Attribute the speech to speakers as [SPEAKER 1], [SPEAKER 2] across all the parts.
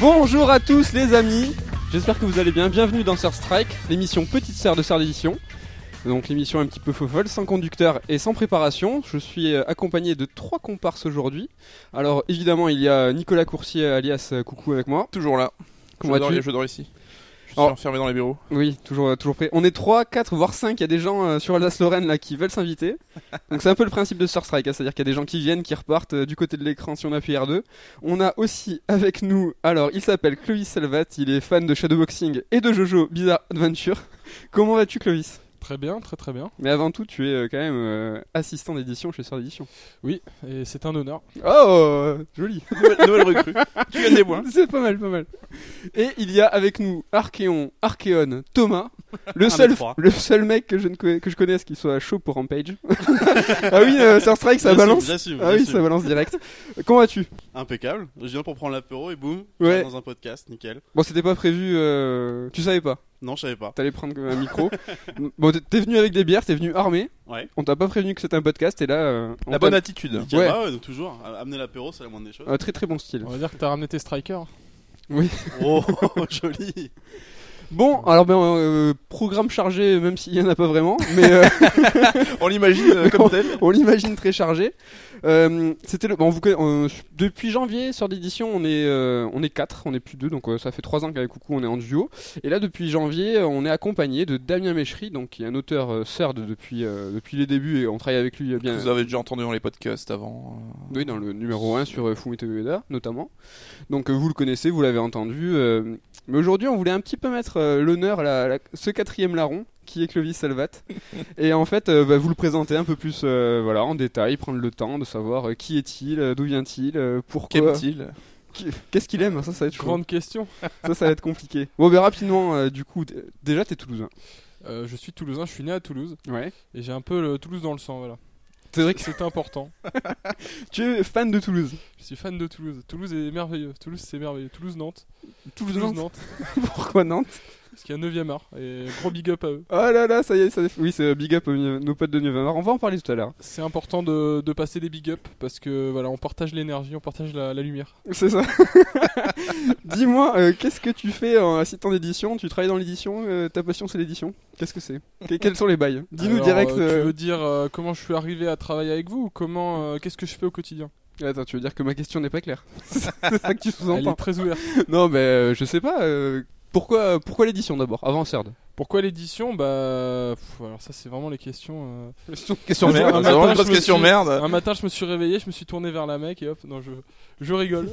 [SPEAKER 1] Bonjour à tous les amis, j'espère que vous allez bien, bienvenue dans Sir Strike, l'émission petite sœur de Sir d'édition. Donc l'émission un petit peu fofolle, sans conducteur et sans préparation. Je suis euh, accompagné de trois comparses aujourd'hui. Alors évidemment il y a Nicolas Coursier alias euh, Coucou avec moi.
[SPEAKER 2] Toujours là.
[SPEAKER 1] Comment
[SPEAKER 2] je, dors,
[SPEAKER 1] vas-tu
[SPEAKER 2] je dors ici. Je suis
[SPEAKER 3] Oh.
[SPEAKER 1] Alors-
[SPEAKER 2] enfermé dans les bureaux.
[SPEAKER 1] Oui, toujours, euh, toujours prêt. On est 3, 4, voire 5. Il y a des gens euh, sur Alsace-Lorraine là qui veulent s'inviter. Donc c'est un peu le principe de Star Strike, hein, c'est-à-dire qu'il y a des gens qui viennent, qui repartent euh, du côté de l'écran si on appuie R2. On a aussi avec nous, alors il s'appelle Clovis Salvat, il est fan de Shadowboxing et de Jojo Bizarre Adventure. Comment vas-tu Clovis
[SPEAKER 4] Très bien, très très bien.
[SPEAKER 1] Mais avant tout, tu es euh, quand même euh, assistant d'édition chez Sœur d'édition.
[SPEAKER 4] Oui, et c'est un honneur.
[SPEAKER 1] Oh, joli
[SPEAKER 2] Nouvelle, nouvelle recrue. tu viens
[SPEAKER 3] Hein
[SPEAKER 2] des bois.
[SPEAKER 1] C'est pas mal, pas mal. Et il y a avec nous Archéon, Archéon, Thomas, le seul,
[SPEAKER 3] des trois.
[SPEAKER 1] le seul mec que je ne connais, que je connaisse qui soit chaud pour Rampage. ah oui, euh, Star Strike, ça balance.
[SPEAKER 3] J'assume,
[SPEAKER 1] Ah oui, ça balance direct. Comment vas-tu
[SPEAKER 3] Impeccable. Je viens pour prendre l'apéro et boum,
[SPEAKER 1] Ouais.
[SPEAKER 3] dans un podcast, nickel.
[SPEAKER 1] Bon, c'était pas prévu. euh, Tu savais pas.
[SPEAKER 3] Non, je savais pas.
[SPEAKER 1] T'allais prendre un micro. bon, t'es- t'es venu avec des bières, t'es venu armé.
[SPEAKER 3] Ouais.
[SPEAKER 1] On t'a pas prévenu que c'était un podcast et là. euh, on
[SPEAKER 2] La
[SPEAKER 1] t'a-
[SPEAKER 2] bonne attitude.
[SPEAKER 3] Nickel.
[SPEAKER 1] Ouais.
[SPEAKER 3] Ah ouais, donc toujours. euh, Amener l'apéro, c'est la moindre des choses.
[SPEAKER 1] un très très bon style.
[SPEAKER 4] On va dire que t'as ramené tes strikers.
[SPEAKER 3] Oh, joli.
[SPEAKER 1] Bon, alors ben euh, programme chargé, même s'il y en a pas vraiment, mais euh,
[SPEAKER 2] On l'imagine euh, comme tel.
[SPEAKER 1] on l'imagine très chargé. Euh, C'était le. Bon, on vous conna- on- depuis janvier sur l'édition, on est euh, on est quatre, on est plus deux, donc euh, ça fait trois ans qu'avec Coucou on est en duo. Et là, depuis janvier, euh, on est accompagné de Damien Méchery, donc qui est un auteur euh, serd depuis euh, depuis les débuts et on travaille avec lui euh, bien.
[SPEAKER 2] Vous avez déjà entendu dans les podcasts avant.
[SPEAKER 3] euh,
[SPEAKER 1] Oui, dans le numéro 1 sur euh, Fumetto Ueda, notamment. Donc euh, vous le connaissez, vous l'avez entendu. euh, mais aujourd'hui, on voulait un petit peu mettre euh, l'honneur à la- la- ce quatrième larron, qui est Clovis Salvat. Et en fait, euh, bah, vous le présenter un peu plus euh, voilà, en détail, prendre le temps de savoir euh, qui est-il, euh, d'où vient-il, euh, pourquoi,
[SPEAKER 2] Qu'aime-t-il
[SPEAKER 1] qui- qu'est-ce qu'il aime. Ça, ça va être chaud.
[SPEAKER 4] Grande question.
[SPEAKER 1] Ça, ça va être compliqué. Bon, mais rapidement, euh, du coup, d- déjà, t'es toulousain.
[SPEAKER 4] Euh, je suis toulousain, je suis né à Toulouse
[SPEAKER 1] Ouais.
[SPEAKER 4] et j'ai un peu le Toulouse dans le sang, voilà.
[SPEAKER 1] C'est vrai que
[SPEAKER 4] C'est important.
[SPEAKER 1] tu es fan de Toulouse.
[SPEAKER 4] Je suis fan de Toulouse. Toulouse est merveilleux. Toulouse c'est merveilleux. Toulouse Nantes.
[SPEAKER 1] Toulouse,
[SPEAKER 4] Toulouse
[SPEAKER 1] Nantes.
[SPEAKER 4] Nantes.
[SPEAKER 1] Pourquoi Nantes
[SPEAKER 4] Parce qu'il y a 9 e art et gros big up à eux.
[SPEAKER 1] Oh là là, ça y est, ça... oui, c'est euh, big up aux Nieu- nos potes de Neuvamar. On va en parler tout à l'heure.
[SPEAKER 4] C'est important de, de passer des big up parce que voilà, on partage l'énergie, on partage la, la lumière.
[SPEAKER 1] C'est ça. Dis-moi, euh, qu'est-ce que tu fais en assistant d'édition Tu travailles dans l'édition euh, Ta passion, c'est l'édition Qu'est-ce que c'est Que- Quels sont les bails Dis-nous
[SPEAKER 4] Alors,
[SPEAKER 1] direct.
[SPEAKER 4] euh,
[SPEAKER 1] euh,
[SPEAKER 4] Tu veux dire euh, comment je suis arrivé à travailler avec vous ou comment euh, qu'est-ce que je fais au quotidien
[SPEAKER 1] Ah, Attends, tu veux dire que ma question n'est pas claire C'est ça c'est ça que tu
[SPEAKER 4] Elle est
[SPEAKER 1] sous-entends
[SPEAKER 4] très ouverte.
[SPEAKER 1] Non, mais euh, je sais pas. euh, pourquoi pourquoi l'édition d'abord Avant CERD.
[SPEAKER 4] Pourquoi l'édition Bah pff, alors ça c'est vraiment les questions euh,
[SPEAKER 2] Question
[SPEAKER 4] Un
[SPEAKER 2] merde.
[SPEAKER 4] matin,
[SPEAKER 2] C'est vraiment une grosse
[SPEAKER 4] je me
[SPEAKER 2] question
[SPEAKER 4] suis-
[SPEAKER 2] merde.
[SPEAKER 4] Un matin, je me suis réveillé, je me suis tourné vers la mec et hop, non, je, je rigole.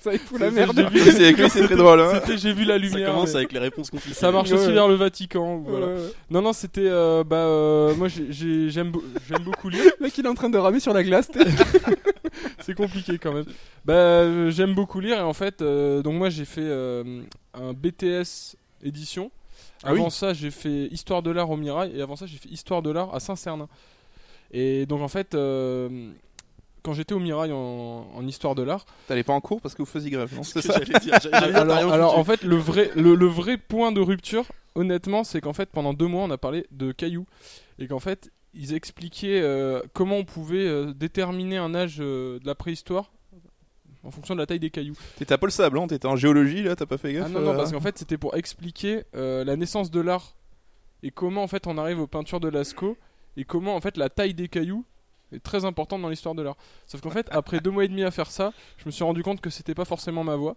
[SPEAKER 1] ça fout
[SPEAKER 4] la
[SPEAKER 1] la
[SPEAKER 4] merde.
[SPEAKER 1] merde.
[SPEAKER 2] Oui, c'est écrit, c'est très drôle. hein.
[SPEAKER 4] C'était, j'ai vu la
[SPEAKER 3] Ça
[SPEAKER 4] lumière.
[SPEAKER 3] commence
[SPEAKER 4] mais-
[SPEAKER 3] avec les réponses compliquées.
[SPEAKER 4] Ça marche
[SPEAKER 1] Ouais,
[SPEAKER 4] aussi hein.
[SPEAKER 1] ouais.
[SPEAKER 4] vers le Vatican.
[SPEAKER 1] Euh,
[SPEAKER 4] voilà. Non, non, c'était. euh, bah, euh, moi, j'ai- j'ai- j'aime beau- j'aime beaucoup lire.
[SPEAKER 1] Le mec, il est en train de ramer sur la glace.
[SPEAKER 4] c'est compliqué quand même. Bah, euh, j'aime beaucoup lire et en fait, euh, donc moi j'ai fait euh, un BTS édition.
[SPEAKER 1] Ah oui.
[SPEAKER 4] Avant ça, j'ai fait Histoire de l'art au Mirail et avant ça, j'ai fait Histoire de l'art à Saint-Cernin. Et donc en fait, euh, quand j'étais au Mirail en, en Histoire de l'art,
[SPEAKER 2] T'allais pas en cours parce que vous faisiez grève, non C'est
[SPEAKER 3] C'est
[SPEAKER 2] ça
[SPEAKER 3] ça. J'allais dire, j'allais dire, t'as
[SPEAKER 4] alors,
[SPEAKER 3] rien
[SPEAKER 4] alors,
[SPEAKER 3] foutu.
[SPEAKER 4] en fait, le vrai, le, le vrai point de rupture, honnêtement, c'est qu'en fait, pendant deux mois, on a parlé de cailloux. Et qu'en fait, ils expliquaient euh, comment on pouvait euh, déterminer un âge euh, de la préhistoire en fonction de la taille des cailloux.
[SPEAKER 2] T'étais à Paul Sablon, t'étais en géologie là, t'as pas fait gaffe
[SPEAKER 4] Ah non, non,
[SPEAKER 2] euh,
[SPEAKER 1] hein.
[SPEAKER 4] parce qu'en fait, c'était pour expliquer euh, la naissance de l'art et comment en fait on arrive aux peintures de Lascaux et comment en fait la taille des cailloux est très importante dans l'histoire de l'art. Sauf qu'en fait, après deux mois et demi à faire ça, je me suis rendu compte que c'était pas forcément ma voie.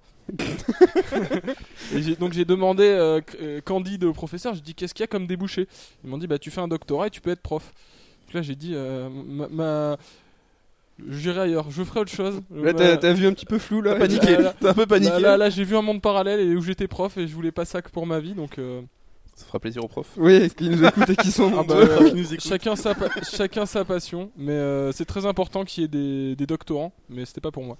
[SPEAKER 4] et j'ai- donc j'ai demandé euh, c- euh, Candide au professeur, j'ai dit qu'est-ce qu'il y a comme débouché Ils m'ont dit bah tu fais un doctorat et tu peux être prof. Donc là j'ai dit euh, ma, ma- j'irai ailleurs, je ferai autre chose.
[SPEAKER 1] Là,
[SPEAKER 4] Ma-
[SPEAKER 1] t'as t'as vu un petit peu flou là. Bah,
[SPEAKER 2] Paniqué.
[SPEAKER 4] Ah, là.
[SPEAKER 2] T'as un peu
[SPEAKER 4] Là,
[SPEAKER 2] paniqué.
[SPEAKER 4] là, là, j'ai vu un monde parallèle et où j'étais prof et je voulais pas ça que pour ma vie donc euh,
[SPEAKER 2] Ça fera plaisir aux profs.
[SPEAKER 1] Oui, qui nous écoutent et qui sont
[SPEAKER 4] Ah bah,
[SPEAKER 1] nombreux.
[SPEAKER 4] euh,
[SPEAKER 3] Qui nous écoute.
[SPEAKER 4] chacun, sa pa- chacun sa passion mais euh, c'est très important qu'il y ait des, des doctorants mais c'était pas pour moi.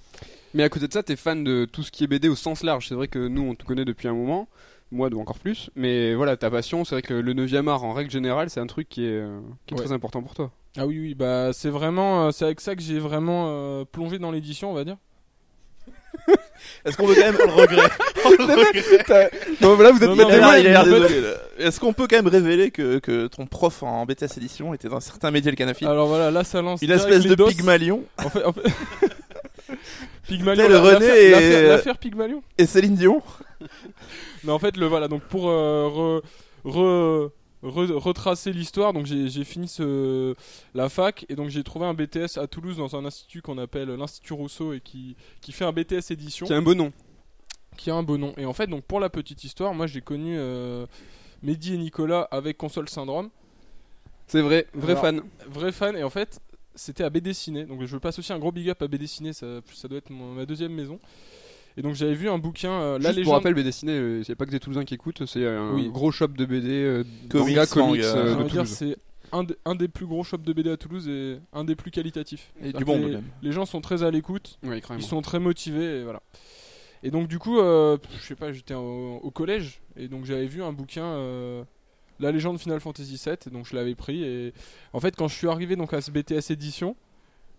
[SPEAKER 1] Mais à côté de ça, t'es fan de tout ce qui est BD au sens large. C'est vrai que nous, on te connaît depuis un moment, moi de- encore plus. Mais voilà, ta passion, c'est vrai que le 9 e art, en règle générale, c'est un truc qui est, euh, qui est
[SPEAKER 4] Ouais.
[SPEAKER 1] très important pour toi.
[SPEAKER 4] Ah oui oui bah c'est vraiment euh, c'est avec ça que j'ai vraiment euh, plongé dans l'édition on va dire.
[SPEAKER 2] Est-ce qu'on veut quand même
[SPEAKER 3] Oh, le regret. Oh, le regret.
[SPEAKER 1] Non, mais là, vous êtes
[SPEAKER 4] Non,
[SPEAKER 1] pas
[SPEAKER 4] non,
[SPEAKER 2] Il a
[SPEAKER 1] témoin.
[SPEAKER 2] l'air- il a l'air
[SPEAKER 4] mais en
[SPEAKER 2] désolé, là. Est-ce qu'on peut quand même révéler que, que ton prof en BTS édition était un
[SPEAKER 4] Ah,
[SPEAKER 2] certain Médiel Canafi
[SPEAKER 4] Alors voilà là ça lance
[SPEAKER 2] Une
[SPEAKER 4] direct
[SPEAKER 2] espèce
[SPEAKER 4] les
[SPEAKER 2] de
[SPEAKER 4] doses.
[SPEAKER 2] pygmalion.
[SPEAKER 4] En fait, en fait- Pygmalion,
[SPEAKER 2] Tel
[SPEAKER 4] la-
[SPEAKER 2] René
[SPEAKER 4] l'affaire-
[SPEAKER 2] et-
[SPEAKER 4] l'affaire- l'affaire Pygmalion.
[SPEAKER 2] Et Céline Dion
[SPEAKER 4] Mais en fait, le voilà. Donc pour euh, re- re- re- retracer l'histoire, donc j'ai j'ai fini ce, la fac et donc j'ai trouvé un BTS à Toulouse dans un institut qu'on appelle l'Institut Rousseau et qui, qui fait un BTS édition
[SPEAKER 1] Qui a un beau nom.
[SPEAKER 4] qui a un beau nom. Et en fait, donc pour la petite histoire, moi j'ai connu euh, Mehdi et Nicolas avec Console Syndrome,
[SPEAKER 1] C'est vrai, vrai
[SPEAKER 4] Alors,
[SPEAKER 1] fan.
[SPEAKER 4] vrai fan. Et en fait, c'était à B Dessiné. Donc je veux pas associer un gros big up à B Dessiné, ça, ça doit être mon- ma deuxième maison. Et donc j'avais vu un bouquin, euh, La
[SPEAKER 1] Juste
[SPEAKER 4] légende.
[SPEAKER 1] pour rappel, BD Ciné, euh, c'est pas que des Toulousains qui écoutent, c'est euh, un
[SPEAKER 4] Oui.
[SPEAKER 1] gros shop de BD, euh,
[SPEAKER 2] Comics,
[SPEAKER 1] manga, comics
[SPEAKER 2] manga.
[SPEAKER 1] euh,
[SPEAKER 4] J'ai
[SPEAKER 1] de
[SPEAKER 4] envie de dire,
[SPEAKER 1] Toulouse.
[SPEAKER 4] c'est un, des- un des plus gros shops de BD à Toulouse et un des plus qualitatifs.
[SPEAKER 2] Et du
[SPEAKER 4] C'est-à-dire
[SPEAKER 2] bon,
[SPEAKER 4] que les,
[SPEAKER 2] même. Ah,
[SPEAKER 4] les gens sont très à l'écoute,
[SPEAKER 1] Oui,
[SPEAKER 4] ils
[SPEAKER 1] carrément.
[SPEAKER 4] sont très motivés et voilà. Et donc du coup, euh, je sais pas, j'étais au, au collège et donc j'avais vu un bouquin, euh, La légende Final Fantasy VII, et donc je l'avais pris et en fait quand je suis arrivé donc à ce BTS édition,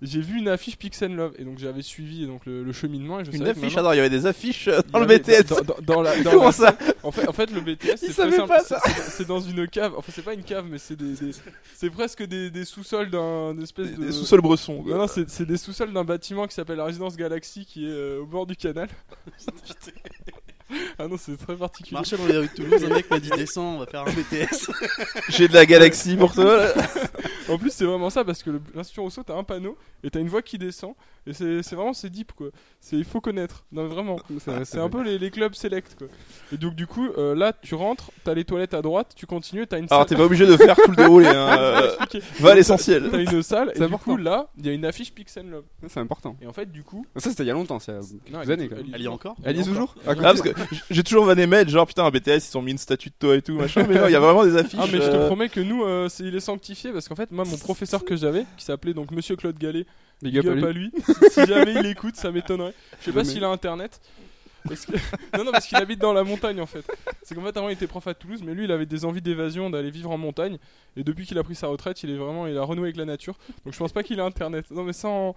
[SPEAKER 4] j'ai vu une affiche Pixel Love et donc j'avais suivi donc le, le cheminement et je
[SPEAKER 2] Une
[SPEAKER 4] savais que
[SPEAKER 2] affiche,
[SPEAKER 4] maintenant-
[SPEAKER 2] alors il y avait des affiches euh, dans
[SPEAKER 4] il
[SPEAKER 2] le
[SPEAKER 4] y avait-
[SPEAKER 2] BTS.
[SPEAKER 4] dans- dans- dans la- dans la-
[SPEAKER 2] Comment ça
[SPEAKER 4] en fait, en fait, le BTS, c'est
[SPEAKER 2] savait
[SPEAKER 4] très simple.
[SPEAKER 2] pas
[SPEAKER 4] C'est- c'est- C'est dans une cave. Enfin, c'est pas une cave, mais c'est des, des- c'est presque des, des sous-sols d'un espèce de.
[SPEAKER 2] Des sous-sols bressons.
[SPEAKER 4] Non, non, c'est c'est des sous-sols d'un bâtiment qui s'appelle la résidence Galaxy, qui est euh, au bord du canal. ah non, c'est très particulier.
[SPEAKER 3] Marchais dans les rues de Toulouse, un mec m'a dit descends, on va faire un BTS.
[SPEAKER 2] J'ai de la galaxie pour toi. là.
[SPEAKER 4] En plus, c'est vraiment ça parce que le- l'institut Rousseau, t'as un panneau et t'as une voix qui descend. Et c'est c'est vraiment c'est deep quoi. C'est il faut connaître. Non, vraiment.
[SPEAKER 1] Ah,
[SPEAKER 4] C'est un peu les, les clubs select quoi. Et donc du coup, euh, là, tu rentres, t'as les toilettes à droite, tu continues, t'as une.
[SPEAKER 2] Alors
[SPEAKER 4] salle- Ah,
[SPEAKER 2] t'es pas obligé de faire tout le déroulé. hein, euh, Va à l'essentiel.
[SPEAKER 4] T'as une salle et
[SPEAKER 1] C'est
[SPEAKER 4] du
[SPEAKER 1] important.
[SPEAKER 4] coup là, il y a une affiche Pixel Love.
[SPEAKER 1] C'est important.
[SPEAKER 4] Et en fait, du coup,
[SPEAKER 1] Ça, c'était il y a longtemps, c'est il y a quelques
[SPEAKER 4] non,
[SPEAKER 1] années quand même.
[SPEAKER 3] Elle y est encore
[SPEAKER 1] Elle y est toujours
[SPEAKER 4] Ah,
[SPEAKER 1] Ah,
[SPEAKER 2] Ah, parce que j'ai toujours vanné Med, genre putain, un BTS, ils ont mis une statue de toi et tout, machin, mais non, il y a vraiment des affiches.
[SPEAKER 4] Ah mais je te
[SPEAKER 2] euh,
[SPEAKER 4] promets que nous, euh, c'est- il est sanctifié parce qu'en fait, moi, mon professeur que j'avais, qui s'appelait donc Monsieur Claude Gallet,
[SPEAKER 1] Big up
[SPEAKER 4] big
[SPEAKER 1] à
[SPEAKER 4] up
[SPEAKER 1] lui.
[SPEAKER 4] à lui. si, si jamais il écoute, ça m'étonnerait. Je sais pas
[SPEAKER 1] Jamais.
[SPEAKER 4] s'il a internet. Parce que- Non non parce qu'il habite dans la montagne en fait. C'est qu'en fait avant il était prof à Toulouse mais lui il avait des envies d'évasion d'aller vivre en montagne et depuis qu'il a pris sa retraite il est vraiment il a renoué avec la nature donc je pense pas qu'il a internet non mais sans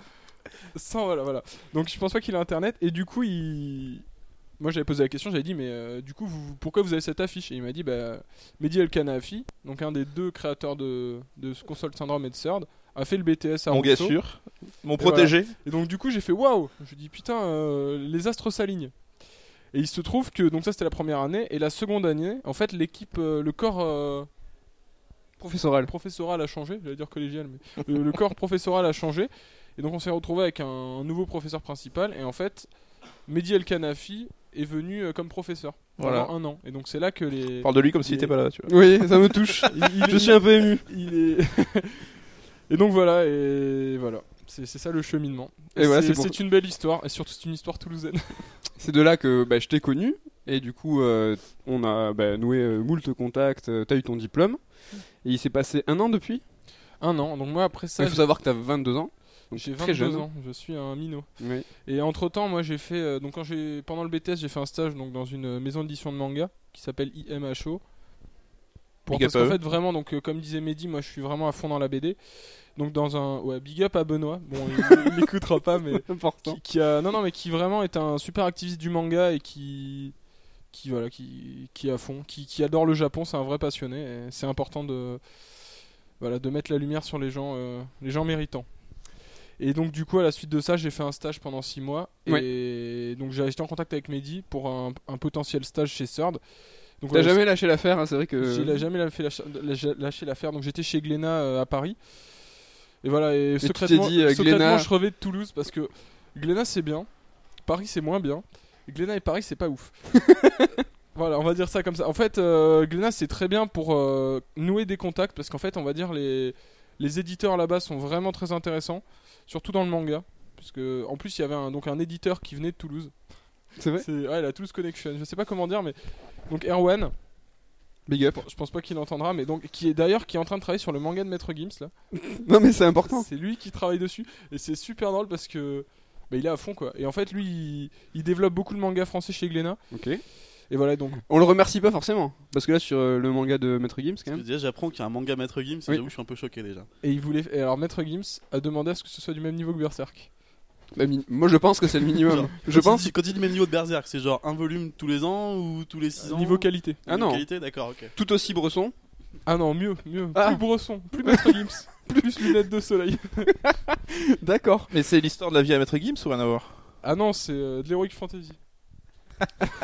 [SPEAKER 4] sans voilà voilà donc je pense pas qu'il a internet et du coup il moi j'avais posé la question j'avais dit mais euh, du coup vous, pourquoi vous avez cette affiche et il m'a dit bah Mehdi El Kanafi donc un des deux créateurs de de ce console syndrome et de Third a fait le BTS à
[SPEAKER 2] Mon gars
[SPEAKER 4] Rousseau.
[SPEAKER 2] sûr, mon
[SPEAKER 4] Et voilà.
[SPEAKER 2] protégé.
[SPEAKER 4] Et donc du coup j'ai fait waouh, je dis putain euh, les astres s'alignent. Et il se trouve que donc ça c'était la première année et la seconde année en fait l'équipe euh, le corps euh,
[SPEAKER 1] Professoral.
[SPEAKER 4] professoral a changé, j'allais dire collégial mais le, le corps professoral a changé et donc on s'est retrouvé avec un, un nouveau professeur principal et en fait Mehdi El Kanafi est venu euh, comme professeur pendant
[SPEAKER 2] Voilà.
[SPEAKER 4] un an et donc c'est là que les
[SPEAKER 2] Je Parle de lui comme s'il était pas là, tu vois.
[SPEAKER 1] Oui, ça me touche.
[SPEAKER 4] Il- il-
[SPEAKER 1] Je suis un peu ému.
[SPEAKER 4] il est et donc voilà et voilà c'est c'est ça le cheminement
[SPEAKER 1] Et voilà,
[SPEAKER 4] c'est
[SPEAKER 1] c'est pour-
[SPEAKER 4] c'est une belle histoire et surtout c'est une histoire toulousaine
[SPEAKER 1] C'est de là que bah, je t'ai connu. Et du coup, euh, on a bah, noué euh, moult contacts. euh, T'as eu ton diplôme. Et il s'est passé un an depuis.
[SPEAKER 4] Un an. Donc moi après ça,
[SPEAKER 1] Il faut savoir que t'as 22 ans. Donc
[SPEAKER 4] j'ai
[SPEAKER 1] très
[SPEAKER 4] 22
[SPEAKER 2] hein.
[SPEAKER 1] jeune. hein.
[SPEAKER 4] ans. Je suis un minot.
[SPEAKER 1] Oui.
[SPEAKER 4] Et entre temps, moi j'ai fait euh, donc quand j'ai pendant le BTS, j'ai fait un stage donc dans une euh, maison d'édition de manga qui s'appelle IMHO. Pour,
[SPEAKER 2] Big
[SPEAKER 4] parce
[SPEAKER 2] up à
[SPEAKER 4] qu'en
[SPEAKER 2] eux.
[SPEAKER 4] fait vraiment donc euh, comme disait Mehdi, moi je suis vraiment à fond dans la BD. Donc dans un ouais big up à Benoît. Bon, il- il n'écoutera pas mais
[SPEAKER 1] Important.
[SPEAKER 4] qui, qui a non non mais qui vraiment est un super activiste du manga et qui qui voilà qui qui est à fond qui, qui adore le Japon c'est un vrai passionné et c'est important de voilà de mettre la lumière sur les gens euh, les gens méritants et donc du coup à la suite de ça j'ai fait un stage pendant 6 mois
[SPEAKER 1] Ouais.
[SPEAKER 4] et donc j'ai été en contact avec Mehdi pour un, un potentiel stage chez Third donc
[SPEAKER 1] T'as
[SPEAKER 4] on a-
[SPEAKER 1] jamais lâché l'affaire, hein, c'est vrai que.
[SPEAKER 4] j'ai la- jamais la- fait lâcher- lâcher- lâcher l'affaire. Donc j'étais chez Glénat euh, à Paris. Et voilà, et,
[SPEAKER 1] tu t'es
[SPEAKER 4] secrètement,
[SPEAKER 1] dit, euh,
[SPEAKER 4] secrètement,
[SPEAKER 1] Glénat-
[SPEAKER 4] je revais de Toulouse parce que Glénat c'est bien, Paris c'est moins bien. Et Glénat et Paris c'est pas ouf. voilà, on va dire ça comme ça. En fait, euh, Glénat c'est très bien pour euh, nouer des contacts parce qu'en fait, on va dire les, les éditeurs là-bas sont vraiment très intéressants, surtout dans le manga. Parce que, en plus, il y avait un, donc un éditeur qui venait de Toulouse.
[SPEAKER 1] C'est vrai.
[SPEAKER 4] C'est ouais, la Toulouse Connection. Je sais pas comment dire, mais donc Erwan,
[SPEAKER 1] Big up.
[SPEAKER 4] je pense pas qu'il entendra, mais donc qui est d'ailleurs qui est en train de travailler sur le manga de Maître Gims là.
[SPEAKER 1] Non, mais c'est important.
[SPEAKER 4] C'est lui qui travaille dessus et c'est super drôle parce que bah, il est à fond quoi. Et en fait lui il, il développe beaucoup le manga français chez Glénat
[SPEAKER 1] Ok.
[SPEAKER 4] et voilà donc
[SPEAKER 1] On le remercie pas forcément. Parce que là, sur euh, le manga de Maître Gims, quand
[SPEAKER 3] Parce que
[SPEAKER 1] même.
[SPEAKER 3] déjà, j'apprends qu'il y a un manga Maître Gims, et
[SPEAKER 1] Oui.
[SPEAKER 3] j'avoue, je suis un peu choqué déjà.
[SPEAKER 4] et il voulait et alors Maître Gims a demandé à ce que ce soit du même niveau que Berserk.
[SPEAKER 1] Bah, mi- Moi, je pense que c'est le minimum.
[SPEAKER 3] Genre,
[SPEAKER 1] je
[SPEAKER 3] quand
[SPEAKER 1] pense.
[SPEAKER 3] il dit- Quand il dit même niveau de Berserk, c'est genre un volume tous les ans ou tous les 6 ans
[SPEAKER 4] Niveau qualité.
[SPEAKER 1] Ah non.
[SPEAKER 3] Qualité, d'accord, ok.
[SPEAKER 1] Tout aussi bresson.
[SPEAKER 4] Ah non mieux mieux
[SPEAKER 1] Ah.
[SPEAKER 4] plus Bresson plus Maître Gims plus lunettes de soleil.
[SPEAKER 1] D'accord.
[SPEAKER 2] Mais c'est l'histoire de la vie à Maître Gims ou rien à voir
[SPEAKER 4] Ah non, c'est euh, de l'Heroic Fantasy.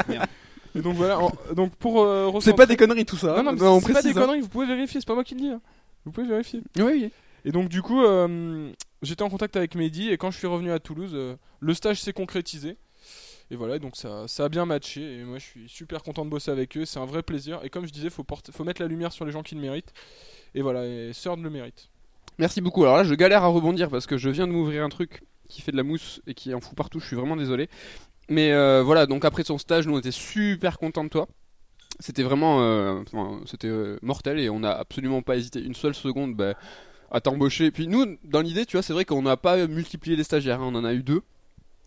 [SPEAKER 3] Merde.
[SPEAKER 4] Et donc voilà, en- donc pour euh,
[SPEAKER 1] C'est
[SPEAKER 4] recentrer-
[SPEAKER 1] pas des conneries tout ça.
[SPEAKER 4] Non, non,
[SPEAKER 1] hein.
[SPEAKER 4] mais
[SPEAKER 1] on
[SPEAKER 4] c'est pas des
[SPEAKER 1] précise, hein.
[SPEAKER 4] conneries, vous pouvez vérifier, c'est pas moi qui le dis. hein. Vous pouvez vérifier.
[SPEAKER 1] Oui, oui.
[SPEAKER 4] Et donc du coup, euh, j'étais en contact avec Mehdi et quand je suis revenu à Toulouse, euh, le stage s'est concrétisé. Et voilà, donc ça, ça a bien matché et moi je suis super content de bosser avec eux, c'est un vrai plaisir. Et comme je disais, faut, porter- faut mettre la lumière sur les gens qui le méritent. Et voilà, et Sœur le mérite.
[SPEAKER 1] Merci beaucoup. Alors là, je galère à rebondir parce que je viens de m'ouvrir un truc qui fait de la mousse et qui en fout partout. Je suis vraiment désolé. Mais euh, voilà, donc après son stage, nous on était super contents de toi. C'était vraiment, euh, enfin, c'était euh, mortel et on n'a absolument pas hésité une seule seconde bah, à t'embaucher. Puis nous, dans l'idée, tu vois, c'est vrai qu'on n'a pas multiplié les stagiaires. hein. on en a eu deux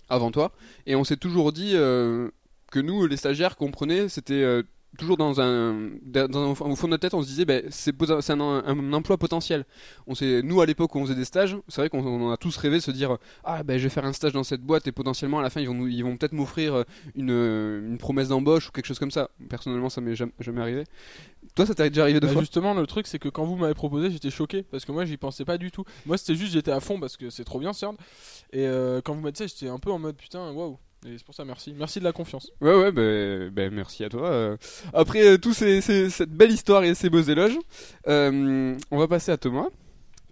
[SPEAKER 1] avant toi et on s'est toujours dit euh, que nous, les stagiaires, qu'on prenait, c'était euh, toujours dans un, dans un- au fond de notre tête, on se disait, bah, c'est posa- c'est un- un emploi potentiel on s'est- nous à l'époque où on faisait des stages, c'est vrai qu'on on en a tous rêvé de se dire ah ben je vais faire un stage dans cette boîte et potentiellement à la fin ils vont nous- ils vont peut-être m'offrir euh, une, euh, une promesse d'embauche ou quelque chose comme ça. Personnellement ça m'est jamais, jamais arrivé. Toi ça t'est déjà arrivé deux
[SPEAKER 4] Bah,
[SPEAKER 1] fois
[SPEAKER 4] justement, le truc c'est que quand vous m'avez proposé, j'étais choqué parce que moi j'y pensais pas du tout. Moi c'était juste j'étais à fond parce que c'est trop bien CERN. Et euh, quand vous m'avez dit ça, j'étais un peu en mode putain, waouh. Et c'est pour ça, merci. Merci de la confiance.
[SPEAKER 1] Ouais ouais ben, ben, merci à toi. euh. Après euh, tous ces, ces- cette belle histoire et ces beaux éloges, euh, on va passer à Thomas.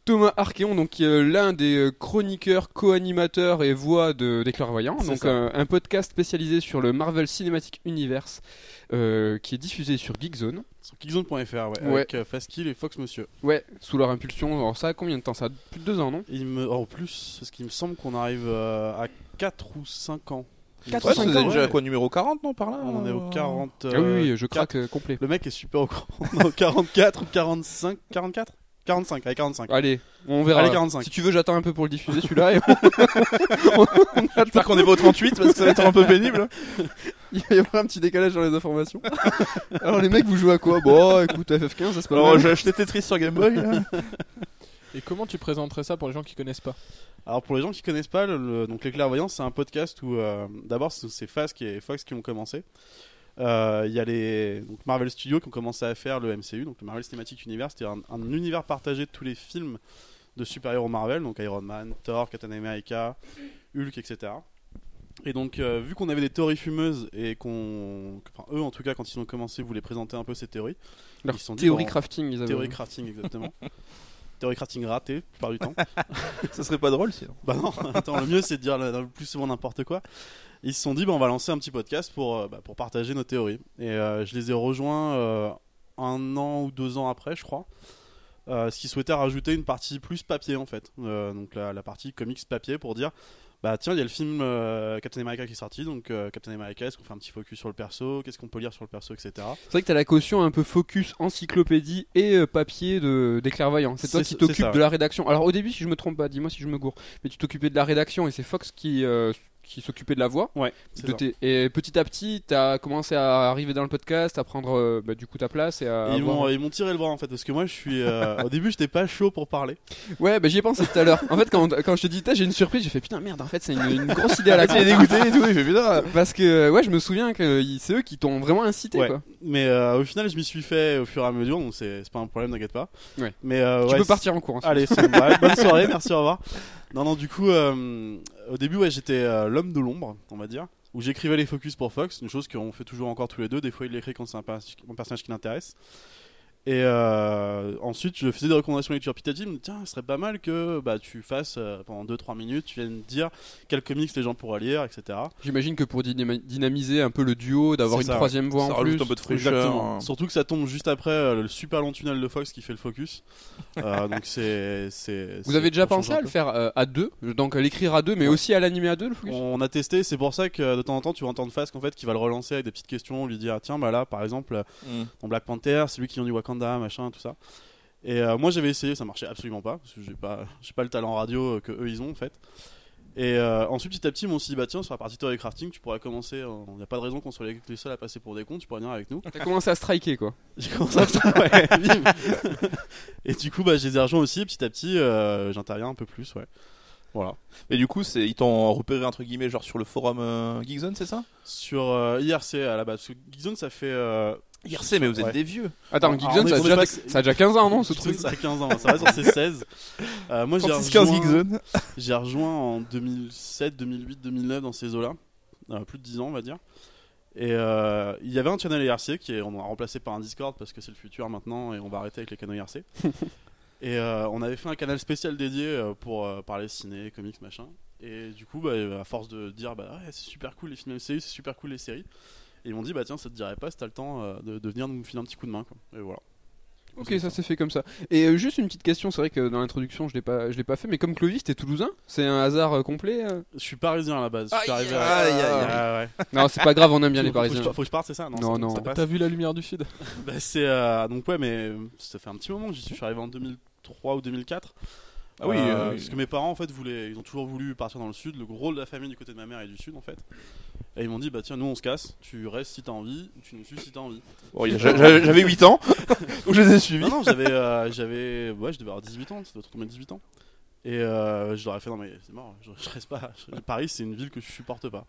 [SPEAKER 1] Thomas Archéon, donc qui est l'un des euh, chroniqueurs, co-animateurs et voix de des clairvoyants,
[SPEAKER 2] C'est
[SPEAKER 1] donc
[SPEAKER 2] ça.
[SPEAKER 1] euh, un podcast spécialisé sur le Marvel Cinematic Universe, euh, qui est diffusé sur Geekzone.
[SPEAKER 3] Sur kickzone.fr, ouais,
[SPEAKER 1] Ouais.
[SPEAKER 3] avec euh, Faskill et Fox Monsieur.
[SPEAKER 1] Ouais, sous leur impulsion. Alors ça, a combien de temps Ça a plus de deux ans, non
[SPEAKER 3] Il me... En plus, parce qu'il me semble qu'on arrive euh, à 4 ou 5 ans.
[SPEAKER 1] Quatre
[SPEAKER 2] Ouais,
[SPEAKER 1] ou cinq
[SPEAKER 2] c'est
[SPEAKER 1] ans,
[SPEAKER 2] déjà
[SPEAKER 3] ouais.
[SPEAKER 2] quoi, numéro 40, non, par là
[SPEAKER 3] On est au
[SPEAKER 2] euh,
[SPEAKER 3] 40.
[SPEAKER 1] Ah oui, oui, je
[SPEAKER 3] euh,
[SPEAKER 1] craque euh, complet.
[SPEAKER 3] Le mec est super au courant. On est au 44 ou 45 44 45, allez 45.
[SPEAKER 1] Allez, on verra.
[SPEAKER 3] Allez, 45.
[SPEAKER 1] Si tu veux, j'attends un peu pour le diffuser celui-là. Et
[SPEAKER 2] J'espère qu'on est pas au 38 parce que ça va être un peu pénible.
[SPEAKER 3] hein.
[SPEAKER 1] Il va y avoir un petit décalage dans les informations. Alors les mecs, vous jouez à quoi Bon, écoute, FF15, ça se passe.
[SPEAKER 2] Alors, j'ai acheté Tetris sur Game Boy. là.
[SPEAKER 4] Et comment tu présenterais ça pour les gens qui connaissent pas
[SPEAKER 3] Alors pour les gens qui connaissent pas, le- le- donc les clairvoyants, c'est un podcast où euh, d'abord c'est c'est Fask et Fox qui ont commencé. Euh, Il y a les donc Marvel Studios qui ont commencé à faire le MCU, donc le Marvel Cinematic Universe, c'était un, un univers partagé de tous les films de super-héros Marvel, donc Iron Man, Thor, Captain America, Hulk, etc. Et donc euh, vu qu'on avait des théories fumeuses et qu'on, enfin eux en tout cas quand ils ont commencé voulaient présenter un peu ces théories,
[SPEAKER 1] Leur
[SPEAKER 3] ils se sont dit,
[SPEAKER 1] Théorie
[SPEAKER 3] bon,
[SPEAKER 1] crafting, ils avaient.
[SPEAKER 3] théorie crafting exactement, théorie crafting ratée la plupart du temps.
[SPEAKER 2] ça serait pas drôle sinon.
[SPEAKER 3] Bah non, attends, le mieux c'est de dire le, le plus souvent n'importe quoi. Ils se sont dit, bah, on va lancer un petit podcast pour, euh, bah, pour partager nos théories. Et euh, je les ai rejoints euh, un an ou deux ans après, je crois. Euh, ce qui souhaitait rajouter une partie plus papier en fait. Euh, donc la, la partie comics papier pour dire, bah tiens, il y a le film euh, Captain America qui est sorti. Donc euh, Captain America, est-ce qu'on fait un petit focus sur le perso Qu'est-ce qu'on peut lire sur le perso, etc.
[SPEAKER 1] C'est vrai que t'as la caution un peu focus encyclopédie et euh, papier de, des clairvoyants. C'est toi
[SPEAKER 3] C'est-
[SPEAKER 1] qui
[SPEAKER 3] c'est
[SPEAKER 1] t'occupes
[SPEAKER 3] ça,
[SPEAKER 1] de la rédaction. Alors au début, si je me trompe pas, dis-moi si je me gourre, mais tu t'occupais de la rédaction et c'est Fox qui, euh, qui s'occupait de la voix.
[SPEAKER 3] Ouais,
[SPEAKER 1] de tes- Et petit à petit, t'as commencé à arriver dans le podcast, à prendre euh, bah, du coup ta place et à.
[SPEAKER 3] Et ils
[SPEAKER 1] avoir-
[SPEAKER 3] m'ont ils m'ont tiré le bras en fait, parce que moi je suis. euh, au début, j'étais pas chaud pour parler.
[SPEAKER 1] Ouais, bah j'y ai pensé tout à l'heure. En fait, quand, quand je te dis, Putain, j'ai une surprise, j'ai fait putain, merde, en fait, c'est une, une grosse idée à
[SPEAKER 3] Ah,
[SPEAKER 1] la
[SPEAKER 2] Il est
[SPEAKER 1] con.
[SPEAKER 2] dégoûté et tout. Il fait putain.
[SPEAKER 1] Parce que, ouais, je me souviens que ils- c'est eux qui t'ont vraiment incité,
[SPEAKER 3] Ouais.
[SPEAKER 1] quoi.
[SPEAKER 3] Mais euh, au final, je m'y suis fait au fur et à mesure, donc c'est c'est pas un problème, n'inquiète pas.
[SPEAKER 1] Ouais.
[SPEAKER 3] Mais euh,
[SPEAKER 1] Tu
[SPEAKER 3] ouais,
[SPEAKER 1] peux
[SPEAKER 3] c'est-
[SPEAKER 1] partir en courant.
[SPEAKER 3] Allez, c'est bon. Ouais, bonne soirée, merci, au revoir. Non, non, du coup, euh, au début, ouais, j'étais euh, l'homme de l'ombre, on va dire, où j'écrivais les focus pour Fox, une chose qu'on fait toujours encore tous les deux. Des fois, il l'écrit quand c'est un, pers- un personnage qui l'intéresse. Et euh, ensuite, je faisais des recommandations lecture. Puis t'as dit, Mais tiens, ce serait pas mal que bah, tu fasses euh, pendant 2-3 minutes, tu viennes dire quel comics les gens pourraient lire, etc.
[SPEAKER 1] J'imagine que pour dynam- dynamiser un peu le duo, d'avoir
[SPEAKER 3] C'est
[SPEAKER 1] une
[SPEAKER 3] ça,
[SPEAKER 1] troisième voix
[SPEAKER 2] Ça
[SPEAKER 1] en plus.
[SPEAKER 2] rajoute un peu de
[SPEAKER 3] Exactement.
[SPEAKER 2] fraîcheur. hein.
[SPEAKER 3] Surtout que ça tombe juste après euh, le super long tunnel de Fox qui fait le focus. Euh, donc c'est. c'est-
[SPEAKER 1] Vous
[SPEAKER 3] c'est-
[SPEAKER 1] avez déjà
[SPEAKER 3] ça change
[SPEAKER 1] pensé
[SPEAKER 3] un
[SPEAKER 1] à le
[SPEAKER 3] peu.
[SPEAKER 1] faire euh, à deux, donc à l'écrire à deux, mais
[SPEAKER 3] Ouais.
[SPEAKER 1] aussi à l'animer à deux, le focus
[SPEAKER 3] On a testé, c'est pour ça que de temps en temps tu vas entendre Fask en fait qui va le relancer avec des petites questions, lui dire ah, tiens bah là par exemple
[SPEAKER 2] Mm.
[SPEAKER 3] dans Black Panther, c'est lui qui vient du Wakanda, machin, tout ça. Et euh, moi j'avais essayé, ça marchait absolument pas, parce que j'ai pas, j'ai pas le talent radio euh, que eux ils ont en fait. Et euh, ensuite petit à petit, ils m'ont aussi dit bah tiens, sur la partie théorie crafting, tu pourrais commencer, il n'y a pas de raison qu'on soit les, les seuls à passer pour des cons, tu pourrais venir avec nous.
[SPEAKER 1] T'as commencé à striker, quoi.
[SPEAKER 3] J'ai commencé à faire- ouais, bim. Et du coup, bah, j'ai des argents aussi, petit à petit, euh, j'interviens un peu plus, ouais. Voilà.
[SPEAKER 2] Et du coup, c'est ils t'ont repéré entre guillemets genre sur le forum euh, Geekzone, c'est ça
[SPEAKER 3] Sur euh, IRC à la base, parce que Geekzone, ça fait euh,
[SPEAKER 2] IRC, mais vous êtes
[SPEAKER 3] Ouais.
[SPEAKER 2] des vieux.
[SPEAKER 1] Attends,
[SPEAKER 3] Alors,
[SPEAKER 1] Geek
[SPEAKER 3] on
[SPEAKER 1] Zone,
[SPEAKER 3] est-
[SPEAKER 1] ça, a
[SPEAKER 3] on est
[SPEAKER 1] déjà-
[SPEAKER 3] pas-
[SPEAKER 1] ça a déjà 15 ans, Ah non, ce truc
[SPEAKER 3] Ça a 15 ans, hein. ça va sur ses 16. Euh, moi, j'ai
[SPEAKER 2] 36-15
[SPEAKER 3] rejoint-
[SPEAKER 2] Geekzone.
[SPEAKER 3] J'ai rejoint en 2007, 2008, 2009 dans ces eaux-là. Euh, plus de 10 ans, on va dire. Et euh, il y avait un channel IRC qui est, on a remplacé par un Discord parce que c'est le futur maintenant et on va arrêter avec les canaux IRC. et euh, on avait fait un canal spécial dédié euh, pour euh, parler ciné, comics, machin. Et du coup, bah, à force de dire, bah, ouais, c'est super cool les films MCU, c'est super cool les séries. Et ils m'ont dit, bah tiens, ça te dirait pas si t'as le temps euh, de, de venir nous filer un petit coup de main. Quoi. Et voilà.
[SPEAKER 1] Ok, ça s'est fait comme ça. Et euh, juste une petite question, c'est vrai que dans l'introduction, je l'ai pas, je l'ai pas fait, mais comme Clovis, t'es toulousain C'est un hasard euh, complet euh
[SPEAKER 3] Je suis parisien à la base. Je suis
[SPEAKER 2] Aïe,
[SPEAKER 3] arrivé à- Ah,
[SPEAKER 2] aïe, aïe, aïe.
[SPEAKER 3] Ouais, ouais.
[SPEAKER 1] Non, c'est pas grave, on aime bien les
[SPEAKER 3] Faut- faut que je-
[SPEAKER 1] Parisiens.
[SPEAKER 3] Faut que je parte, c'est ça
[SPEAKER 1] Non,
[SPEAKER 3] Non, Ah, c'est-
[SPEAKER 1] non.
[SPEAKER 3] ça passe.
[SPEAKER 4] T'as vu la lumière du feed
[SPEAKER 3] Bah, c'est euh, donc ouais, mais ça fait un petit moment que j'y suis. Je suis arrivé en 2003 ou 2004.
[SPEAKER 2] Ah oui,
[SPEAKER 3] Euh,
[SPEAKER 2] euh,
[SPEAKER 3] parce que mes parents en fait voulaient, ils ont toujours voulu partir dans le sud. Le gros de la famille du côté de ma mère est du sud en fait. Et ils m'ont dit bah tiens nous on se casse, tu restes si t'as envie, ou tu nous suis si t'as envie.
[SPEAKER 2] Bon, il Oh, y a- j'a- j'a- J'avais 8 ans, où je les ai suivis.
[SPEAKER 3] Non non j'avais, euh, j'avais, ouais je devais avoir 18 ans, ça doit tomber 18 ans. Et euh, je leur ai fait non mais c'est mort, je, je reste pas. Je- Paris c'est une ville que je supporte pas.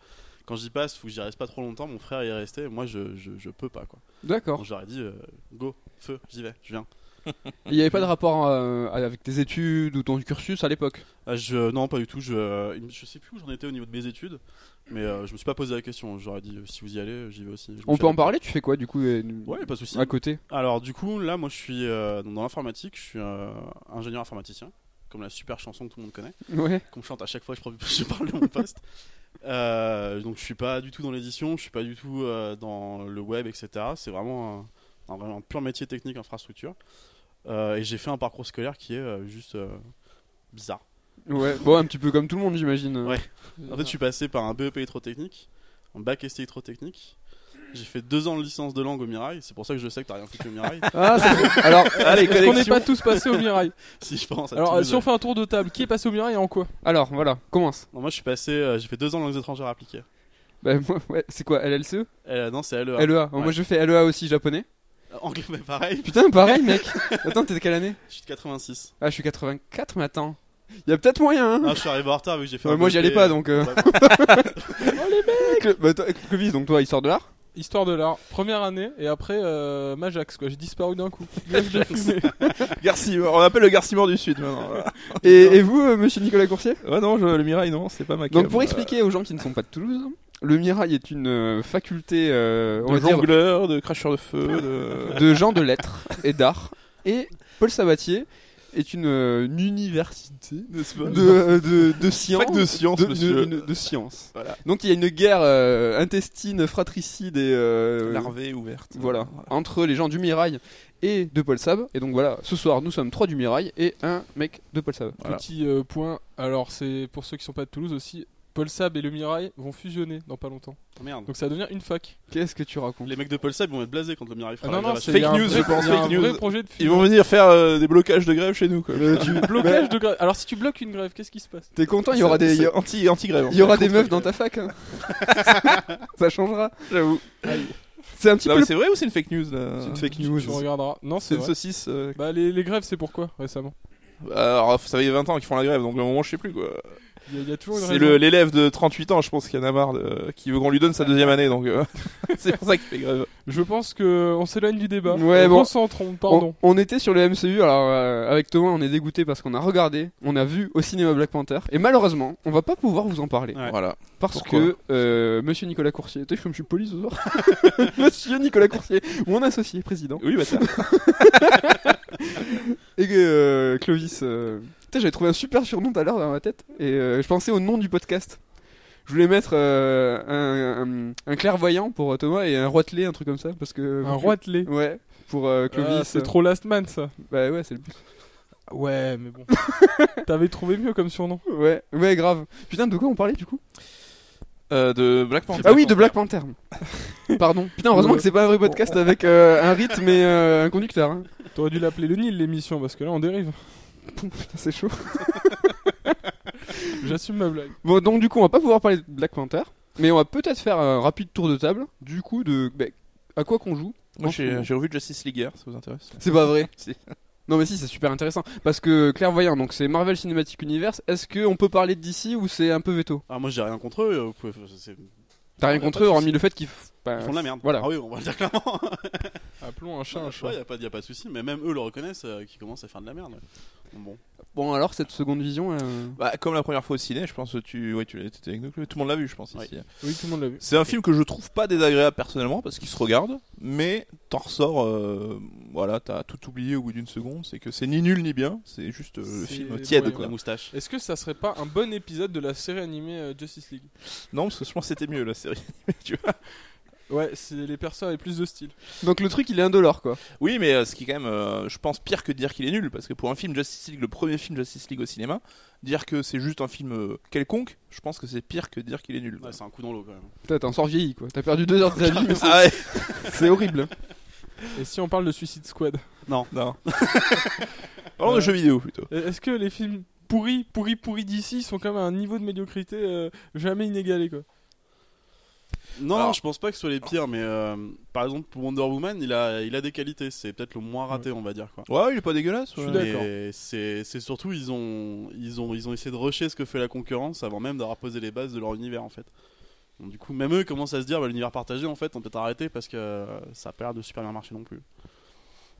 [SPEAKER 3] Quand j'y passe, faut que j'y reste pas trop longtemps. Mon frère y est resté, et moi je, je, je peux pas quoi.
[SPEAKER 1] D'accord.
[SPEAKER 3] Donc, je leur ai dit euh, go feu, j'y vais, je viens.
[SPEAKER 1] Il n'y avait pas de rapport euh, avec tes études ou ton cursus à l'époque
[SPEAKER 3] Ah, je, non, pas du tout. Je, euh, je sais plus où j'en étais au niveau de mes études, mais euh, je me suis pas posé la question. J'aurais dit euh, si vous y allez, euh, j'y vais aussi. Je me
[SPEAKER 1] On
[SPEAKER 3] suis
[SPEAKER 1] peut en
[SPEAKER 3] adapté.
[SPEAKER 1] parler Tu fais quoi du coup euh,
[SPEAKER 3] Ouais, pas de souci.
[SPEAKER 1] À côté
[SPEAKER 3] Alors du coup, là, moi, je suis euh, dans l'informatique. Je suis euh, ingénieur informaticien, comme la super chanson que tout le monde connaît,
[SPEAKER 1] Ouais.
[SPEAKER 3] qu'on chante à chaque fois. que Je, pro- je parle de mon poste. Euh, donc, je suis pas du tout dans l'édition. Je suis pas du tout euh, dans le web, etc. C'est vraiment un, un- vraiment un pur métier technique infrastructure. Euh, et j'ai fait un parcours scolaire qui est euh, juste euh, bizarre.
[SPEAKER 1] Ouais. Bon, un petit peu comme tout le monde, j'imagine.
[SPEAKER 3] Ouais. En fait, je suis passé par un BEP électrotechnique, un bac ST électrotechnique. J'ai fait deux ans de licence de langue au Mirail, c'est pour ça que je sais que t'as rien foutu au Mirail.
[SPEAKER 4] Ah, ça- Alors,
[SPEAKER 2] Allez,
[SPEAKER 4] est-ce qu'on n'est
[SPEAKER 2] connexion.
[SPEAKER 4] pas tous passés au Mirail
[SPEAKER 3] si je pense à
[SPEAKER 4] Alors,
[SPEAKER 3] tous
[SPEAKER 4] euh,
[SPEAKER 3] les
[SPEAKER 4] si on fait un tour de table, qui est passé au Mirail et en quoi
[SPEAKER 1] Alors, voilà, commence.
[SPEAKER 3] autres. Non, moi je suis passé, euh, j'ai fait deux ans de langues étrangères appliquées.
[SPEAKER 1] Bah, moi, ouais, c'est quoi LLCE
[SPEAKER 3] Euh, non, c'est LEA.
[SPEAKER 1] LEA. E Oh, Moi,
[SPEAKER 3] Ouais.
[SPEAKER 1] je fais LEA aussi japonais.
[SPEAKER 3] Euh, Anglais, mais pareil,
[SPEAKER 1] Putain, pareil, mec. Attends, t'es de quelle année
[SPEAKER 3] je suis de 86.
[SPEAKER 1] Ah, je suis 84, mais attends. Il y a peut-être moyen, hein
[SPEAKER 3] Ah, je suis arrivé en retard vu que j'ai fait
[SPEAKER 1] Ouais,
[SPEAKER 3] un
[SPEAKER 1] moi, j'y
[SPEAKER 3] BEP,
[SPEAKER 1] allais pas,
[SPEAKER 3] euh,
[SPEAKER 1] donc, euh.
[SPEAKER 3] ouais,
[SPEAKER 1] Clo- bah, toi, Clovis, donc toi, il sort de l'art
[SPEAKER 4] Histoire de l'art, première année, et après euh, Majax, quoi. J'ai disparu d'un coup. J'ai fumé.
[SPEAKER 2] Garcimore, on appelle le Garcimore du Sud maintenant. voilà.
[SPEAKER 3] Ah,
[SPEAKER 1] Et, et vous, euh, monsieur Nicolas Coursier
[SPEAKER 2] Ouais, non, je- le Mirail, non, c'est pas ma
[SPEAKER 1] Donc
[SPEAKER 2] cam.
[SPEAKER 1] pour
[SPEAKER 2] Euh,
[SPEAKER 1] expliquer aux gens qui ne sont pas de Toulouse, le Mirail est une euh, faculté, euh, on
[SPEAKER 2] de
[SPEAKER 1] va dire,
[SPEAKER 2] jongleur, de cracheur de feu, de.
[SPEAKER 1] de gens de lettres et d'art. Et Paul Sabatier est une, euh, une université
[SPEAKER 2] N'est-ce pas
[SPEAKER 1] de, euh, de, de science.
[SPEAKER 2] Fac de science,
[SPEAKER 1] de- de-
[SPEAKER 2] monsieur.
[SPEAKER 1] une- de science.
[SPEAKER 2] Voilà.
[SPEAKER 1] Donc il y a une guerre euh, intestine, fratricide et... euh,
[SPEAKER 2] Larvée ouverte.
[SPEAKER 1] voilà, entre les gens du Mirail et de Paul Sab. Et donc voilà, ce soir nous sommes trois du Mirail et un mec de Paul Sab.
[SPEAKER 2] Voilà.
[SPEAKER 4] Petit euh, point, alors c'est pour ceux qui sont pas de Toulouse aussi, Paul Sab et le Mirail vont fusionner dans pas longtemps.
[SPEAKER 3] oh, merde.
[SPEAKER 4] Donc ça va devenir une fac.
[SPEAKER 1] Qu'est-ce que tu racontes
[SPEAKER 3] Les mecs de Paul Seb vont être blasés quand le Mirail fera
[SPEAKER 4] Ah non,
[SPEAKER 3] la
[SPEAKER 4] non,
[SPEAKER 3] vache.
[SPEAKER 4] c'est il
[SPEAKER 2] fake
[SPEAKER 4] y a un
[SPEAKER 2] news,
[SPEAKER 4] vrai-
[SPEAKER 2] je pense,
[SPEAKER 4] il y a
[SPEAKER 2] fake
[SPEAKER 4] un vrai
[SPEAKER 2] news.
[SPEAKER 4] projet de
[SPEAKER 2] Ils vont venir faire euh, des blocages de grève chez nous, quoi.
[SPEAKER 1] Mais tu-
[SPEAKER 4] blocage de grève. Alors si tu bloques une grève, qu'est-ce qui se passe
[SPEAKER 1] T'es content, il y aura des, il y a-
[SPEAKER 2] anti anti grève.
[SPEAKER 1] Il y aura des meufs dans ta fac. hein. ça changera. J'avoue. C'est un petit peu.
[SPEAKER 2] Non, mais
[SPEAKER 1] le-
[SPEAKER 2] c'est vrai ou c'est une fake news là
[SPEAKER 1] C'est une fake news.
[SPEAKER 4] Hein, Tu regarderas. Non,
[SPEAKER 2] C'est
[SPEAKER 4] c'est
[SPEAKER 2] une
[SPEAKER 4] vrai.
[SPEAKER 2] saucisse. euh, Bah,
[SPEAKER 4] Bah les, les grèves, c'est pourquoi récemment
[SPEAKER 2] Alors, ça fait 20 ans qu'ils font la grève, donc à un moment, je sais plus quoi.
[SPEAKER 4] Il y, a- il y a toujours une
[SPEAKER 2] C'est
[SPEAKER 4] raison.
[SPEAKER 2] le- l'élève de 38 ans, je pense, qui en a marre, de- qui veut qu'on lui donne sa deuxième année, donc euh, c'est pour ça qu'il fait grève.
[SPEAKER 4] Je pense que on s'éloigne du débat.
[SPEAKER 1] Ouais,
[SPEAKER 4] on
[SPEAKER 1] bon.
[SPEAKER 4] Concentrons, pardon.
[SPEAKER 1] On, on était sur le MCU. Alors euh, avec Thomas, on est dégoûté parce qu'on a regardé, on a vu au cinéma Black Panther. Et malheureusement, on va pas pouvoir vous en parler
[SPEAKER 3] Ouais.
[SPEAKER 2] Voilà.
[SPEAKER 1] parce
[SPEAKER 2] Pourquoi
[SPEAKER 1] que euh, Monsieur Nicolas Coursier. T'as vu comme je suis poli ce soir. Monsieur Nicolas Coursier, mon associé président.
[SPEAKER 2] Oui, bah ça.
[SPEAKER 1] Et que, euh, Clovis. euh, Putain, j'avais trouvé un super surnom tout à l'heure dans ma tête. Et euh, je pensais au nom du podcast. Je voulais mettre euh, un, un- un clairvoyant pour euh, Thomas et un roitelet, un truc comme ça. Parce que,
[SPEAKER 2] Oh.
[SPEAKER 4] Un roi de lait.
[SPEAKER 1] Ouais. Pour euh, Clovis.
[SPEAKER 4] Ah, c'est
[SPEAKER 1] euh,
[SPEAKER 4] trop last man ça.
[SPEAKER 1] Bah ouais, c'est le but.
[SPEAKER 4] Ouais, mais bon. T'avais trouvé mieux comme surnom.
[SPEAKER 1] Ouais, ouais, grave. Putain, de quoi on parlait du coup
[SPEAKER 2] Euh, de Black Panther.
[SPEAKER 1] Ah oui, de Black Panther. Pardon. Putain, heureusement que c'est pas un vrai podcast avec euh, un rythme et euh, un conducteur. hein.
[SPEAKER 4] T'aurais dû l'appeler le Nil l'émission parce que là on dérive.
[SPEAKER 1] Putain, c'est chaud.
[SPEAKER 4] J'assume ma blague.
[SPEAKER 1] Bon, donc du coup, on va pas pouvoir parler de Black Panther, mais on va peut-être faire un rapide tour de table. Du coup, de bah, à quoi qu'on joue
[SPEAKER 2] Moi, j'ai j'ai revu Justice League hier, ça vous intéresse
[SPEAKER 1] C'est pas vrai.
[SPEAKER 2] Si.
[SPEAKER 1] Non mais si, c'est super intéressant parce que clairvoyant, donc c'est Marvel Cinematic Universe. Est-ce que on peut parler de DC ou c'est un peu veto
[SPEAKER 3] Ah, moi j'ai rien contre eux. euh, vous pouvez- c'est-
[SPEAKER 1] T'as rien
[SPEAKER 3] Ouais,
[SPEAKER 1] contre
[SPEAKER 3] pas
[SPEAKER 1] eux
[SPEAKER 3] de
[SPEAKER 1] hormis
[SPEAKER 3] souci.
[SPEAKER 1] le fait qu'ils f- Bah,
[SPEAKER 3] Ils font de la merde.
[SPEAKER 1] Voilà.
[SPEAKER 3] Ah oui, on va le dire clairement.
[SPEAKER 4] Appelons un chat un
[SPEAKER 3] Il
[SPEAKER 4] chat.
[SPEAKER 3] n'y a, pas- y a pas de souci, mais même eux le reconnaissent euh, qu'ils commencent à faire de la merde. ouais. Bon.
[SPEAKER 1] Bon, alors cette seconde vision. euh,
[SPEAKER 2] Bah, comme la première fois au ciné, je pense que tu, ouais, tu étais avec nous, Chloé. tout le monde l'a vu, je pense.
[SPEAKER 3] Ouais.
[SPEAKER 2] ici.
[SPEAKER 4] Oui, tout le monde l'a vu.
[SPEAKER 2] C'est un film que je trouve pas désagréable personnellement parce qu'il se regarde, mais t'en ressors, euh, voilà, t'as tout oublié au bout d'une seconde. C'est que c'est ni nul ni bien, c'est juste euh, le
[SPEAKER 4] C'est-
[SPEAKER 2] film tiède.
[SPEAKER 4] ouais,
[SPEAKER 2] quoi.
[SPEAKER 3] La moustache.
[SPEAKER 4] Est-ce que ça serait pas un bon épisode de la série animée euh, Justice League
[SPEAKER 2] Non, parce que je pense que c'était mieux la série.
[SPEAKER 4] Ouais, c'est les persos avec plus de style.
[SPEAKER 1] Donc le truc, il est indolore quoi.
[SPEAKER 2] Oui, mais euh, ce qui est quand même, euh, je pense, pire que de dire qu'il est nul, parce que pour un film Justice League, le premier film Justice League au cinéma, dire que c'est juste un film euh, quelconque, je pense que c'est pire que de dire qu'il est nul.
[SPEAKER 3] Ouais, c'est un coup dans l'eau quand même.
[SPEAKER 1] Putain, t'en sors vieilli quoi. T'as perdu deux heures de ta vie, mais c'est-
[SPEAKER 2] Ah ouais
[SPEAKER 1] c'est horrible.
[SPEAKER 4] Et si on parle de Suicide Squad
[SPEAKER 2] Non. Parlons de jeux vidéo plutôt.
[SPEAKER 4] Euh, Est-ce que les films pourris, pourris, pourris d'ici sont quand même à un niveau de médiocrité euh, jamais inégalé quoi
[SPEAKER 3] Non,
[SPEAKER 2] Alors-
[SPEAKER 3] non, je pense pas que ce soit les pires, mais euh, par exemple pour Wonder Woman, il a, il a des qualités. C'est peut-être le moins raté, on va dire quoi.
[SPEAKER 2] Ouais, il est pas dégueulasse.
[SPEAKER 4] Je suis
[SPEAKER 2] ouais.
[SPEAKER 4] d'accord.
[SPEAKER 3] Mais c'est c'est surtout ils ont, ils ont ils ont essayé de rusher ce que fait la concurrence avant même d'avoir posé les bases de leur univers en fait. Donc, du coup même eux commencent à se dire bah, l'univers partagé en fait on peut peut-être arrêter parce que euh, ça a pas l'air de super bien marcher non plus.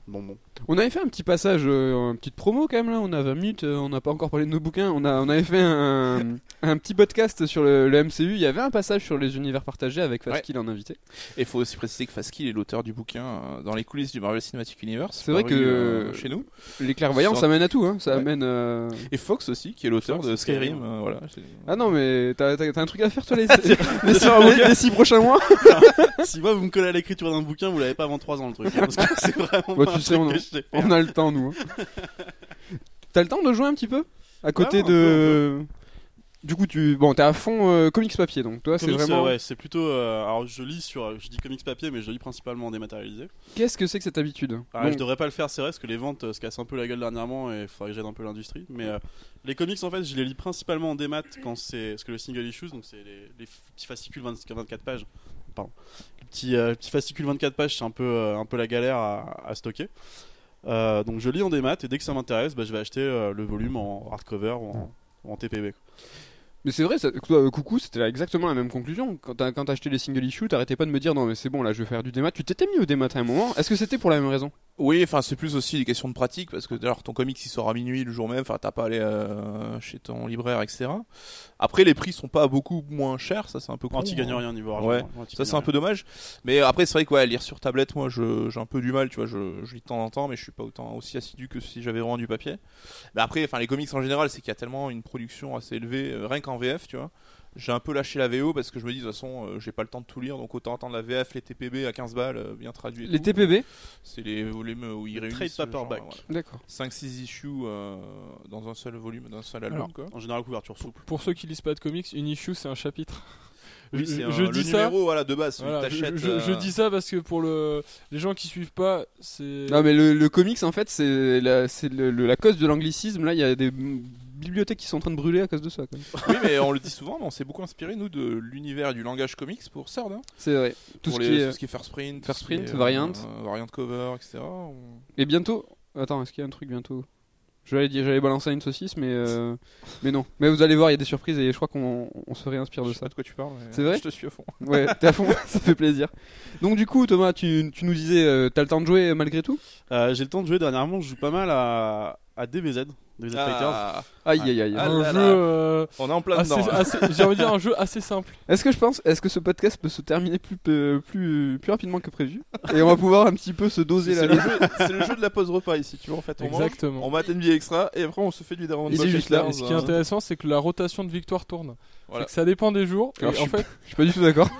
[SPEAKER 3] Bon bon.
[SPEAKER 1] On avait fait un petit passage, euh, une petite promo quand même là, on a 20 minutes, euh, on n'a pas encore parlé de nos bouquins, on, a, on avait fait un, un petit podcast sur le, le MCU, il y avait un passage sur les univers partagés avec Faskill en invité.
[SPEAKER 2] Et il faut aussi préciser que Faskill est l'auteur du bouquin euh, dans les coulisses du Marvel Cinematic Universe.
[SPEAKER 1] C'est vrai
[SPEAKER 2] paru,
[SPEAKER 1] que-
[SPEAKER 2] euh, chez nous.
[SPEAKER 1] Les clairvoyants
[SPEAKER 2] Sans-
[SPEAKER 1] ça mène à tout, hein, ça
[SPEAKER 2] Ouais.
[SPEAKER 1] amène... euh,
[SPEAKER 2] Et Fox aussi, qui est l'auteur
[SPEAKER 3] Fox,
[SPEAKER 2] de
[SPEAKER 3] Skyrim.
[SPEAKER 2] Skyrim. euh, voilà. C'est-
[SPEAKER 1] Ah non mais t'as t'as- t'as un truc à faire toi les, les, six, les- les six prochains mois
[SPEAKER 3] si moi vous me collez à l'écriture d'un bouquin vous l'avez pas avant 3 ans le truc. hein, parce que c'est vraiment
[SPEAKER 1] Bah,
[SPEAKER 3] pas
[SPEAKER 1] tu
[SPEAKER 3] un
[SPEAKER 1] sais,
[SPEAKER 3] truc
[SPEAKER 1] on-
[SPEAKER 3] que je sais faire.
[SPEAKER 1] On a le temps nous. hein. T'as le temps de jouer un petit peu À côté
[SPEAKER 3] un peu,
[SPEAKER 1] de... Du coup tu... Bon t'es à fond euh, comics papier donc toi c'est
[SPEAKER 3] Comics,
[SPEAKER 1] vraiment...
[SPEAKER 3] euh, ouais, c'est plutôt. euh, alors, je lis sur. Je dis comics papier, mais je lis principalement en dématérialisé.
[SPEAKER 1] Qu'est-ce que c'est que cette habitude
[SPEAKER 2] Ah,
[SPEAKER 3] Alors,
[SPEAKER 1] Bon,
[SPEAKER 3] Ah, Je devrais pas le faire, c'est vrai, parce que les ventes euh, se cassent un peu la gueule dernièrement et il faudrait que j'aide un peu l'industrie. Mais euh, les comics, en fait, je les lis principalement en démat quand c'est. Parce que le single issues, donc c'est les, les petits fascicules 20 24 pages. Pardon. Les petits, euh, petits fascicules 24 pages, c'est un peu, euh, un peu la galère à, à stocker. Euh, donc, je lis en démat et dès que ça m'intéresse, bah, je vais acheter euh, le volume en hardcover ou en, ou en TPB. quoi.
[SPEAKER 1] Mais c'est vrai, ça- toi, euh, coucou, c'était là exactement la même conclusion. Quand t'as quand t'as acheté les single issues, t'arrêtais pas de me dire non, mais c'est bon, là je vais faire du démat. Tu t'étais mis au démat à un moment. Est-ce que c'était pour la même raison
[SPEAKER 2] Oui, enfin, c'est plus aussi des questions de pratique parce que d'ailleurs, ton comics il sort à minuit le jour même, enfin, t'as pas allé euh, chez ton libraire, etc. Après, les prix sont pas beaucoup moins chers, ça c'est un peu con,
[SPEAKER 3] Quand tu gagnes
[SPEAKER 2] hein.
[SPEAKER 3] rien niveau argent.
[SPEAKER 2] Ouais.
[SPEAKER 3] quand tu
[SPEAKER 2] Ça
[SPEAKER 3] gagnes
[SPEAKER 2] c'est un
[SPEAKER 3] rien.
[SPEAKER 2] peu dommage, mais après c'est vrai que ouais, lire sur tablette, moi je- j'ai un peu du mal, tu vois, je, je lis de temps en temps, mais je suis pas autant aussi assidu que si j'avais vraiment du papier. Mais après, enfin les comics en général, c'est qu'il y a tellement une production assez élevée, euh, rien qu'en VF, tu vois. J'ai un peu lâché la VO parce que je me dis de toute façon, euh, j'ai pas le temps de tout lire, donc autant attendre la VF, les TPB à 15 balles, euh, bien traduit. et
[SPEAKER 1] Les
[SPEAKER 2] tout.
[SPEAKER 1] TPB
[SPEAKER 2] C'est les volumes où ils
[SPEAKER 3] Le trade
[SPEAKER 2] réunissent. euh, genre,
[SPEAKER 3] paperback.
[SPEAKER 2] voilà,
[SPEAKER 1] D'accord.
[SPEAKER 2] 5-6 issues euh, dans un seul volume, dans un seul album.
[SPEAKER 4] Alors,
[SPEAKER 2] quoi.
[SPEAKER 3] En général, couverture souple.
[SPEAKER 4] Pour ceux qui lisent pas de comics, une issue c'est un chapitre.
[SPEAKER 2] Oui,
[SPEAKER 4] Je-
[SPEAKER 2] c'est un-
[SPEAKER 4] je
[SPEAKER 2] le
[SPEAKER 4] dis ça-
[SPEAKER 2] numéro voilà, de base. celui que
[SPEAKER 4] Voilà, je,
[SPEAKER 2] t'achètes,
[SPEAKER 4] je- je
[SPEAKER 2] euh,
[SPEAKER 4] dis ça parce que pour le les gens qui suivent pas, c'est
[SPEAKER 1] Non, mais le, le comics, en fait, c'est la, c'est le- le- la cause de l'anglicisme. Là, il y a des mm, bibliothèques qui sont en train de brûler à cause de ça. quoi.
[SPEAKER 2] Oui, mais on le dit souvent, mais on s'est beaucoup inspiré, nous, de l'univers et du langage comics pour Sard. hein.
[SPEAKER 1] C'est vrai. Tout ce
[SPEAKER 2] pour les-
[SPEAKER 1] qui est. euh,
[SPEAKER 2] tout ce qui est first print,
[SPEAKER 1] first
[SPEAKER 2] tout ce qui
[SPEAKER 1] print,
[SPEAKER 2] est, euh,
[SPEAKER 1] variant.
[SPEAKER 2] euh, variant cover, etc. on-
[SPEAKER 1] Et bientôt. Attends, est-ce qu'il y a un truc bientôt J'allais dire, j'allais balancer une saucisse, mais euh, mais non. Mais vous allez voir, il y a des surprises et je crois qu'on on se réinspire
[SPEAKER 2] Je
[SPEAKER 1] de
[SPEAKER 2] sais
[SPEAKER 1] ça.
[SPEAKER 2] pas de quoi tu parles. mais
[SPEAKER 1] C'est vrai
[SPEAKER 2] Je te suis à fond.
[SPEAKER 1] Ouais, t'es à fond, ça fait plaisir. Donc du coup, Thomas, tu, tu nous disais, euh, t'as le temps de jouer euh, malgré tout
[SPEAKER 3] Euh, j'ai le temps de jouer dernièrement, je joue pas mal à, à DBZ, DBZ Fighters.
[SPEAKER 2] Ah,
[SPEAKER 1] Aïe, aïe, aïe.
[SPEAKER 2] Ah
[SPEAKER 4] un
[SPEAKER 2] là
[SPEAKER 4] jeu.
[SPEAKER 2] là.
[SPEAKER 4] euh,
[SPEAKER 2] on est en
[SPEAKER 1] Ah,
[SPEAKER 2] plein
[SPEAKER 4] assez-
[SPEAKER 2] dedans. là.
[SPEAKER 4] assez- J'ai envie de dire un jeu assez simple.
[SPEAKER 1] Est-ce que je pense, est-ce que ce podcast peut se terminer plus, peu- plus, plus rapidement que prévu Et on va pouvoir un petit peu se doser
[SPEAKER 2] C'est
[SPEAKER 1] la
[SPEAKER 2] le, jeu- c'est le jeu de la pause repas ici, tu vois. En fait, on mange,
[SPEAKER 4] Exactement.
[SPEAKER 2] on mate NBA extra et après on se fait du Darwin
[SPEAKER 1] Il est
[SPEAKER 2] Buck
[SPEAKER 1] juste
[SPEAKER 2] Hitler,
[SPEAKER 1] là,
[SPEAKER 4] Et ce qui est
[SPEAKER 2] euh,
[SPEAKER 4] intéressant, c'est que la rotation de victoire tourne.
[SPEAKER 2] Voilà.
[SPEAKER 4] C'est que ça dépend des jours. Et
[SPEAKER 1] Alors, je
[SPEAKER 4] en
[SPEAKER 1] suis
[SPEAKER 4] fait,
[SPEAKER 1] Je suis pas du tout d'accord.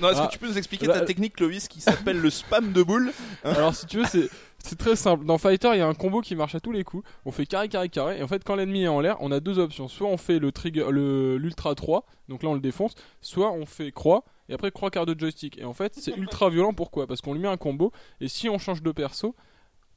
[SPEAKER 2] Non, est-ce
[SPEAKER 4] Ah,
[SPEAKER 2] que tu peux nous expliquer
[SPEAKER 1] Bah,
[SPEAKER 4] là-
[SPEAKER 2] ta technique, Clovis, qui s'appelle le spam de boule
[SPEAKER 4] Alors si tu veux, c'est c'est très simple. Dans Fighter, il y a un combo qui marche à tous les coups. On fait carré, carré, carré. Et en fait, quand l'ennemi est en l'air, on a deux options. Soit on fait le trigger, le l'ultra 3, donc là on le défonce. Soit on fait croix et après croix quart de joystick. Et en fait, c'est ultra violent. Pourquoi Parce qu'on lui met un combo et si on change de perso,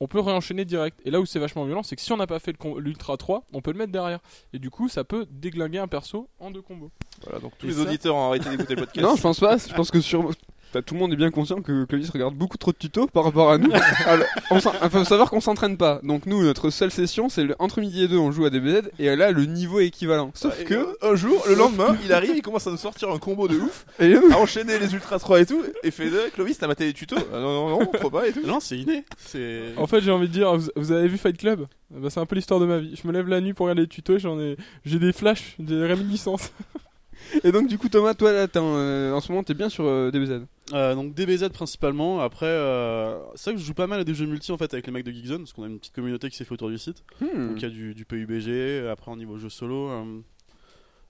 [SPEAKER 4] on peut réenchaîner direct. Et là où c'est vachement violent, c'est que si on n'a pas fait le com- l'ultra 3, on peut le mettre derrière. Et du coup, ça peut déglinguer un perso en deux combos.
[SPEAKER 2] Voilà, donc tous
[SPEAKER 4] Et
[SPEAKER 2] les
[SPEAKER 4] ça-
[SPEAKER 2] auditeurs ont arrêté d'écouter le podcast.
[SPEAKER 1] non, je pense pas. Je pense que sur Enfin, tout le monde est bien conscient que Clovis regarde beaucoup trop de tutos par rapport à nous. Alors, on s'en- enfin, faut savoir qu'on s'entraîne pas. Donc nous, notre seule session, c'est le- entre midi et deux, on joue à DBZ et là, le niveau est équivalent. Sauf
[SPEAKER 2] Et
[SPEAKER 1] que
[SPEAKER 2] un jour, le lendemain, il arrive, il commence à nous sortir un combo de ouf,
[SPEAKER 1] et
[SPEAKER 2] à enchaîner les Ultra 3 et tout, et fait euh, Clovis, t'as maté les tutos Ah Non, non, non, trop pas et tout.
[SPEAKER 3] Non, c'est inné. C'est.
[SPEAKER 4] En fait, j'ai envie de dire, vous, vous avez vu Fight Club Eh ben, C'est un peu l'histoire de ma vie. Je me lève la nuit pour regarder les tutos, et j'en ai, j'ai des flashs, des réminiscences.
[SPEAKER 1] Et donc du coup Thomas, toi là, t'es en, euh, en ce moment t'es bien sur euh, DBZ.
[SPEAKER 3] Euh, donc DBZ principalement. Après, euh, c'est vrai que je joue pas mal à des jeux multi en fait avec les mecs de Geekzone, parce qu'on a une petite communauté qui s'est fait autour du site.
[SPEAKER 1] Hmm.
[SPEAKER 3] Donc il y a du, du PUBG. euh, Après, en niveau jeu solo, euh,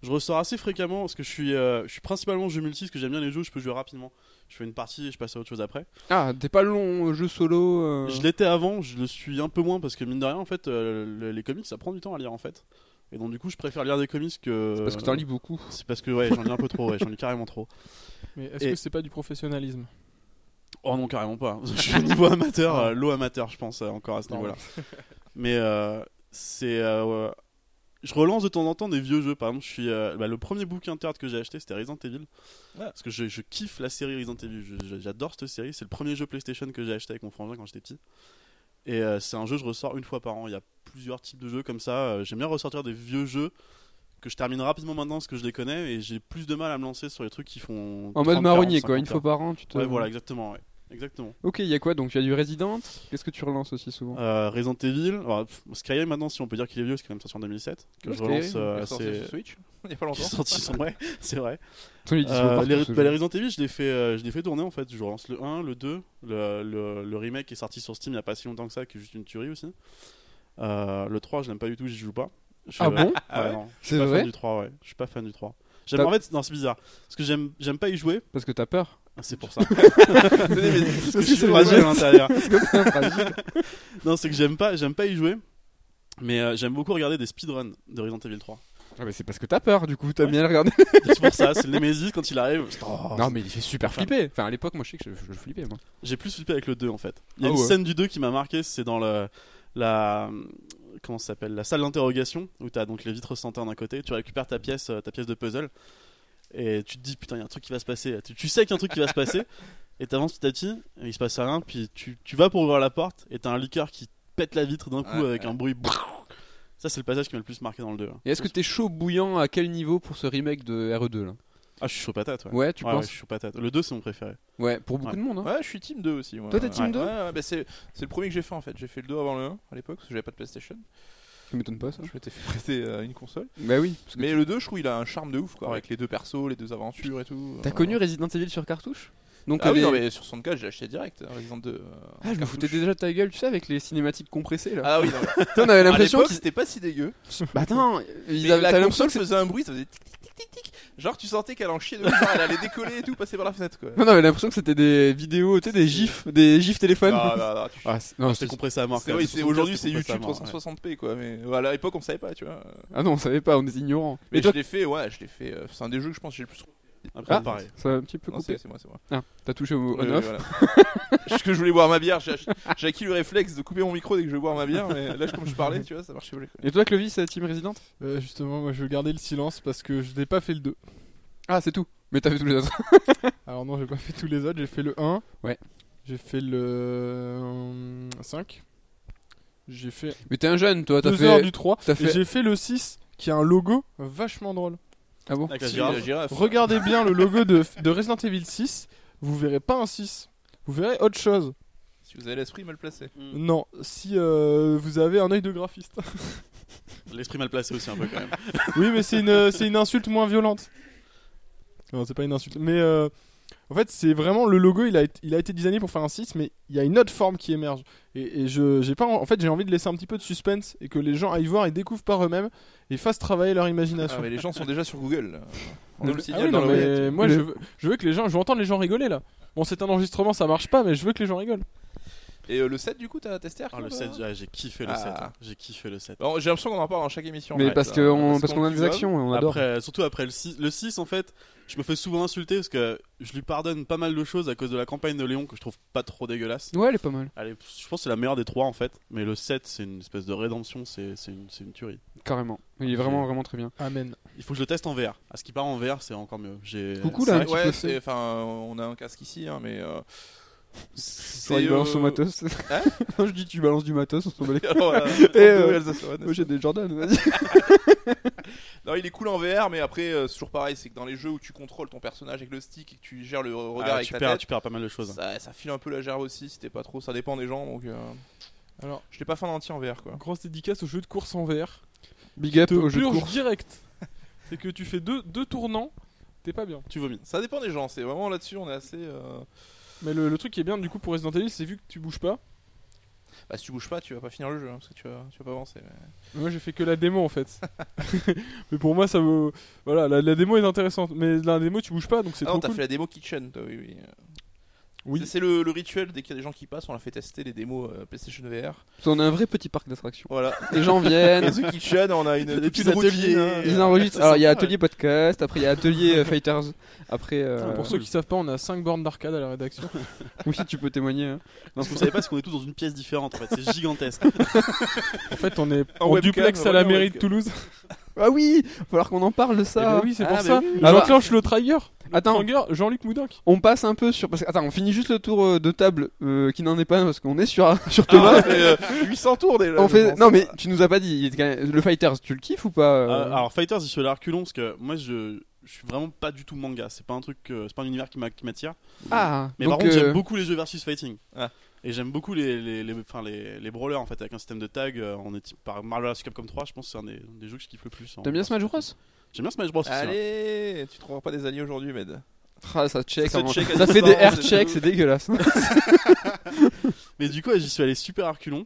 [SPEAKER 3] je ressors assez fréquemment parce que je suis, euh, je suis principalement jeu multi, parce que j'aime bien les jeux où je peux jouer rapidement. Je fais une partie et je passe à autre chose après.
[SPEAKER 1] Ah, t'es pas long euh, jeu solo. euh.
[SPEAKER 3] Je l'étais avant, je le suis un peu moins parce que mine de rien en fait, euh, le- les comics ça prend du temps à lire en fait. Et donc du coup, je préfère lire des comics que.
[SPEAKER 1] Parce que t'en lis beaucoup.
[SPEAKER 3] C'est parce que ouais, j'en lis un peu trop, ouais, j'en lis carrément trop.
[SPEAKER 4] Mais est-ce
[SPEAKER 3] Et-
[SPEAKER 4] que c'est pas du professionnalisme
[SPEAKER 3] Oh non, carrément pas. Je suis au niveau amateur, euh, low amateur, je pense, euh, encore à ce
[SPEAKER 4] Non.
[SPEAKER 3] niveau-là. Mais euh, c'est. euh, ouais. je relance de temps en temps des vieux jeux. Par exemple, je suis, euh, bah, le premier bouquin de cartes que j'ai acheté, c'était Resident Evil.
[SPEAKER 2] Ouais.
[SPEAKER 3] Parce que je, je kiffe la série Resident Evil. Je- je- J'adore cette série. C'est le premier jeu PlayStation que j'ai acheté avec mon frangin quand j'étais petit. Et euh, c'est un jeu que je ressors une fois par an. Il y a plusieurs types de jeux comme ça. Euh, J'aime bien ressortir des vieux jeux que je termine rapidement maintenant parce que je les connais. Et j'ai plus de mal à me lancer sur les trucs qui font.
[SPEAKER 1] En mode
[SPEAKER 3] 30,
[SPEAKER 1] marronnier
[SPEAKER 3] 40,
[SPEAKER 1] quoi,
[SPEAKER 3] 50
[SPEAKER 1] une fois par an tu te.
[SPEAKER 3] Ouais, voilà, exactement. Ouais. Exactement.
[SPEAKER 1] Ok, il y a quoi donc tu as du Resident Qu'est-ce que tu relances aussi souvent
[SPEAKER 3] Euh, Resident Evil, alors, pff, Skyrim maintenant, si on peut dire qu'il est vieux, c'est quand même sorti en 2007. Que
[SPEAKER 1] Ouais,
[SPEAKER 3] je relance,
[SPEAKER 1] Skyrim,
[SPEAKER 3] euh,
[SPEAKER 2] Il est sorti
[SPEAKER 3] assez-
[SPEAKER 2] sur Switch Il y a pas
[SPEAKER 3] qui
[SPEAKER 2] longtemps.
[SPEAKER 3] est sorti sur- ouais, c'est vrai.
[SPEAKER 1] Putain, il dit
[SPEAKER 3] Euh,
[SPEAKER 1] souvent partout,
[SPEAKER 3] les,
[SPEAKER 1] ce
[SPEAKER 3] bah,
[SPEAKER 1] jeu.
[SPEAKER 3] les Resident Evil, je l'ai fait, euh, je l'ai fait tourner en fait. Je relance le 1, le 2, le, le- le remake qui est sorti sur Steam il n'y a pas si longtemps que ça, qui est juste une tuerie aussi. Euh, le 3, je l'aime pas du tout, j'y joue pas. Je suis-
[SPEAKER 1] Ah bon
[SPEAKER 3] Ouais, non, Je suis
[SPEAKER 1] C'est
[SPEAKER 3] pas
[SPEAKER 1] vrai
[SPEAKER 3] fan du 3, ouais. Je suis pas fan du 3. J'aime,
[SPEAKER 1] T'as-
[SPEAKER 3] en fait, non, c'est bizarre. Parce que j'aime, j'aime pas y jouer, ah,
[SPEAKER 1] Parce que t'as peur.
[SPEAKER 3] c'est pour ça.
[SPEAKER 1] Parce
[SPEAKER 3] Parce que je suis
[SPEAKER 1] c'est
[SPEAKER 3] fragile à l'intérieur.
[SPEAKER 1] fragile.
[SPEAKER 3] Non, c'est que j'aime pas, j'aime pas y jouer. Mais euh, j'aime beaucoup regarder des speedruns de Resident Evil 3.
[SPEAKER 1] Ah mais c'est parce que t'as peur du coup, t'as
[SPEAKER 3] Ouais.
[SPEAKER 1] bien regardé.
[SPEAKER 3] C'est pour ça, c'est le Nemesis quand il arrive. oh,
[SPEAKER 1] non mais il fait super
[SPEAKER 3] Enfin.
[SPEAKER 1] flipper. Enfin à l'époque moi je sais que je, je flippais moi.
[SPEAKER 3] J'ai plus flippé avec le 2 en fait. Il y a
[SPEAKER 1] Ah
[SPEAKER 3] une
[SPEAKER 1] ouais.
[SPEAKER 3] scène du 2 qui m'a marqué, c'est dans le, la. Comment ça s'appelle La salle d'interrogation, où t'as donc les vitres sans teint d'un côté, tu récupères ta pièce, euh, ta pièce de puzzle, et tu te dis putain, il y a un truc qui va se passer. Tu, tu sais qu'il y a un truc qui va se passer, et t'avances petit à petit, et il se passe rien, puis tu, tu vas pour ouvrir la porte, et t'as un liqueur qui pète la vitre d'un coup
[SPEAKER 2] Ouais,
[SPEAKER 3] avec un bruit. Ça, c'est le passage qui m'a le plus marqué dans le 2. hein.
[SPEAKER 1] Et est-ce que t'es chaud bouillant à quel niveau pour ce remake de RE2 là
[SPEAKER 3] Ah, je suis chaud patate, ouais.
[SPEAKER 1] Ouais, tu
[SPEAKER 3] Ouais, ouais,
[SPEAKER 1] penses
[SPEAKER 3] je suis chaud patate. Le 2, c'est mon préféré.
[SPEAKER 1] Ouais, pour beaucoup
[SPEAKER 3] Ouais.
[SPEAKER 1] de monde. Hein.
[SPEAKER 2] Ouais, je suis Team 2 aussi. Moi.
[SPEAKER 1] Toi, t'es team
[SPEAKER 2] Ouais,
[SPEAKER 1] 2?
[SPEAKER 2] ouais, ouais, bah, c'est c'est le premier que j'ai fait en fait. J'ai fait le 2 avant le 1 à l'époque parce que j'avais pas de PlayStation.
[SPEAKER 1] Ça m'étonne pas ça.
[SPEAKER 2] Je m'étais fait prêter euh, une console.
[SPEAKER 1] Bah oui. parce que
[SPEAKER 2] Mais le 2, je trouve, il a un charme de ouf quoi.
[SPEAKER 3] Ouais.
[SPEAKER 2] Avec les deux persos, les deux aventures et tout.
[SPEAKER 1] T'as
[SPEAKER 2] Euh,
[SPEAKER 1] connu Resident Evil sur cartouche Donc
[SPEAKER 2] Ah oui,
[SPEAKER 1] les-
[SPEAKER 2] non, mais sur 64, j'ai acheté direct. hein, Resident 2. euh,
[SPEAKER 1] Ah, je me
[SPEAKER 2] cartouche.
[SPEAKER 1] foutais déjà de ta gueule, tu sais, avec les cinématiques compressées là.
[SPEAKER 2] Ah oui, non, mais-
[SPEAKER 1] Putain, on avait
[SPEAKER 2] à
[SPEAKER 1] l'impression
[SPEAKER 2] l'époque,
[SPEAKER 1] qu'ils.
[SPEAKER 2] c'était pas si dégueu.
[SPEAKER 1] Bah attends, ils
[SPEAKER 2] Mais
[SPEAKER 1] avaient...
[SPEAKER 2] la
[SPEAKER 1] t'as l'impression
[SPEAKER 2] console
[SPEAKER 1] que c'est.
[SPEAKER 2] faisait un bruit, ça faisait tic tic tic tic tic. Genre, tu sentais qu'elle en chiait de ouf, genre, elle allait décoller et tout, passer par la fenêtre quoi.
[SPEAKER 1] Non, on avait l'impression que c'était des vidéos, tu sais, des gifs, des gifs téléphones.
[SPEAKER 2] Ah, là, là, tu-
[SPEAKER 1] Ah, c'est- non,
[SPEAKER 3] C'était
[SPEAKER 1] c'est-
[SPEAKER 3] compressé à mort.
[SPEAKER 2] C'est
[SPEAKER 3] quand
[SPEAKER 2] vrai,
[SPEAKER 3] même.
[SPEAKER 2] c'est- aujourd'hui c'est
[SPEAKER 3] C'était compressé à
[SPEAKER 2] YouTube
[SPEAKER 3] mort, ouais.
[SPEAKER 2] 360p quoi, mais ouais, à l'époque on savait pas, tu vois.
[SPEAKER 1] ah non, on savait pas, on est ignorants.
[SPEAKER 2] Mais
[SPEAKER 1] Et
[SPEAKER 2] je
[SPEAKER 1] toi,
[SPEAKER 2] l'ai fait, ouais, je l'ai fait. euh, c'est un des jeux que je pense que j'ai le plus.
[SPEAKER 3] Après,
[SPEAKER 1] Ah.
[SPEAKER 3] pareil.
[SPEAKER 1] ça a un petit peu
[SPEAKER 2] Non, c'est
[SPEAKER 1] coupé.
[SPEAKER 2] c'est moi, c'est moi.
[SPEAKER 1] Ah, t'as touché au
[SPEAKER 2] Oui, oui,
[SPEAKER 1] on-off.
[SPEAKER 2] voilà. Parce que je voulais boire ma bière, j'ai j'ai acquis le réflexe de couper mon micro dès que je vais boire ma bière, mais là, comme je parlais, tu vois, ça marchait pas.
[SPEAKER 1] Et toi, Clovis, euh, Team Resident
[SPEAKER 4] Euh, Justement, moi je veux garder le silence parce que je n'ai pas fait le 2.
[SPEAKER 1] Ah, c'est tout. Mais t'as vu tous les autres.
[SPEAKER 4] Alors non, j'ai pas fait tous les autres, j'ai fait le 1.
[SPEAKER 1] Ouais.
[SPEAKER 4] J'ai fait le 5. J'ai fait
[SPEAKER 1] Mais t'es un jeune, toi, t'as
[SPEAKER 4] 2 heures
[SPEAKER 1] fait.
[SPEAKER 4] du 3.
[SPEAKER 1] T'as
[SPEAKER 4] Et
[SPEAKER 1] fait.
[SPEAKER 4] j'ai fait le 6 qui a un logo vachement drôle.
[SPEAKER 1] Ah bon
[SPEAKER 3] Avec la girafe.
[SPEAKER 4] Regardez bien le logo de, de Resident Evil 6, vous verrez pas un 6. Vous verrez autre chose.
[SPEAKER 2] Si vous avez l'esprit mal placé.
[SPEAKER 4] Non, si euh, vous avez un œil de graphiste.
[SPEAKER 3] L'esprit mal placé aussi un peu quand même.
[SPEAKER 4] oui, mais c'est une, euh, c'est une insulte moins violente. Non, c'est pas une insulte. Mais euh, en fait, c'est vraiment le logo, il a, été- il a été designé pour faire un 6, mais il y a une autre forme qui émerge. Et, et je, j'ai pas, en en fait, j'ai envie de laisser un petit peu de suspense et que les gens aillent voir et découvrent par eux-mêmes et fassent travailler leur imagination.
[SPEAKER 2] Ah, mais les gens sont déjà sur Google. On
[SPEAKER 4] Ah
[SPEAKER 2] le signal
[SPEAKER 4] oui,
[SPEAKER 2] dans
[SPEAKER 4] non,
[SPEAKER 2] l'oreillette.
[SPEAKER 4] mais moi
[SPEAKER 1] Le-
[SPEAKER 4] je, veux, je veux que les gens je veux entendre les gens rigoler là bon c'est un enregistrement ça marche pas mais je veux que les gens rigolent
[SPEAKER 2] Et euh, le 7, du coup, t'as testé
[SPEAKER 3] Ah, le 7, j'ai kiffé le
[SPEAKER 2] Ah.
[SPEAKER 3] 7. hein. J'ai kiffé le 7.
[SPEAKER 2] J'ai l'impression qu'on en parle dans chaque émission. en
[SPEAKER 1] Mais
[SPEAKER 2] fait,
[SPEAKER 1] parce
[SPEAKER 2] euh,
[SPEAKER 1] qu'on parce qu'on a
[SPEAKER 2] dit
[SPEAKER 1] des actions, on adore.
[SPEAKER 3] Après, euh, surtout après le 6. Le 6, en fait, je me fais souvent insulter parce que je lui pardonne pas mal de choses à cause de la campagne de Léon que je trouve pas trop dégueulasse.
[SPEAKER 1] Ouais, elle est pas mal.
[SPEAKER 3] Allez, je pense que c'est la meilleure des trois en fait. Mais le 7, c'est une espèce de rédemption, c'est c'est une, c'est une tuerie.
[SPEAKER 1] Carrément. Il est vraiment, vraiment très bien.
[SPEAKER 4] Amen.
[SPEAKER 3] Il faut que je le teste en VR. À ce qui part en VR, c'est encore mieux. J'ai.
[SPEAKER 1] Coucou,
[SPEAKER 3] c'est
[SPEAKER 1] là,
[SPEAKER 3] vrai
[SPEAKER 1] tu
[SPEAKER 3] que-
[SPEAKER 1] peux
[SPEAKER 2] Ouais,
[SPEAKER 1] faire.
[SPEAKER 2] c'est- enfin, on a un casque ici, hein, mais. euh,
[SPEAKER 1] Toi,
[SPEAKER 2] C'est
[SPEAKER 1] il balance son
[SPEAKER 2] euh,
[SPEAKER 1] matos.
[SPEAKER 2] Hein
[SPEAKER 1] Non, je dis, tu balances du matos, on s'en bat les
[SPEAKER 2] voilà.
[SPEAKER 1] euh,
[SPEAKER 2] Alsacienne.
[SPEAKER 1] Moi, j'ai des Jordan, vas-y.
[SPEAKER 2] Non, il est cool en VR, mais après, euh, c'est toujours pareil, c'est que dans les jeux où tu contrôles ton personnage avec le stick et que tu gères le
[SPEAKER 3] Ah,
[SPEAKER 2] regard avec
[SPEAKER 3] tu
[SPEAKER 2] ta
[SPEAKER 3] perds,
[SPEAKER 2] tête,
[SPEAKER 3] tu perds pas mal de choses.
[SPEAKER 2] ça, ça file un peu la gerbe aussi, si t'es pas trop, ça dépend des gens, donc euh,
[SPEAKER 4] Alors,
[SPEAKER 2] je l'ai pas fait en entier en VR quoi.
[SPEAKER 4] grosse dédicace au jeu de course en VR.
[SPEAKER 1] Big up
[SPEAKER 4] Te
[SPEAKER 1] au jeu de
[SPEAKER 4] purge
[SPEAKER 1] course.
[SPEAKER 4] direct. C'est que tu fais deux, deux tournants, t'es pas bien.
[SPEAKER 3] Tu vomis.
[SPEAKER 2] Ça dépend des gens, c'est vraiment là-dessus, on est assez. euh,
[SPEAKER 4] Mais le, le truc qui est bien du coup pour Resident Evil, c'est vu que tu bouges pas.
[SPEAKER 2] Bah, si tu bouges pas, tu vas pas finir le jeu, hein, parce que tu vas, tu vas pas avancer. mais-
[SPEAKER 4] Moi j'ai fait que la démo en fait. mais pour moi ça vaut. Voilà, la, la démo est intéressante. Mais la démo tu bouges pas donc c'est
[SPEAKER 2] Ah non,
[SPEAKER 4] trop
[SPEAKER 2] t'as
[SPEAKER 4] cool.
[SPEAKER 2] fait la démo Kitchen, toi, oui, oui.
[SPEAKER 4] Oui.
[SPEAKER 2] C'est- C'est le, le rituel, dès qu'il y a des gens qui passent, on leur fait tester les démos euh, PlayStation VR.
[SPEAKER 1] On a un vrai petit park d'attractions.
[SPEAKER 2] Voilà.
[SPEAKER 1] Les gens viennent,
[SPEAKER 2] Et The Kitchen, on a une
[SPEAKER 3] des
[SPEAKER 2] toute
[SPEAKER 3] petits
[SPEAKER 2] une routine,
[SPEAKER 3] ateliers,
[SPEAKER 2] hein.
[SPEAKER 1] ils enregistrent. Alors, il y a Atelier Podcast, après, il y a Atelier euh, Fighters. Après, euh,
[SPEAKER 4] Ah, Pour ceux qui savent pas, on a 5 bornes d'arcade à la rédaction.
[SPEAKER 1] oui, tu peux témoigner. hein.
[SPEAKER 3] Parce que vous savez pas, c'est qu'on est tous dans une pièce différente. En fait, c'est gigantesque.
[SPEAKER 1] Euh,
[SPEAKER 4] En fait, on est
[SPEAKER 2] En
[SPEAKER 4] en,
[SPEAKER 2] webcam,
[SPEAKER 4] duplex à
[SPEAKER 2] voilà,
[SPEAKER 4] la
[SPEAKER 2] en
[SPEAKER 4] mairie de
[SPEAKER 2] webcam.
[SPEAKER 4] Toulouse.
[SPEAKER 1] Ah oui, il va falloir qu'on en parle de
[SPEAKER 4] Eh
[SPEAKER 1] ça.
[SPEAKER 4] ben oui, c'est
[SPEAKER 2] Ah,
[SPEAKER 4] pour
[SPEAKER 2] bah
[SPEAKER 4] ça.
[SPEAKER 2] oui.
[SPEAKER 1] Ah bah-
[SPEAKER 4] J'enclenche le trigger.
[SPEAKER 1] Attends.
[SPEAKER 4] Le trigger, Jean-Luc Moudinc.
[SPEAKER 1] On passe un peu sur. Parce... que- Attends, on finit juste le tour euh, de table euh, qui n'en est pas un, parce qu'on est sur, sur
[SPEAKER 2] Ah,
[SPEAKER 1] Thomas.
[SPEAKER 2] on fait, euh, 800 tours déjà.
[SPEAKER 1] on
[SPEAKER 2] je
[SPEAKER 1] fait...
[SPEAKER 2] pense.
[SPEAKER 1] Non, mais tu nous as pas dit. il est quand même- Le Fighters, tu le kiffes ou pas
[SPEAKER 3] Euh,
[SPEAKER 1] euh
[SPEAKER 3] alors Fighters, il se la reculons parce que moi je je suis vraiment pas du tout manga. C'est pas un truc, que- c'est pas un univers qui m'a- qui m'attire.
[SPEAKER 1] Ah,
[SPEAKER 3] Mais
[SPEAKER 1] donc,
[SPEAKER 3] par contre,
[SPEAKER 1] euh,
[SPEAKER 3] j'aime beaucoup les jeux versus fighting.
[SPEAKER 2] Ah.
[SPEAKER 3] Et j'aime beaucoup les les, les, enfin, les les brawlers en fait avec un système de tag. euh, On est type par Marvel vs Capcom 3. Je pense que c'est un des, des jeux que je kiffe le plus. en-
[SPEAKER 1] T'aimes bien Smash Bros
[SPEAKER 3] J'aime bien Smash Bros. aussi, ouais.
[SPEAKER 2] Allez, tu trouveras pas des alliés aujourd'hui, Med.
[SPEAKER 1] Ah, ça check.
[SPEAKER 3] Ça
[SPEAKER 1] Ça,
[SPEAKER 3] check à
[SPEAKER 1] ça fait des
[SPEAKER 3] distance,
[SPEAKER 1] air
[SPEAKER 3] c'est
[SPEAKER 1] checks,
[SPEAKER 3] tout.
[SPEAKER 1] c'est dégueulasse.
[SPEAKER 3] Mais du coup, ouais, j'y suis allé super à reculons.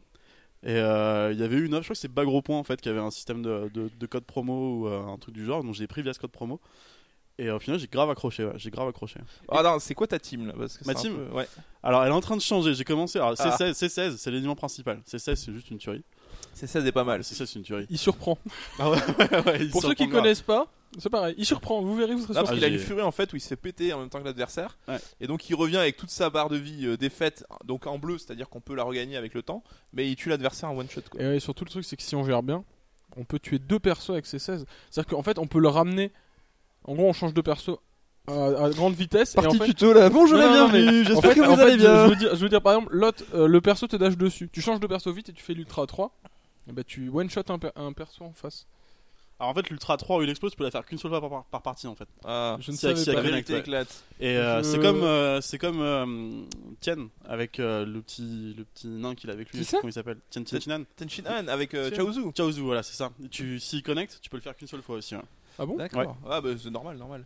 [SPEAKER 3] Et euh, il y avait eu une offre, je crois que c'est Bagro Point en fait, qui avait un système de, de- de code promo ou euh, un truc du genre. Donc j'ai pris via ce code promo. Et au final, j'ai grave accroché. ouais, j'ai grave accroché.
[SPEAKER 2] Ah non, c'est quoi ta team là parce que
[SPEAKER 3] Ma
[SPEAKER 2] c'est un
[SPEAKER 3] team
[SPEAKER 2] peu- Ouais.
[SPEAKER 3] Alors elle est en train de changer. J'ai commencé. Alors
[SPEAKER 2] Ah.
[SPEAKER 3] C16, C16, c'est l'élément principal. C16, c'est juste une tuerie.
[SPEAKER 2] C'est ça, c'est pas mal.
[SPEAKER 3] C16, c'est une tuerie.
[SPEAKER 4] Il surprend.
[SPEAKER 3] Ah ouais, ouais, ouais, il
[SPEAKER 4] Pour
[SPEAKER 3] sort
[SPEAKER 4] ceux qui
[SPEAKER 3] pour grave.
[SPEAKER 4] connaissent pas, c'est pareil. Il surprend. Vous verrez, vous serez
[SPEAKER 2] Non, parce
[SPEAKER 3] Ah,
[SPEAKER 4] surpris.
[SPEAKER 2] qu'il a
[SPEAKER 3] j'ai-
[SPEAKER 2] une furie en fait où il s'est pété en même temps que l'adversaire.
[SPEAKER 3] Ouais.
[SPEAKER 2] Et donc il revient avec toute sa barre de vie euh, défaite, donc en bleu, c'est-à-dire qu'on peut la regagner avec le temps, mais il tue l'adversaire en one shot quoi.
[SPEAKER 4] Et ouais, surtout le truc, c'est que si on gère bien, on peut tuer deux persos avec ces 16. C'est-à-dire qu'en fait, on peut le ramener. En gros, on change de perso à, à grande vitesse. et en
[SPEAKER 1] Parti
[SPEAKER 4] fait,
[SPEAKER 1] tuto là. Bonjour
[SPEAKER 4] Non,
[SPEAKER 1] et
[SPEAKER 4] non, non,
[SPEAKER 1] bienvenue.
[SPEAKER 4] en
[SPEAKER 1] J'espère
[SPEAKER 4] fait-
[SPEAKER 1] que
[SPEAKER 4] en
[SPEAKER 1] vous
[SPEAKER 4] fait,
[SPEAKER 1] allez
[SPEAKER 4] je-
[SPEAKER 1] bien.
[SPEAKER 4] Je veux dire, je veux dire, par exemple, l'autre, euh, le perso te dash dessus. Tu changes de perso vite et tu fais l'ultra 3. Et bah, tu one shot un, per- un perso en face.
[SPEAKER 3] Alors en fait, l'Ultra 3 ou l'explose, tu peux la faire qu'une seule fois par, par- par partie en fait.
[SPEAKER 2] Ah,
[SPEAKER 4] Je ne
[SPEAKER 3] Si, si,
[SPEAKER 4] savais
[SPEAKER 2] la
[SPEAKER 4] pas.
[SPEAKER 3] avec-
[SPEAKER 2] vérité
[SPEAKER 3] ouais.
[SPEAKER 2] éclate.
[SPEAKER 3] Et euh,
[SPEAKER 4] Je-
[SPEAKER 3] c'est comme, euh, c'est comme euh, Tien avec euh, le petit le petit nain qu'il a avec lui.
[SPEAKER 1] Qui
[SPEAKER 3] je sais pas Comment il s'appelle Tien Tien Chinan.
[SPEAKER 2] Tenshin Han avec euh,
[SPEAKER 4] Tiens.
[SPEAKER 2] Chaozu.
[SPEAKER 3] Chaozu, voilà, c'est ça. Tu s'y connectes, tu peux le faire qu'une seule fois aussi. ouais.
[SPEAKER 4] Ah bon
[SPEAKER 2] D'accord. Ah bah c'est normal, normal.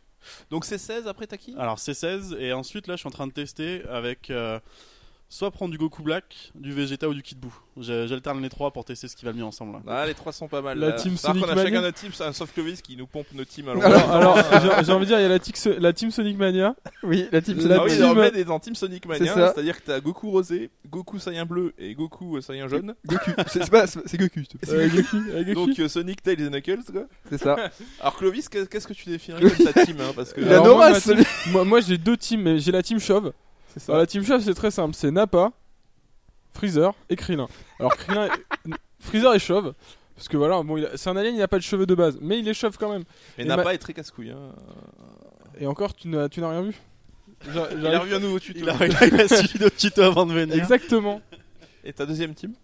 [SPEAKER 2] Donc c'est 16 après t'as qui
[SPEAKER 3] Alors C16 et ensuite là, je suis en train de tester avec. euh, Soit prendre du Goku Black, du Vegeta ou du Kid Buu. J'ai- J'alterne les trois pour tester ce qui va le mieux ensemble. là.
[SPEAKER 2] Ah, les trois sont pas mal.
[SPEAKER 4] La
[SPEAKER 2] là.
[SPEAKER 4] team
[SPEAKER 2] Par contre,
[SPEAKER 4] Sonic
[SPEAKER 2] on a chacun
[SPEAKER 4] Mania.
[SPEAKER 2] notre team, c'est un sauf Clovis qui nous pompe nos teams. Alors,
[SPEAKER 4] Alors, alors, j'ai- j'ai envie de dire, il y a la, tic- la team Sonic Mania.
[SPEAKER 1] Oui, la team.
[SPEAKER 4] La
[SPEAKER 2] ah oui,
[SPEAKER 4] team-
[SPEAKER 2] alors, Med est en team Sonic Mania,
[SPEAKER 1] ça.
[SPEAKER 2] c'est-à-dire que t'as Goku rosé, Goku Saiyan bleu et Goku euh, Saiyan jaune.
[SPEAKER 1] Goku. C'est c'est pas. C'est c'est Goku. s'il te plaît.
[SPEAKER 4] Euh, Goku, euh, Goku.
[SPEAKER 2] Donc euh, Sonic, Tails et Knuckles quoi.
[SPEAKER 1] C'est ça.
[SPEAKER 2] Alors Clovis, qu'est- qu'est-ce que tu définirais comme ta team hein, Parce que
[SPEAKER 1] Il
[SPEAKER 4] Alors,
[SPEAKER 1] a
[SPEAKER 4] moi,
[SPEAKER 1] Noras,
[SPEAKER 4] ma team-
[SPEAKER 1] lui.
[SPEAKER 4] moi, moi, j'ai deux teams. mais J'ai la team chauve.
[SPEAKER 2] c'est ça.
[SPEAKER 4] Alors, Ah, la team chauve, c'est très simple. C'est Nappa, Freezer et Krillin. Alors, Krillin est- Freezer est chauve. Parce que voilà, bon, il a- c'est un alien, il n'a pas de cheveux de base. Mais il est chauve quand même.
[SPEAKER 2] Mais
[SPEAKER 4] Et
[SPEAKER 2] Nappa
[SPEAKER 4] ma-
[SPEAKER 2] est très casse-couille. Hein.
[SPEAKER 4] Et encore, tu n'as tu n'as rien vu. J'a-
[SPEAKER 2] Il a
[SPEAKER 4] j'arrive-
[SPEAKER 2] revu un nouveau tuto.
[SPEAKER 3] Il a, il a- il a suivi notre tuto avant de venir.
[SPEAKER 4] Exactement.
[SPEAKER 2] Et ta deuxième team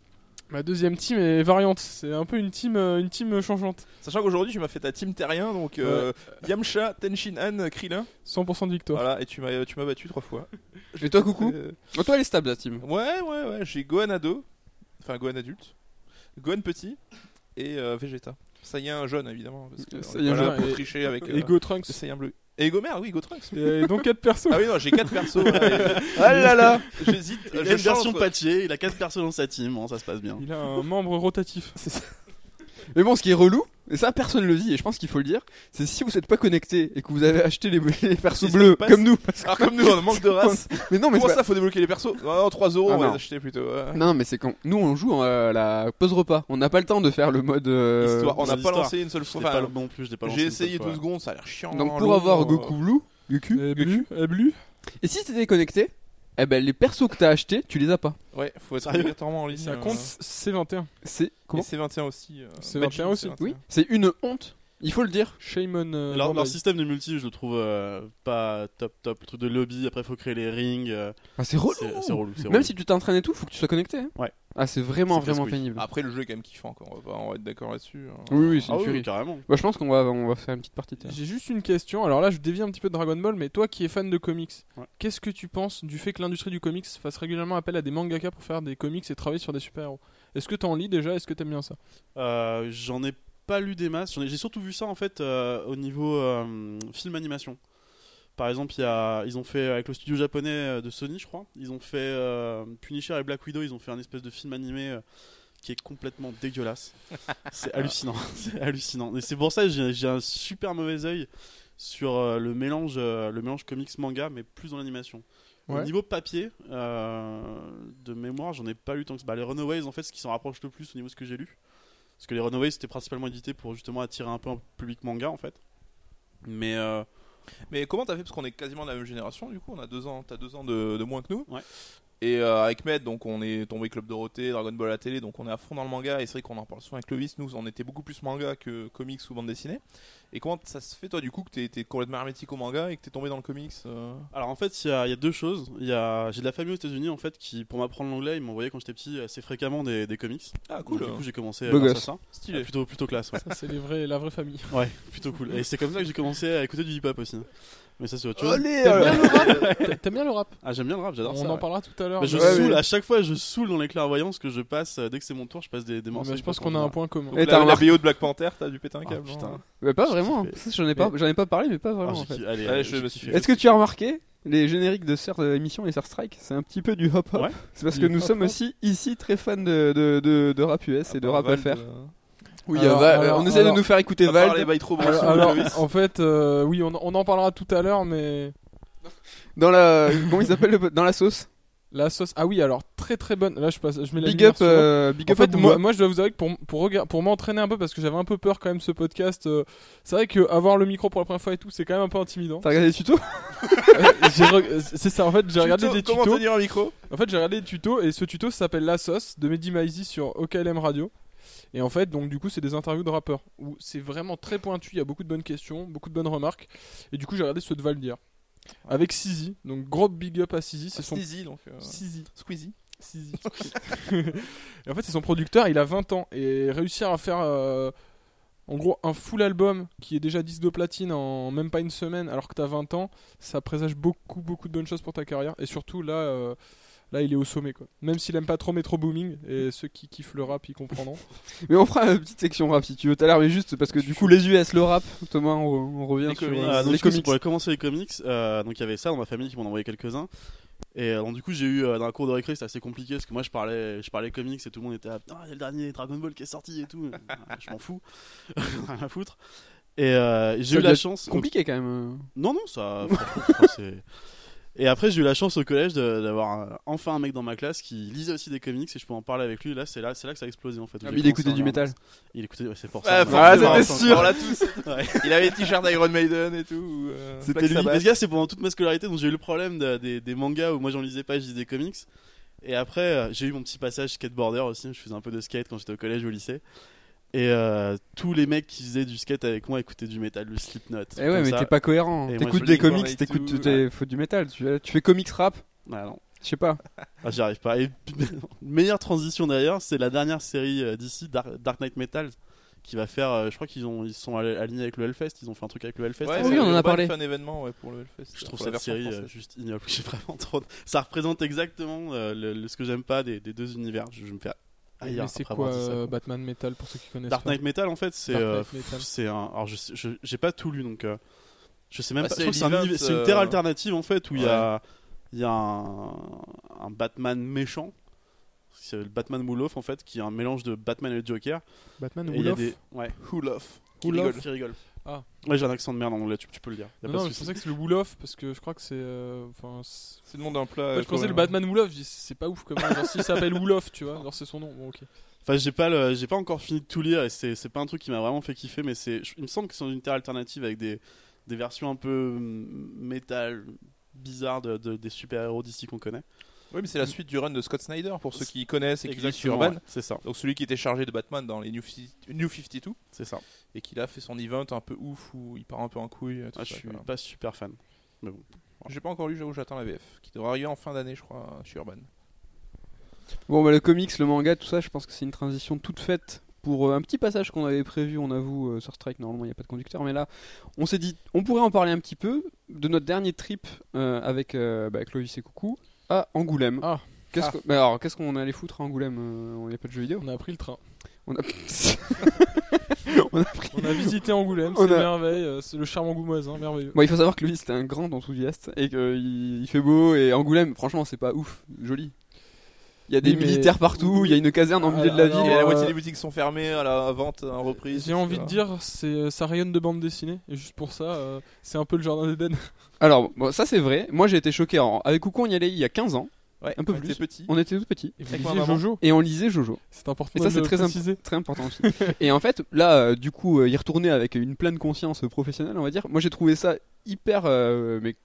[SPEAKER 4] Ma deuxième team est variante. C'est un peu une team, euh, une team changeante.
[SPEAKER 2] Sachant qu'aujourd'hui tu m'as fait ta team terrien, donc euh, Yamcha, Tenshin Han, Krillin.
[SPEAKER 4] 100% de victoire.
[SPEAKER 2] Voilà, et tu m'as tu m'as battu trois fois.
[SPEAKER 1] Et toi, coucou.
[SPEAKER 2] Euh,
[SPEAKER 1] Oh, toi, elle est stable la team.
[SPEAKER 2] Ouais, ouais, ouais. J'ai Gohan ado, enfin Gohan adulte, Gohan petit et euh, Vegeta. Saiyan jaune évidemment, parce que
[SPEAKER 1] Saiyan
[SPEAKER 2] voilà,
[SPEAKER 4] jaune
[SPEAKER 2] pour
[SPEAKER 4] et-
[SPEAKER 2] tricher avec euh,
[SPEAKER 4] Et Go Trunks.
[SPEAKER 2] le Saiyan bleu. Et Gomer, oui, Gotrunks.
[SPEAKER 4] Et donc 4 persos.
[SPEAKER 2] Ah oui, non, j'ai quatre persos. là, et-
[SPEAKER 1] Ah là là.
[SPEAKER 2] J'hésite.
[SPEAKER 3] Il a
[SPEAKER 2] euh,
[SPEAKER 3] une
[SPEAKER 2] Je change.
[SPEAKER 3] version
[SPEAKER 2] entre-
[SPEAKER 3] pâtier, il a 4 personnes dans sa team, bon, ça se passe bien.
[SPEAKER 4] Il a un membre rotatif.
[SPEAKER 1] Mais bon, ce qui est relou, et ça personne le dit, et je pense qu'il faut le dire, c'est si vous n'êtes pas connecté et que vous avez acheté les, les persos
[SPEAKER 2] Ils
[SPEAKER 1] bleus
[SPEAKER 2] se passent.
[SPEAKER 1] comme nous. parce que-
[SPEAKER 2] Alors comme nous on manque de race.
[SPEAKER 1] mais non, mais
[SPEAKER 2] Comment
[SPEAKER 1] c'est
[SPEAKER 2] ça, faut débloquer les persos Non, non, 3 euros,
[SPEAKER 1] Ah,
[SPEAKER 2] on va
[SPEAKER 1] non.
[SPEAKER 2] les acheter plutôt. ouais.
[SPEAKER 1] pas- Non, mais c'est quand nous on joue euh, à la pause repas, on n'a pas le temps de faire le mode. euh,
[SPEAKER 2] Histoire, on n'a pas
[SPEAKER 3] l'histoire.
[SPEAKER 2] lancé une seule
[SPEAKER 3] Je
[SPEAKER 2] fois.
[SPEAKER 3] l'ai pas
[SPEAKER 2] Enfin,
[SPEAKER 3] non plus, je l'ai pas lancé
[SPEAKER 2] J'ai
[SPEAKER 3] une seule
[SPEAKER 2] essayé
[SPEAKER 3] fois.
[SPEAKER 2] 2 secondes, ça a l'air chiant. hein,
[SPEAKER 1] Donc
[SPEAKER 2] long,
[SPEAKER 1] pour avoir
[SPEAKER 2] euh,
[SPEAKER 1] Goku Blue, Goku,
[SPEAKER 4] Et Blu, et Blu.
[SPEAKER 1] et si t'étais connecté, eh ben, les persos que t'as achetés, tu les as pas.
[SPEAKER 2] Ouais, faut être
[SPEAKER 3] Sérieux
[SPEAKER 2] obligatoirement en ligne.
[SPEAKER 4] Ça
[SPEAKER 2] euh,
[SPEAKER 4] compte
[SPEAKER 2] et
[SPEAKER 4] C21.
[SPEAKER 1] C'est comment
[SPEAKER 2] C21 aussi. euh,
[SPEAKER 4] C21
[SPEAKER 2] Magic,
[SPEAKER 4] aussi.
[SPEAKER 2] C21.
[SPEAKER 1] Oui, c'est une honte. Il faut le dire.
[SPEAKER 4] Shame on. euh,
[SPEAKER 3] Leur, leur
[SPEAKER 4] Bandai.
[SPEAKER 3] système de multi, je le trouve euh, pas top top. Le truc de lobby, après faut créer les rings. euh,
[SPEAKER 1] Ah, c'est relou.
[SPEAKER 3] c'est c'est relou. c'est relou.
[SPEAKER 1] Même si tu t'entraînes et tout, faut que tu sois connecté. hein.
[SPEAKER 3] Ouais.
[SPEAKER 1] Ah, c'est vraiment
[SPEAKER 3] C'est
[SPEAKER 1] vraiment
[SPEAKER 3] casse-couille.
[SPEAKER 1] pénible.
[SPEAKER 2] Après, le jeu est quand même kiffant, quoi. On va, pas- on va être d'accord là-dessus. hein.
[SPEAKER 1] oui, oui, c'est
[SPEAKER 3] Ah
[SPEAKER 1] une
[SPEAKER 3] oui,
[SPEAKER 1] tuerie.
[SPEAKER 3] carrément.
[SPEAKER 1] Bah, je pense qu'on va on va faire une petite partie. tiens.
[SPEAKER 4] J'ai juste une question. Alors là, je dévie un petit peu de Dragon Ball, mais toi qui es fan de comics,
[SPEAKER 3] Ouais.
[SPEAKER 4] qu'est-ce que tu penses du fait que l'industrie du comics fasse régulièrement appel à des mangaka pour faire des comics et travailler sur des super-héros Est-ce que t'en lis déjà Est-ce que t'aimes bien ça
[SPEAKER 3] Euh, J'en ai pas lu des masses. J'en ai- J'ai surtout vu ça en fait euh, au niveau euh, film animation. Par exemple, il y a- ils ont fait avec le studio japonais euh, de Sony, je crois. Ils ont fait euh, Punisher et Black Widow. Ils ont fait un espèce de film animé euh, qui est complètement dégueulasse. c'est hallucinant, c'est hallucinant. Et c'est pour ça que j'ai j'ai un super mauvais œil sur euh, le mélange, euh, le mélange comics manga, mais plus dans l'animation. Au
[SPEAKER 4] Ouais.
[SPEAKER 3] niveau papier, euh, de mémoire, j'en ai pas lu tant que ça. Bah, les Runaways, en fait, ce qui s'en rapproche le plus au niveau de ce que j'ai lu. Parce que les Runaways, c'était principalement édité pour justement attirer un peu un public manga, en fait. Mais euh,
[SPEAKER 2] Mais comment t'as fait Parce qu'on est quasiment de la même génération, du coup, on a deux ans, t'as deux ans de, de moins que nous.
[SPEAKER 3] Ouais.
[SPEAKER 2] Et euh, avec Med, donc on est tombé Club Dorothée, Dragon Ball à la télé, donc on est à fond dans le manga. Et c'est vrai qu'on en parle souvent avec Clovis, nous on était beaucoup plus manga que comics ou bande dessinée. Et comment ça se fait, toi, du coup, que t'es- t'es complètement hermétique au manga et que t'es tombé dans le comics euh
[SPEAKER 4] Ah.
[SPEAKER 3] Alors en fait, il y, a il y a deux choses. Il y a- J'ai de la famille aux États-Unis en fait qui, pour m'apprendre l'anglais, ils m'envoyaient quand j'étais petit assez fréquemment des, des comics.
[SPEAKER 2] Ah,
[SPEAKER 3] Donc,
[SPEAKER 2] cool,
[SPEAKER 3] du coup, j'ai commencé
[SPEAKER 1] Beau
[SPEAKER 3] grâce à
[SPEAKER 1] gosse.
[SPEAKER 3] ça. Ah,
[SPEAKER 2] stylé.
[SPEAKER 3] plutôt, plutôt classe, ouais.
[SPEAKER 4] Ça, c'est les vrais, la vraie famille.
[SPEAKER 3] ouais, plutôt cool. Et c'est comme ça que j'ai commencé à écouter du hip-hop aussi. Mais ça, c'est autre chose.
[SPEAKER 4] T'aimes bien Oh, le rap T'a- T'aimes bien le rap
[SPEAKER 3] Ah, j'aime bien le rap, j'adore
[SPEAKER 4] On
[SPEAKER 3] ça.
[SPEAKER 4] en
[SPEAKER 3] ouais.
[SPEAKER 4] parlera tout à l'heure.
[SPEAKER 3] Bah, je
[SPEAKER 1] Ouais,
[SPEAKER 3] saoule,
[SPEAKER 1] ouais.
[SPEAKER 3] à chaque fois, je saoule dans les clairvoyances que je passe. euh, Dès que c'est mon tour, je passe des, des
[SPEAKER 4] Mais
[SPEAKER 3] morceaux.
[SPEAKER 4] je pense
[SPEAKER 3] hip-hop
[SPEAKER 4] qu'on a
[SPEAKER 3] en
[SPEAKER 4] un point commun.
[SPEAKER 1] Et
[SPEAKER 2] Et
[SPEAKER 1] t'as
[SPEAKER 2] t'as la
[SPEAKER 1] remarqué-
[SPEAKER 2] BO de Black Panther, t'as dû péter un
[SPEAKER 3] Ah,
[SPEAKER 2] câble.
[SPEAKER 3] putain.
[SPEAKER 2] hein.
[SPEAKER 1] Bah, pas vraiment.
[SPEAKER 3] kiffé.
[SPEAKER 1] Ça, J'en ai pas, j'en ai pas parlé, mais pas
[SPEAKER 3] Ah,
[SPEAKER 1] vraiment. en
[SPEAKER 3] j'ai
[SPEAKER 1] fait.
[SPEAKER 3] kiffé. Allez,
[SPEAKER 2] Allez,
[SPEAKER 3] allez,
[SPEAKER 2] je-
[SPEAKER 3] j'ai
[SPEAKER 2] je
[SPEAKER 3] kiffé.
[SPEAKER 2] kiffe.
[SPEAKER 1] Est-ce que tu as remarqué les génériques de Sir euh, Mission et Sir Strike C'est un petit peu du hop hop.
[SPEAKER 3] Ouais.
[SPEAKER 1] C'est parce
[SPEAKER 4] Du
[SPEAKER 1] que nous
[SPEAKER 4] hop
[SPEAKER 1] sommes
[SPEAKER 4] hop.
[SPEAKER 1] aussi ici très fans de, de, de, de rap US et de rap
[SPEAKER 2] Val,
[SPEAKER 1] FR.
[SPEAKER 2] euh,
[SPEAKER 1] Oui,
[SPEAKER 4] Alors,
[SPEAKER 1] euh, Val-
[SPEAKER 4] alors,
[SPEAKER 1] on essaie
[SPEAKER 4] alors.
[SPEAKER 1] de nous faire écouter
[SPEAKER 2] à part
[SPEAKER 1] Val
[SPEAKER 2] les bails trop
[SPEAKER 4] Alors,
[SPEAKER 2] brossons de
[SPEAKER 4] alors,
[SPEAKER 2] Clovis.
[SPEAKER 4] en fait, euh, oui, on, on en parlera tout à l'heure, mais
[SPEAKER 1] dans la comment ils appellent le po- dans la sauce.
[SPEAKER 4] la sauce. Ah oui, alors très très bonne. Là, je passe, je mets la
[SPEAKER 1] Big
[SPEAKER 4] lumière
[SPEAKER 1] up,
[SPEAKER 4] sur-
[SPEAKER 1] euh, big
[SPEAKER 4] En
[SPEAKER 1] up. à
[SPEAKER 4] fait, moi,
[SPEAKER 1] Booba.
[SPEAKER 4] moi, je dois vous avouer que pour, pour, rega- pour m'entraîner un peu, parce que j'avais un peu peur quand même ce podcast, euh, c'est vrai que avoir le micro pour la première fois et tout, c'est quand même un peu intimidant.
[SPEAKER 1] T'as regardé les tutos
[SPEAKER 4] euh, J'ai re- c'est ça, en fait, j'ai regardé
[SPEAKER 2] Tuto,
[SPEAKER 4] des
[SPEAKER 2] Comment
[SPEAKER 4] tutos.
[SPEAKER 2] tenir un micro
[SPEAKER 4] En fait, j'ai regardé des tutos et ce tuto s'appelle La Sauce de Mehdi Maizi sur OKLM Radio. Et en fait, donc du coup, c'est des interviews de rappeurs où c'est vraiment très pointu, il y a beaucoup de bonnes questions, beaucoup de bonnes remarques. Et du coup, j'ai regardé ceux de Valdir avec Sizi. Donc, gros big up à Sizi, c'est son.
[SPEAKER 2] Sneezy, donc. euh,
[SPEAKER 4] Sizi.
[SPEAKER 2] Squeezie.
[SPEAKER 4] Sisi. et en fait, c'est son producteur, il a 20 ans. Et réussir à faire, euh, en gros, un full album qui est déjà 10 de platine en même pas une semaine, alors que t'as 20 ans, ça présage beaucoup, beaucoup de bonnes choses pour ta carrière. Et surtout, là, euh, là il est au sommet, quoi. Même s'il aime pas trop Metro Booming, et ceux qui kiffent le rap, ils comprendront.
[SPEAKER 1] Mais on fera une petite section rap si tu veux. T'as l'air mais juste parce que du coup les US le rap. Thomas, on, on revient
[SPEAKER 2] Les
[SPEAKER 1] sur
[SPEAKER 2] comics.
[SPEAKER 1] euh,
[SPEAKER 3] Ah, donc,
[SPEAKER 1] les
[SPEAKER 3] du coup, c'est
[SPEAKER 1] comics.
[SPEAKER 3] Pour aller commencer les comics, euh, donc il y avait ça dans ma famille qui m'en envoyait quelques-uns. Et euh, donc, du coup, j'ai eu euh, dans la cour de récré, c'était assez compliqué parce que moi je parlais, je parlais comics et tout le monde était à putain, il y a le dernier Dragon Ball qui est sorti et tout. Ah, je m'en fous, rien à foutre. Et euh,
[SPEAKER 1] Ça
[SPEAKER 3] j'ai eu
[SPEAKER 1] doit
[SPEAKER 3] la
[SPEAKER 1] être
[SPEAKER 3] chance.
[SPEAKER 1] Compliqué quand même.
[SPEAKER 3] Non, non, ça. franchement, c'est- Et après, j'ai eu la chance au collège de- d'avoir euh, enfin un mec dans ma classe qui lisait aussi des comics et je pouvais en parler avec lui. Là, c'est là, c'est là que ça a explosé en fait. où
[SPEAKER 1] Ah,
[SPEAKER 3] j'ai
[SPEAKER 1] mais il
[SPEAKER 3] commencé
[SPEAKER 1] écoutait
[SPEAKER 3] à
[SPEAKER 1] du
[SPEAKER 3] lire
[SPEAKER 1] métal.
[SPEAKER 3] Marx. Il écoutait, ouais, c'est pour ça.
[SPEAKER 2] Ah,
[SPEAKER 1] forcément,
[SPEAKER 3] Marx,
[SPEAKER 1] c'était
[SPEAKER 3] Marx,
[SPEAKER 1] sûr.
[SPEAKER 3] encore.
[SPEAKER 2] On l'a tous.
[SPEAKER 3] Ouais.
[SPEAKER 2] Il avait les t-shirts Iron Maiden et tout. euh,
[SPEAKER 3] C'était
[SPEAKER 2] Black
[SPEAKER 3] lui.
[SPEAKER 2] Sabbath.
[SPEAKER 3] Les gars, c'est pendant toute ma scolarité dont j'ai eu le problème de- des, des mangas où moi j'en lisais pas, je lisais des comics. Et après, euh, j'ai eu mon petit passage skateboarder aussi. hein, Je faisais un peu de skate quand j'étais au collège ou au lycée. Et euh, tous les mecs qui faisaient du skate avec moi écoutaient du métal, du Slipknot.
[SPEAKER 1] Eh ouais, mais t'es pas cohérent.
[SPEAKER 3] Et moi,
[SPEAKER 1] T'écoutes
[SPEAKER 3] je
[SPEAKER 1] des
[SPEAKER 3] lis
[SPEAKER 1] comics,
[SPEAKER 2] Warrior
[SPEAKER 1] t'écoutes,
[SPEAKER 2] et tout,
[SPEAKER 1] t'es- faut du métal. Tu, vois. tu fais comics rap,
[SPEAKER 3] Ah, non.
[SPEAKER 1] je sais pas.
[SPEAKER 3] Ah, j'y arrive pas. Et meilleure transition d'ailleurs, c'est la dernière série euh, d'ici, Dark, Dark Knight Metal, qui va faire. euh, je crois qu'ils ont, ils sont allés- alignés avec le Hellfest. Ils ont fait un truc avec le Hellfest.
[SPEAKER 2] Ouais,
[SPEAKER 1] Ah
[SPEAKER 2] c'est
[SPEAKER 1] oui, on en a
[SPEAKER 2] Urban
[SPEAKER 1] parlé.
[SPEAKER 2] Fun événement ouais, pour le Hellfest.
[SPEAKER 3] Je trouve
[SPEAKER 2] Pour la
[SPEAKER 3] cette
[SPEAKER 2] version
[SPEAKER 3] série euh,
[SPEAKER 2] française.
[SPEAKER 3] juste ignoble. J'ai vraiment trop. de- Ça représente exactement euh, le, le- ce que j'aime pas des, des deux univers. Je, je me fais ailleurs.
[SPEAKER 4] mais c'est
[SPEAKER 3] après
[SPEAKER 4] quoi
[SPEAKER 3] avoir dit ça,
[SPEAKER 4] euh,
[SPEAKER 3] quoi.
[SPEAKER 4] Batman Metal pour ceux qui connaissent
[SPEAKER 3] Dark
[SPEAKER 4] pas
[SPEAKER 3] Knight Metal en fait, c'est
[SPEAKER 4] Dark
[SPEAKER 3] euh,
[SPEAKER 4] Knight Metal.
[SPEAKER 3] c'est un. Alors je sais- je- j'ai pas tout lu donc euh, je sais même
[SPEAKER 2] Bah,
[SPEAKER 3] pas.
[SPEAKER 2] c'est
[SPEAKER 3] je crois que C'est un
[SPEAKER 2] l'event,
[SPEAKER 3] univers- c'est une
[SPEAKER 2] euh,
[SPEAKER 3] terre alternative en fait où il y a il y a un, un Batman méchant. C'est le Batman Mooloff en fait qui est un mélange de Batman et de Joker.
[SPEAKER 4] Batman
[SPEAKER 3] et il y a
[SPEAKER 4] ou
[SPEAKER 3] des ouais.
[SPEAKER 2] Who Love.
[SPEAKER 3] Qui
[SPEAKER 4] Wolof.
[SPEAKER 3] rigole. Qui rigole.
[SPEAKER 4] Ah.
[SPEAKER 3] Ouais j'ai un accent de merde en anglais tu, tu peux le dire. Y a pas
[SPEAKER 4] Non,
[SPEAKER 3] de
[SPEAKER 4] non, mais je
[SPEAKER 3] souci.
[SPEAKER 4] pensais que c'est le Wolof parce que je crois que c'est. euh, Enfin, c'est-
[SPEAKER 2] C'est le nom d'un plat.
[SPEAKER 1] Euh,
[SPEAKER 4] Ouais, je pensais le Batman Wolof, je dis, c'est pas ouf comme nom. Genre, s'il s'appelle Wolof, tu vois, genre c'est son nom. Bon, ok.
[SPEAKER 3] Enfin, j'ai pas, le- j'ai pas encore fini de tout lire et c'est c'est pas un truc qui m'a vraiment fait kiffer, mais c'est, je- il me semble que c'est dans une terre alternative avec des, des versions un peu mm, métal, bizarre de- de- des super-héros d'ici qu'on connaît.
[SPEAKER 2] Oui, mais c'est la suite du run de Scott Snyder pour ceux qui connaissent et qui lisent
[SPEAKER 3] Exactement,
[SPEAKER 2] Urban.
[SPEAKER 3] ouais, C'est ça,
[SPEAKER 2] Donc celui qui était chargé de Batman dans les New, 50 New 52
[SPEAKER 3] c'est ça.
[SPEAKER 2] et qui là fait son event un peu ouf où il part un peu en couille. tout
[SPEAKER 3] Ah, je
[SPEAKER 2] ça,
[SPEAKER 3] suis
[SPEAKER 2] quoi.
[SPEAKER 3] pas super fan.
[SPEAKER 2] J'ai pas encore lu j'avoue, j'attends la VF qui devrait arriver en fin d'année, je crois, chez Urban.
[SPEAKER 1] Bon, bah, le comics, le manga, tout ça, je pense que c'est une transition toute faite pour euh, un petit passage qu'on avait prévu, on avoue, euh, sur Strike. Normalement, il n'y a pas de conducteur, mais là, on s'est dit, on pourrait en parler un petit peu de notre dernier trip euh, avec, euh, bah, Clovis et Coucou à Angoulême.
[SPEAKER 4] Ah.
[SPEAKER 1] Qu'est-ce
[SPEAKER 4] Ah.
[SPEAKER 1] qu'on- bah, alors, qu'est-ce qu'on allait foutre à Angoulême Euh, On n'y a pas de jeux vidéo
[SPEAKER 4] On a pris le train.
[SPEAKER 1] On a, on a pris.
[SPEAKER 4] On a visité Angoulême,
[SPEAKER 1] On
[SPEAKER 4] c'est
[SPEAKER 1] a-
[SPEAKER 4] merveille, euh, c'est le charme angoumoisin, merveilleux.
[SPEAKER 1] Bon, il faut savoir que Clovis, c'était un grand enthousiaste et qu'il il fait beau. Et Angoulême, franchement, c'est pas ouf, joli. Il y a des
[SPEAKER 4] Oui, mais-
[SPEAKER 1] militaires partout, il y a une caserne en milieu de la
[SPEAKER 4] Alors,
[SPEAKER 1] ville.
[SPEAKER 2] et la
[SPEAKER 4] euh,
[SPEAKER 2] moitié des boutiques sont fermées à la vente en reprise.
[SPEAKER 4] J'ai envie de dire, c'est euh, ça rayonne de bande dessinée, et juste pour ça, euh, c'est un peu le jardin d'Éden.
[SPEAKER 1] Alors, bon, ça c'est vrai. Moi j'ai été choqué. Alors, avec Coucou, on y allait il y a 15 ans.
[SPEAKER 2] Ouais,
[SPEAKER 1] un peu
[SPEAKER 2] quand
[SPEAKER 1] plus.
[SPEAKER 2] j'étais petit.
[SPEAKER 1] On était tout petits.
[SPEAKER 4] Et vous
[SPEAKER 2] Avec ma
[SPEAKER 4] disiez
[SPEAKER 2] maman.
[SPEAKER 4] Jojo,
[SPEAKER 1] Et on lisait Jojo.
[SPEAKER 4] c'est important
[SPEAKER 1] Et ça,
[SPEAKER 4] de
[SPEAKER 1] c'est
[SPEAKER 4] le
[SPEAKER 1] très
[SPEAKER 4] préciser.
[SPEAKER 1] Très important aussi. et en fait, là, euh, du coup, euh, y retourner avec une pleine conscience professionnelle, on va dire. Moi j'ai trouvé ça hyper. euh, mais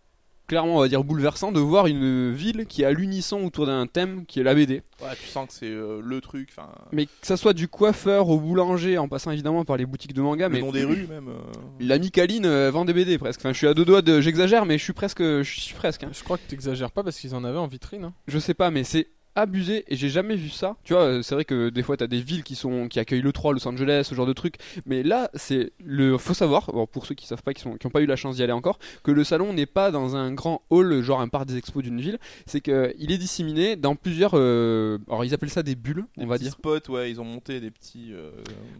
[SPEAKER 1] clairement, on va dire bouleversant de voir une ville qui est à l'unisson autour d'un thème qui est la BD.
[SPEAKER 2] Ouais, tu sens que c'est euh, le truc, enfin
[SPEAKER 1] Mais que ça soit du coiffeur au boulanger, en passant évidemment par les boutiques de
[SPEAKER 4] Ah,
[SPEAKER 1] manga,
[SPEAKER 2] le
[SPEAKER 1] mais.
[SPEAKER 2] nom des rues même. euh.
[SPEAKER 1] L'ami Kaline euh, vend des BD presque. Enfin, je suis à deux doigts de. J'exagère, mais je suis presque. Je suis presque. hein.
[SPEAKER 4] Je crois que t'exagères pas parce qu'ils en avaient en vitrine. hein.
[SPEAKER 1] je sais pas, mais c'est abusé et j'ai jamais vu ça. Tu vois, euh, c'est vrai que des fois t'as des villes qui sont qui accueillent le 3, Los Angeles, ce genre de truc. Mais là, c'est le faut savoir, bon, pour ceux qui savent pas, qui sont qui ont pas eu la chance d'y aller encore, que le salon n'est pas dans un grand hall, genre un parc des expos d'une ville. C'est que euh, il est disséminé dans plusieurs. euh, alors ils appellent ça des bulles, on
[SPEAKER 2] Des
[SPEAKER 1] va
[SPEAKER 2] petits
[SPEAKER 1] dire.
[SPEAKER 2] spots, ouais, ils ont monté des petits. euh,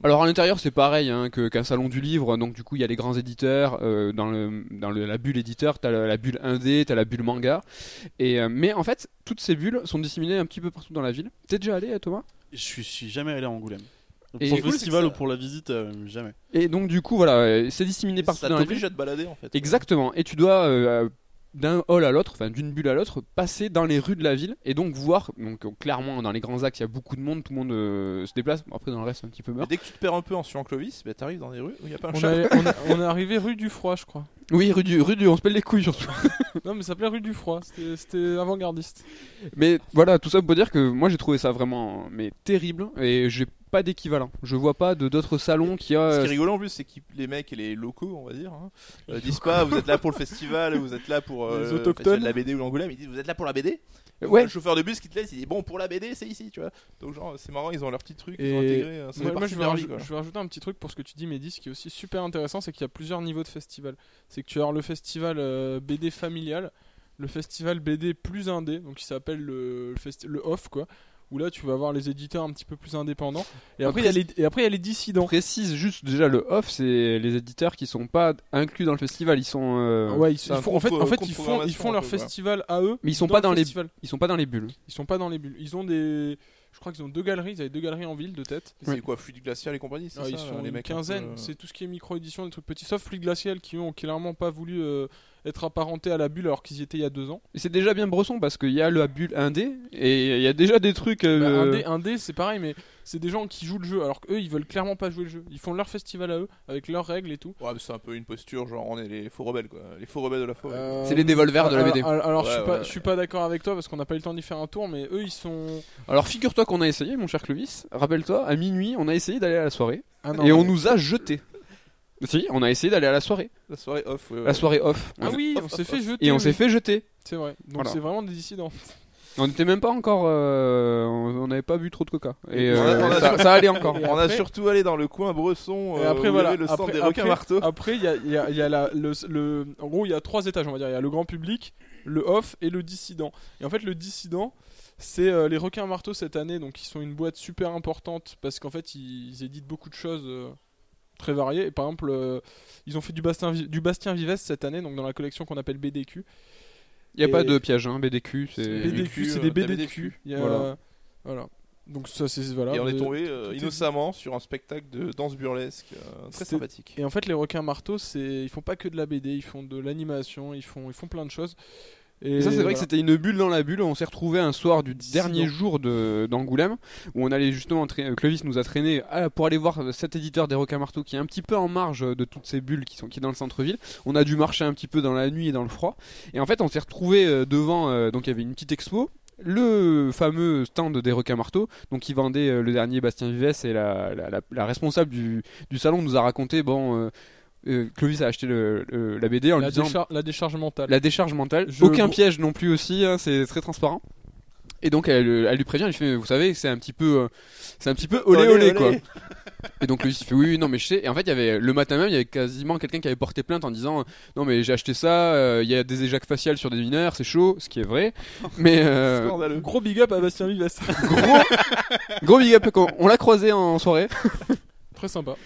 [SPEAKER 1] Alors à l'intérieur c'est pareil hein, que- qu'un salon du livre, donc du coup il y a les grands éditeurs, euh, dans, le, dans le- la bulle éditeur, t'as la, la bulle indé, t'as la bulle manga, et, euh, mais en fait toutes ces bulles sont disséminées un petit peu partout dans la ville. T'es déjà allé euh, Thomas
[SPEAKER 3] Je suis, je suis jamais allé à Angoulême. Pour
[SPEAKER 1] Et-
[SPEAKER 3] le
[SPEAKER 1] C'est cool,
[SPEAKER 3] festival
[SPEAKER 2] c'est que
[SPEAKER 3] ou
[SPEAKER 2] ça-
[SPEAKER 3] pour la visite, euh, jamais.
[SPEAKER 1] Et donc du coup voilà, euh, c'est disséminé partout
[SPEAKER 2] ça
[SPEAKER 1] dans la ville.
[SPEAKER 2] t'oblige à te balader en fait.
[SPEAKER 1] Exactement, et tu dois euh, euh, d'un hall à l'autre, enfin d'une bulle à l'autre, passer dans les rues de la ville et donc voir, donc euh, clairement dans les grands axes il y a beaucoup de monde, tout le monde euh, se déplace, Bon, après dans le reste c'est un petit peu
[SPEAKER 2] Mais
[SPEAKER 1] meurt.
[SPEAKER 2] dès que tu te perds un peu en suivant Clovis, bah, t'arrives dans des rues où il y a pas un
[SPEAKER 4] On,
[SPEAKER 2] chat.
[SPEAKER 4] avait- on a- on est arrivé rue du Froid, je crois.
[SPEAKER 1] Oui, rue du, rue du, on se pèle les couilles surtout.
[SPEAKER 4] Non, mais ça s'appelait rue du Froid, c'était c'était avant-gardiste.
[SPEAKER 1] Mais voilà, tout ça pour dire que moi j'ai trouvé ça vraiment mais terrible et j'ai pas d'équivalent. Je vois pas de d'autres salons qui a.
[SPEAKER 4] euh,
[SPEAKER 1] euh,
[SPEAKER 2] Ce qui est rigolo en plus, c'est que les mecs et les locaux, on va dire, hein, euh, disent pas vous êtes là pour le festival, vous êtes là pour euh,
[SPEAKER 4] Les
[SPEAKER 2] le
[SPEAKER 4] autochtones. Euh,
[SPEAKER 2] festival de la BD ou l'Angoulême, ils disent vous êtes là pour la BD. Donc,
[SPEAKER 1] Ouais.
[SPEAKER 2] Le chauffeur de bus qui te laisse, il dit bon pour la BD, c'est ici, tu vois. Donc genre c'est marrant, ils ont leur petit truc, ils ont
[SPEAKER 4] Et
[SPEAKER 2] intégré. euh, ça fait
[SPEAKER 4] Moi, moi,
[SPEAKER 2] partie
[SPEAKER 4] je,
[SPEAKER 2] de
[SPEAKER 4] vais
[SPEAKER 2] leur
[SPEAKER 4] raj-
[SPEAKER 2] vie, quoi.
[SPEAKER 4] je vais rajouter un petit truc pour ce que tu dis, Mehdi, ce qui est aussi super intéressant, c'est qu'il y a plusieurs niveaux de festival. C'est que tu as alors le festival euh, BD familial, le festival BD plus indé, donc qui s'appelle le, le, festi- le off, quoi, où là tu vas avoir les éditeurs un petit peu plus indépendants. Et après, il y a les, et après, il y a les
[SPEAKER 1] On
[SPEAKER 4] dissidents.
[SPEAKER 1] précise juste déjà le off, c'est les éditeurs qui sont pas inclus dans le festival, ils sont euh,
[SPEAKER 4] Ouais, ils,
[SPEAKER 2] c'est un
[SPEAKER 4] ils font, en fait,
[SPEAKER 2] contre-
[SPEAKER 4] en fait ils font, ils
[SPEAKER 2] contre-programmation
[SPEAKER 4] font
[SPEAKER 2] un
[SPEAKER 4] leur
[SPEAKER 2] peu, quoi.
[SPEAKER 4] festival à eux.
[SPEAKER 1] Mais ils sont pas
[SPEAKER 4] le
[SPEAKER 1] dans les-
[SPEAKER 4] festival.
[SPEAKER 1] ils sont pas dans les bulles.
[SPEAKER 4] Ils sont pas dans les bulles. Ils ont des. Je crois qu'ils ont deux galeries. Ils avaient deux galeries en ville de tête.
[SPEAKER 2] C'est quoi, Fluide Glacial et compagnie c'est
[SPEAKER 4] Ah,
[SPEAKER 2] ça,
[SPEAKER 4] ils sont
[SPEAKER 2] les
[SPEAKER 4] une
[SPEAKER 2] mecs un
[SPEAKER 4] quinzaine.
[SPEAKER 2] peu, euh,
[SPEAKER 4] C'est tout ce qui est micro-édition, des trucs petits. Sauf Fluide Glacial qui ont clairement pas voulu euh, être apparentés à la bulle alors qu'ils y étaient il y a deux ans.
[SPEAKER 1] Et C'est déjà bien bresson parce qu'il y a le bulle indé et il y a déjà des trucs. euh,
[SPEAKER 4] Bah, un dé- un dé, c'est pareil, mais c'est des gens qui jouent le jeu alors qu'eux ils veulent clairement pas jouer le jeu. Ils font leur festival à eux avec leurs règles et tout.
[SPEAKER 2] Ouais, mais c'est un peu une posture, genre on est les faux rebelles, quoi. Les faux rebelles de la forêt.
[SPEAKER 4] Euh,
[SPEAKER 1] C'est les dévolvers de la
[SPEAKER 4] alors-
[SPEAKER 1] BD.
[SPEAKER 4] Alors, alors, je suis
[SPEAKER 2] Ouais,
[SPEAKER 4] pas,
[SPEAKER 2] ouais.
[SPEAKER 4] je suis pas d'accord avec toi parce qu'on n'a pas eu le temps d'y faire un tour, mais eux ils sont.
[SPEAKER 1] Alors figure-toi qu'on a essayé, mon cher Clovis. Rappelle-toi, à minuit, on a essayé d'aller à la soirée
[SPEAKER 4] Ah non,
[SPEAKER 1] et on
[SPEAKER 4] mais-
[SPEAKER 1] nous a jetés. Si, on a essayé d'aller à la soirée,
[SPEAKER 2] La soirée off, ouais, ouais.
[SPEAKER 1] la soirée off.
[SPEAKER 4] Ah oui, on s'est fait jeter.
[SPEAKER 1] Et on
[SPEAKER 4] oui.
[SPEAKER 1] s'est fait jeter.
[SPEAKER 4] C'est vrai. Donc
[SPEAKER 1] Voilà.
[SPEAKER 4] c'est vraiment des dissidents.
[SPEAKER 1] On n'était même pas encore. euh, on on n'avait pas bu trop de coca. Et
[SPEAKER 2] On a-
[SPEAKER 1] euh,
[SPEAKER 2] on a-
[SPEAKER 1] ça, ça allait encore.
[SPEAKER 4] Et
[SPEAKER 2] On a
[SPEAKER 4] après-
[SPEAKER 2] surtout allé dans le coin Bresson,
[SPEAKER 4] Et
[SPEAKER 2] euh,
[SPEAKER 4] après,
[SPEAKER 2] où il y
[SPEAKER 4] voilà.
[SPEAKER 2] avait le stand
[SPEAKER 4] Après-
[SPEAKER 2] des requins
[SPEAKER 4] après-
[SPEAKER 2] marteaux.
[SPEAKER 4] Après, il y a, il y a- il y a la- le, le- En gros, il y a trois étages, on va dire. Il y a le grand public, le off et le dissident. Et en fait, le dissident, c'est euh, les requins marteaux cette année. Donc, ils sont une boîte super importante parce qu'en fait, ils, ils éditent beaucoup de choses euh, très variées. Et par exemple, euh, ils ont fait du Bastien, Vi- du Bastien Vives cette année, donc dans la collection qu'on appelle BDQ.
[SPEAKER 1] Il n'y a pas de piège, hein, BDQ. C'est...
[SPEAKER 4] BDQ, c'est
[SPEAKER 2] euh,
[SPEAKER 4] des
[SPEAKER 2] de la
[SPEAKER 4] BDQ. Il y a-
[SPEAKER 1] Voilà.
[SPEAKER 4] voilà. Donc, ça, c'est. Voilà.
[SPEAKER 2] et on est
[SPEAKER 4] Vous-
[SPEAKER 2] tombé euh,
[SPEAKER 4] tout est dit.
[SPEAKER 2] innocemment sur un spectacle de danse burlesque euh, très
[SPEAKER 4] C'était-
[SPEAKER 2] sympathique.
[SPEAKER 4] Et en fait, les requins marteaux, c'est ils font pas que de la BD, ils font de l'animation, ils font ils font plein de choses. Et
[SPEAKER 1] Et ça, c'est vrai
[SPEAKER 4] voilà.
[SPEAKER 1] que c'était une bulle dans la bulle. On s'est retrouvé un soir du dernier
[SPEAKER 4] Dissident.
[SPEAKER 1] jour de- d'Angoulême où on allait justement. tra- Clovis nous a traîné à- pour aller voir euh, cet éditeur des requins marteaux qui est un petit peu en marge euh, de toutes ces bulles qui sont qui est dans le centre-ville. On a dû marcher un petit peu dans la nuit et dans le froid. Et en fait, on s'est retrouvé euh, devant. euh, donc, il y avait une petite expo. Le fameux stand des requins marteaux, donc qui vendait euh, le dernier Bastien Vivès et la, la- la- la responsable du, du salon nous a raconté bon, euh, euh, Clovis a acheté le- le- la BD en lui
[SPEAKER 4] la,
[SPEAKER 1] disant
[SPEAKER 4] déchar- la décharge mentale.
[SPEAKER 1] la décharge mentale.
[SPEAKER 4] Je-
[SPEAKER 1] Aucun piège non plus aussi, hein, c'est très transparent. Et donc elle, elle lui prévient, elle lui fait, vous savez, c'est un petit peu, euh, c'est un petit peu olé
[SPEAKER 2] Olé,
[SPEAKER 1] olé
[SPEAKER 2] olé.
[SPEAKER 1] quoi. Et donc lui il fait, oui, oui, non mais je sais. Et en fait, il y avait le matin même, il y avait quasiment quelqu'un qui avait porté plainte en disant, non mais j'ai acheté ça, euh, il y a des éjacs faciales sur des mineurs, c'est chaud, ce qui est vrai. Mais euh,
[SPEAKER 2] Scandaleux.
[SPEAKER 4] Gros big up à Bastien Vives.
[SPEAKER 1] gros, gros big up, on, on l'a croisé en soirée.
[SPEAKER 4] Très sympa.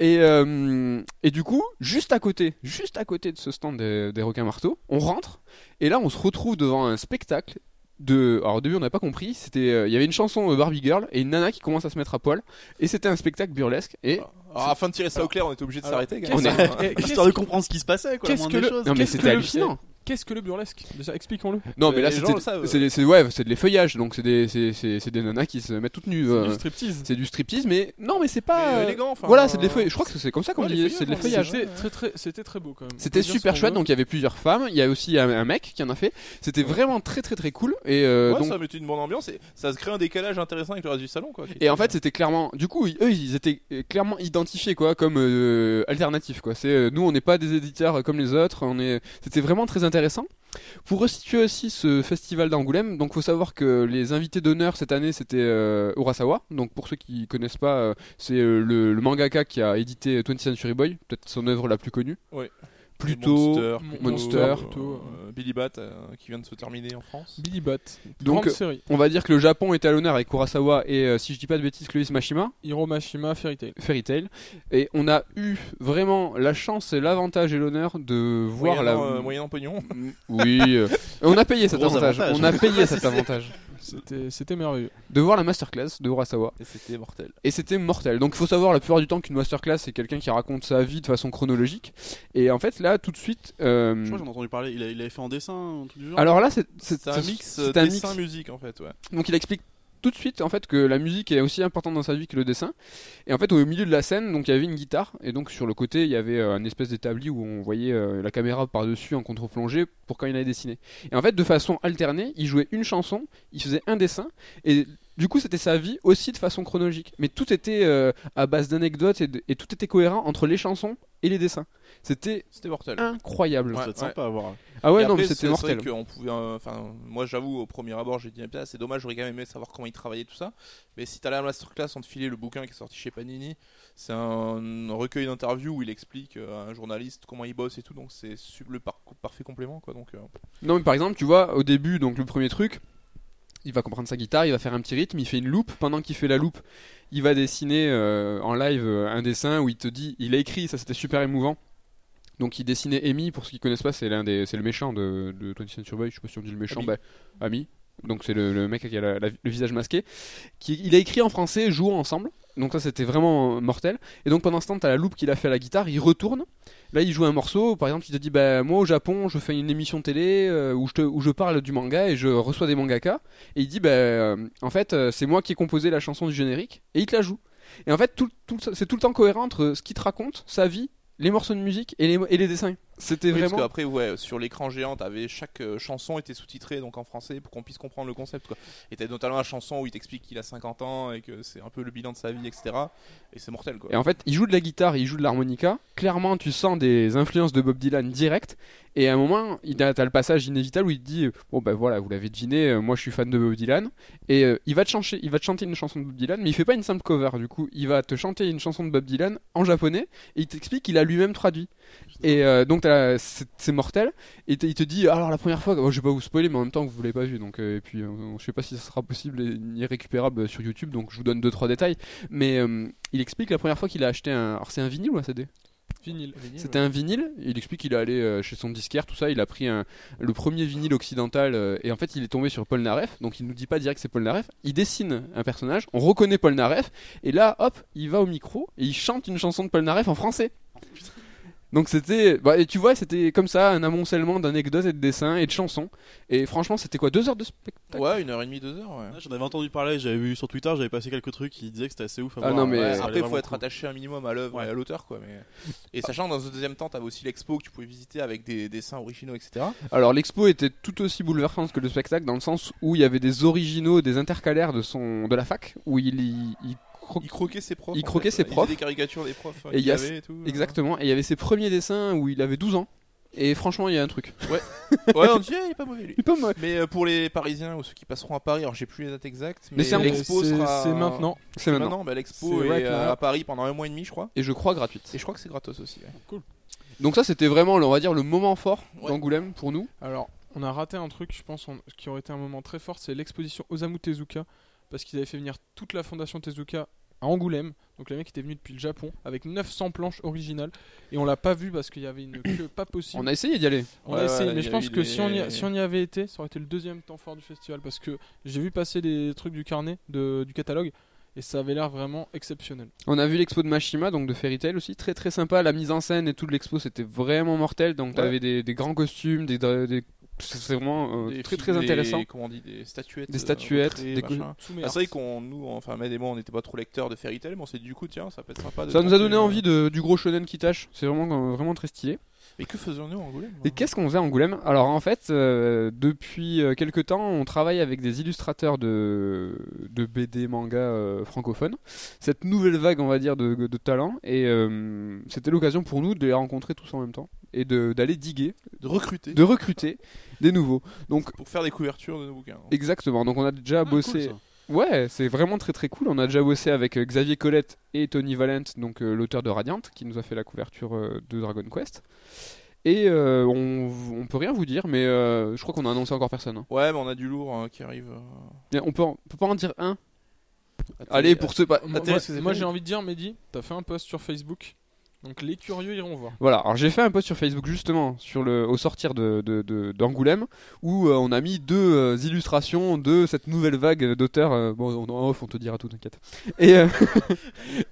[SPEAKER 1] Et, euh, et du coup, juste à côté, juste à côté de ce stand des, des requins marteaux, on rentre et là on se retrouve devant un spectacle de. Alors au début on n'a pas compris, c'était euh, il y avait une chanson euh, Barbie Girl et une nana qui commence à se mettre à poil et c'était un spectacle burlesque et
[SPEAKER 2] Alors, Ah, afin de tirer ça au clair, on était obligé de
[SPEAKER 4] alors,
[SPEAKER 2] s'arrêter.
[SPEAKER 4] qu'est-ce
[SPEAKER 2] quand même.
[SPEAKER 4] que-
[SPEAKER 2] Hein.
[SPEAKER 4] eh, qu'est-ce
[SPEAKER 3] Histoire de comprendre ce qui se passait, quoi. la
[SPEAKER 4] qu'est-ce
[SPEAKER 3] moindre
[SPEAKER 4] que
[SPEAKER 3] des
[SPEAKER 4] le-
[SPEAKER 3] choses.
[SPEAKER 1] non mais
[SPEAKER 4] qu'est-ce
[SPEAKER 1] c'était
[SPEAKER 4] que le-
[SPEAKER 1] hallucinant.
[SPEAKER 4] Qu'est-ce que le burlesque Déjà, expliquons-le.
[SPEAKER 1] Non mais là
[SPEAKER 2] les gens le savent.
[SPEAKER 1] c'était c'est des- c'est ouais c'est de l'effeuillage donc c'est des c'est c'est- c'est des nanas qui se mettent toutes nues. euh,
[SPEAKER 4] Du striptease.
[SPEAKER 1] C'est du striptease mais non mais c'est
[SPEAKER 2] Mais,
[SPEAKER 1] pas.
[SPEAKER 2] euh,
[SPEAKER 1] euh,
[SPEAKER 2] élégant, enfin,
[SPEAKER 1] voilà c'est de
[SPEAKER 2] euh,
[SPEAKER 1] l'effeuillage. Je crois que c'est comme ça qu'on
[SPEAKER 2] ouais,
[SPEAKER 1] dit c'est de
[SPEAKER 2] l'effeuillage, hein.
[SPEAKER 1] l'effeuillage.
[SPEAKER 4] C'était très, très, c'était très beau quand même.
[SPEAKER 1] C'était
[SPEAKER 4] Faut dire
[SPEAKER 1] super
[SPEAKER 4] ce qu'on
[SPEAKER 1] chouette,
[SPEAKER 4] veut.
[SPEAKER 1] donc il y avait plusieurs femmes, il y a aussi un, un mec qui en a fait. C'était vraiment très très très cool. Et, euh,
[SPEAKER 2] ouais,
[SPEAKER 1] donc,
[SPEAKER 2] ça mettait une bonne ambiance et ça se crée un décalage intéressant avec le reste du salon. Quoi, qui
[SPEAKER 1] et en
[SPEAKER 2] était-
[SPEAKER 1] fait, c'était clairement. Du coup, ils- eux, ils étaient euh, clairement identifiés quoi, comme euh, alternatifs. Quoi. C'est, euh, nous, on n'est pas des éditeurs euh, comme les autres. On est... C'était vraiment très intéressant. Pour resituer aussi ce festival d'Angoulême, donc faut savoir que les invités d'honneur cette année c'était euh, Urasawa. Donc pour ceux qui connaissent pas, euh, c'est euh, le, le mangaka qui a édité 20th Century Boy, peut-être son œuvre la plus connue.
[SPEAKER 2] Ouais.
[SPEAKER 1] Plutôt.
[SPEAKER 2] Plutôt,
[SPEAKER 1] Monster,
[SPEAKER 2] euh,
[SPEAKER 4] plutôt,
[SPEAKER 2] euh, Billy Bat euh, qui vient de se terminer en France.
[SPEAKER 4] Billy Bat.
[SPEAKER 1] Donc, euh,
[SPEAKER 4] Grande série.
[SPEAKER 1] On va dire que le Japon était à l'honneur avec Kurosawa et, euh, si je dis pas de bêtises, Clovis Mashima,
[SPEAKER 4] Hiro Mashima Fairy Tail.
[SPEAKER 1] Fairy Tail. Et on a eu vraiment la chance et l'avantage et l'honneur de voir
[SPEAKER 2] moyen,
[SPEAKER 1] la.
[SPEAKER 2] euh, moyen en pognon.
[SPEAKER 1] Oui. euh, on a payé cet
[SPEAKER 3] Gros
[SPEAKER 1] avantage.
[SPEAKER 3] avantage.
[SPEAKER 1] On a payé cet avantage.
[SPEAKER 4] C'était c'était merveilleux.
[SPEAKER 1] De voir la masterclass de Kurosawa.
[SPEAKER 2] Et c'était mortel.
[SPEAKER 1] Et c'était mortel. Donc il faut savoir la plupart du temps qu'une masterclass, c'est quelqu'un qui raconte sa vie de façon chronologique. Et en fait, là, tout de suite. euh,
[SPEAKER 3] Je crois que j'en ai entendu parler. Il a- il avait fait en dessin, un truc du genre.
[SPEAKER 1] alors là, c'est c'est-
[SPEAKER 2] C'est un mix
[SPEAKER 1] c'est
[SPEAKER 2] euh,
[SPEAKER 1] un mix.
[SPEAKER 2] dessin musique en fait. Ouais.
[SPEAKER 1] Donc il explique tout de suite en fait que la musique est aussi importante dans sa vie que le dessin. Et en fait au milieu de la scène, donc il y avait une guitare et donc sur le côté il y avait euh, un espèce d'établi où on voyait euh, la caméra par dessus en contre-plongée pour quand il allait dessiner. Et en fait de façon alternée, il jouait une chanson, il faisait un dessin et du coup, c'était sa vie aussi de façon chronologique. Mais tout était euh, à base d'anecdotes et, de- et tout était cohérent entre les chansons et les dessins. C'était
[SPEAKER 2] C'était mortel.
[SPEAKER 1] incroyable.
[SPEAKER 3] Ça doit
[SPEAKER 2] ouais,
[SPEAKER 3] être sympa à voir.
[SPEAKER 1] Ah ouais,
[SPEAKER 2] Et
[SPEAKER 1] non, mais
[SPEAKER 2] après, c'est-
[SPEAKER 1] c'était
[SPEAKER 2] C'est
[SPEAKER 1] mortel.
[SPEAKER 2] vrai qu'on pouvait. euh, Enfin, moi, j'avoue, au premier abord, j'ai dit ah, putain, c'est dommage. J'aurais quand même aimé savoir comment il travaillait tout ça. Mais si t'allais à la masterclass, on te filait le bouquin qui est sorti chez Panini. C'est un recueil d'interviews où il explique euh, à un journaliste comment il bosse et tout. Donc c'est su- le par- parfait complément, quoi. Donc euh,
[SPEAKER 1] Non, mais par exemple, tu vois, au début, donc le premier truc, il va comprendre sa guitare, il va faire un petit rythme, il fait une loupe. Pendant qu'il fait la loupe, il va dessiner euh, en live euh, un dessin où il te dit, il a écrit, ça c'était super émouvant. Donc il dessinait Amy, pour ceux qui connaissent pas, c'est l'un des, c'est le méchant de, de 20th Century Boy, je sais pas si on dit le méchant,
[SPEAKER 2] Amy.
[SPEAKER 1] bah, Amy. Donc c'est le, le mec qui a la- la- le visage masqué. Qui, il a écrit en français, jouons ensemble. Donc ça c'était vraiment mortel. Et donc pendant ce temps, t'as la loupe qu'il a fait à la guitare, il retourne. Là, il joue un morceau, par exemple, il te dit bah, Moi au Japon, je fais une émission télé euh, où, je te- où je parle du manga et je reçois des mangaka. Et il dit bah, euh, En fait, euh, c'est moi qui ai composé la chanson du générique et il te la joue. Et en fait, tout, tout, c'est tout le temps cohérent entre ce qu'il te raconte, sa vie, les morceaux de musique et les, et les dessins. C'était
[SPEAKER 2] Oui,
[SPEAKER 1] vraiment.
[SPEAKER 2] Parce qu'après, ouais, sur l'écran géant, t'avais chaque euh, chanson était sous-titrée donc en français pour qu'on puisse comprendre le concept. Quoi. Et t'as notamment la chanson où il t'explique qu'il a 50 ans et que c'est un peu le bilan de sa vie, etc. Et c'est mortel quoi.
[SPEAKER 1] Et en fait, il joue de la guitare, il joue de l'harmonica. Clairement, tu sens des influences de Bob Dylan direct. Et à un moment, il a, t'as le passage inévitable où il te dit euh, Bon, ben voilà, vous l'avez deviné, euh, moi je suis fan de Bob Dylan. Et euh, il, va te chancher, il va te chanter une chanson de Bob Dylan, mais il fait pas une simple cover. Du coup, il va te chanter une chanson de Bob Dylan en japonais et il t'explique qu'il a lui-même traduit. Et euh, donc, t'as- c'est c'est mortel. Et t- il te dit Alors, la première fois, bon, je vais pas vous spoiler, mais en même temps, vous l'avez pas vu. Donc, euh, et puis, euh, je sais pas si ça sera possible et ni récupérable sur YouTube. Donc, je vous donne 2-3 détails. Mais euh, il explique la première fois qu'il a acheté un. Alors c'est un vinyle ou un CD
[SPEAKER 4] Vinyle.
[SPEAKER 1] C'était un vinyle. Il explique qu'il est allé euh, chez son disquaire, tout ça. Il a pris un- le premier vinyle occidental euh, et en fait il est tombé sur Paul Naref. Donc il nous dit pas direct que c'est Paul Naref. Il dessine un personnage. On reconnaît Paul Naref. Et là, hop, il va au micro et il chante une chanson de Paul Naref en français. Donc c'était, bah, et tu vois, c'était comme ça, un amoncellement d'anecdotes et de dessins et de chansons. Et franchement, c'était quoi, deux heures de spectacle
[SPEAKER 2] Ouais, une heure et demie, deux heures. Ouais.
[SPEAKER 3] Ouais, J'en avais entendu parler, j'avais vu sur Twitter, j'avais passé quelques trucs qui disaient que c'était assez ouf.
[SPEAKER 1] Ah
[SPEAKER 3] à voir.
[SPEAKER 1] non, mais-
[SPEAKER 3] Ouais, ça valait
[SPEAKER 2] Après, il
[SPEAKER 3] vraiment
[SPEAKER 2] faut être
[SPEAKER 3] le coup.
[SPEAKER 2] attaché un minimum à l'œuvre et à l'auteur, quoi. Mais... Et sachant, dans un deuxième temps, t'avais aussi l'expo que tu pouvais visiter avec des dessins originaux, etc.
[SPEAKER 1] Alors l'expo était tout aussi bouleversante que le spectacle dans le sens où il y avait des originaux, des intercalaires de son, de la fac, où il, y- il cro-
[SPEAKER 2] Il croquait ses profs.
[SPEAKER 1] Il
[SPEAKER 2] en
[SPEAKER 1] croquait
[SPEAKER 2] fait.
[SPEAKER 1] ses
[SPEAKER 2] faisait
[SPEAKER 1] profs.
[SPEAKER 2] des caricatures des profs. hein,
[SPEAKER 1] Et il y
[SPEAKER 2] qu'il
[SPEAKER 1] a-
[SPEAKER 2] avait et tout.
[SPEAKER 1] exactement, et il y avait ses premiers dessins où il avait 12 ans. Et franchement, il y a un truc.
[SPEAKER 2] Ouais, on dit, eh, il est pas mauvais, lui.
[SPEAKER 1] Il est pas mal.
[SPEAKER 2] Mais euh, pour les Parisiens ou ceux qui passeront à Paris, alors j'ai plus les dates exactes, mais,
[SPEAKER 1] Mais c'est un-
[SPEAKER 2] l'expo
[SPEAKER 4] c'est
[SPEAKER 2] sera.
[SPEAKER 4] c'est maintenant.
[SPEAKER 1] C'est
[SPEAKER 2] Maintenant,
[SPEAKER 1] maintenant.
[SPEAKER 2] bah, l'expo
[SPEAKER 4] C'est
[SPEAKER 2] est,
[SPEAKER 4] right
[SPEAKER 2] euh,
[SPEAKER 4] now.
[SPEAKER 2] à Paris pendant un mois et demi, je crois.
[SPEAKER 1] Et je crois gratuite.
[SPEAKER 2] Et je crois que c'est gratos aussi. ouais.
[SPEAKER 1] Donc ça, c'était vraiment, on va dire, le moment fort
[SPEAKER 2] Ouais.
[SPEAKER 1] d'Angoulême pour nous.
[SPEAKER 4] Alors, on a raté un truc, je pense, on- qui aurait été un moment très fort, c'est l'exposition Osamu Tezuka, parce qu'ils avaient fait venir toute la fondation Tezuka à Angoulême. Donc les mecs étaient venus depuis le Japon avec 900 planches originales et on l'a pas vu parce qu'il y avait une queue pas possible.
[SPEAKER 1] On a essayé d'y aller.
[SPEAKER 4] On
[SPEAKER 2] Ouais,
[SPEAKER 4] a essayé,
[SPEAKER 2] ouais,
[SPEAKER 4] mais
[SPEAKER 2] il y
[SPEAKER 4] je
[SPEAKER 2] a
[SPEAKER 4] pense
[SPEAKER 2] eu
[SPEAKER 4] que
[SPEAKER 2] des-
[SPEAKER 4] si, on y, si on y avait été, ça aurait été le deuxième temps fort du festival parce que j'ai vu passer les trucs du carnet, de- du catalogue, et ça avait l'air vraiment exceptionnel. hein.
[SPEAKER 1] On a vu l'expo de Mashima, donc de Fairy Tail aussi, très très sympa. La mise en scène et toute l'expo, c'était vraiment mortel. Donc t'avais des, des grands costumes, des, des- c'est vraiment euh,
[SPEAKER 2] Des
[SPEAKER 1] très
[SPEAKER 2] films,
[SPEAKER 1] très
[SPEAKER 2] des-
[SPEAKER 1] intéressant.
[SPEAKER 2] comment on dit, des statuettes.
[SPEAKER 1] Des
[SPEAKER 2] euh,
[SPEAKER 1] statuettes,
[SPEAKER 2] retraits,
[SPEAKER 1] des cou-
[SPEAKER 2] machin.
[SPEAKER 4] Tsumi
[SPEAKER 2] Ah,
[SPEAKER 4] Art.
[SPEAKER 2] c'est vrai qu'on, nous, enfin, Med et moi, on n'était pas trop lecteurs de Fairy Tail, mais on s'est dit du coup, tiens, ça peut être sympa. De
[SPEAKER 1] Ça nous a donné
[SPEAKER 2] tenter, euh,
[SPEAKER 1] envie de, du gros shonen qui tâche. C'est vraiment euh, vraiment très stylé.
[SPEAKER 2] Mais que faisions-nous en hein, Angoulême
[SPEAKER 1] Et qu'est-ce qu'on faisait à Angoulême Alors en fait, euh, depuis euh, quelques temps, on travaille avec des illustrateurs de, de BD, manga euh, francophones. Cette nouvelle vague, on va dire, de, de talents. Et euh, c'était l'occasion pour nous de les rencontrer tous en même temps et de- d'aller diguer,
[SPEAKER 2] De recruter
[SPEAKER 1] de recruter des nouveaux. Donc
[SPEAKER 2] pour faire des couvertures de nos bouquins. hein.
[SPEAKER 1] exactement. Donc on a déjà
[SPEAKER 3] Ah,
[SPEAKER 1] bossé.
[SPEAKER 3] cool, ça.
[SPEAKER 1] Ouais, c'est vraiment très très cool. On a déjà bossé avec euh, Xavier Colette et Tony Valent, donc euh, l'auteur de Radiant, qui nous a fait la couverture euh, de Dragon Quest. Et euh, on, on peut rien vous dire, mais euh, je crois qu'on a annoncé encore personne. hein.
[SPEAKER 2] Ouais, mais on a du lourd euh, qui arrive.
[SPEAKER 1] Bien, On peut, en- on peut pas en dire un.
[SPEAKER 2] euh, à
[SPEAKER 1] Allez
[SPEAKER 2] télé-
[SPEAKER 1] pour ce pas.
[SPEAKER 4] Moi,
[SPEAKER 2] Attends,
[SPEAKER 4] moi-
[SPEAKER 2] excusez-moi.
[SPEAKER 4] moi, j'ai envie de dire, Mehdi, t'as fait un post sur Facebook, donc les curieux iront voir.
[SPEAKER 1] Voilà, alors j'ai fait un post sur Facebook justement sur le, au sortir de, de- de- d'Angoulême où euh, on a mis deux euh, illustrations de cette nouvelle vague d'auteurs. euh, bon, on- en off, on te dira tout, t'inquiète. Et, euh,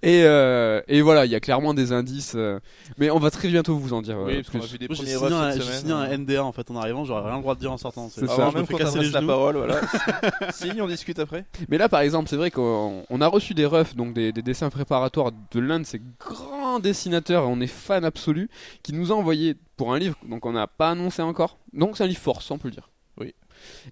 [SPEAKER 1] et, euh, et voilà, il y a clairement des indices, euh, mais on va très bientôt vous en dire euh,
[SPEAKER 2] Oui, parce qu'on
[SPEAKER 1] plus.
[SPEAKER 2] a vu des
[SPEAKER 3] Moi, J'ai
[SPEAKER 2] premiers
[SPEAKER 3] signé,
[SPEAKER 2] refs
[SPEAKER 3] un,
[SPEAKER 2] cette
[SPEAKER 3] j'ai
[SPEAKER 2] semaine.
[SPEAKER 3] signé un NDA en fait en arrivant, j'aurais rien le droit de dire en sortant.
[SPEAKER 1] C'est
[SPEAKER 2] Avant
[SPEAKER 1] ça,
[SPEAKER 3] je me
[SPEAKER 2] même
[SPEAKER 3] fais
[SPEAKER 2] quand hein.
[SPEAKER 3] casser les
[SPEAKER 2] t'adresses la
[SPEAKER 3] genoux.
[SPEAKER 2] parole, voilà. Signe, on discute après.
[SPEAKER 1] Mais là, par exemple, c'est vrai qu'on on a reçu des refs, donc des, des dessins préparatoires de l'un de ces grands dessinateurs, et on est fan absolu, qui nous a envoyé pour un livre, donc on n'a pas annoncé encore. Donc c'est un livre force, on peut le dire.
[SPEAKER 2] Oui.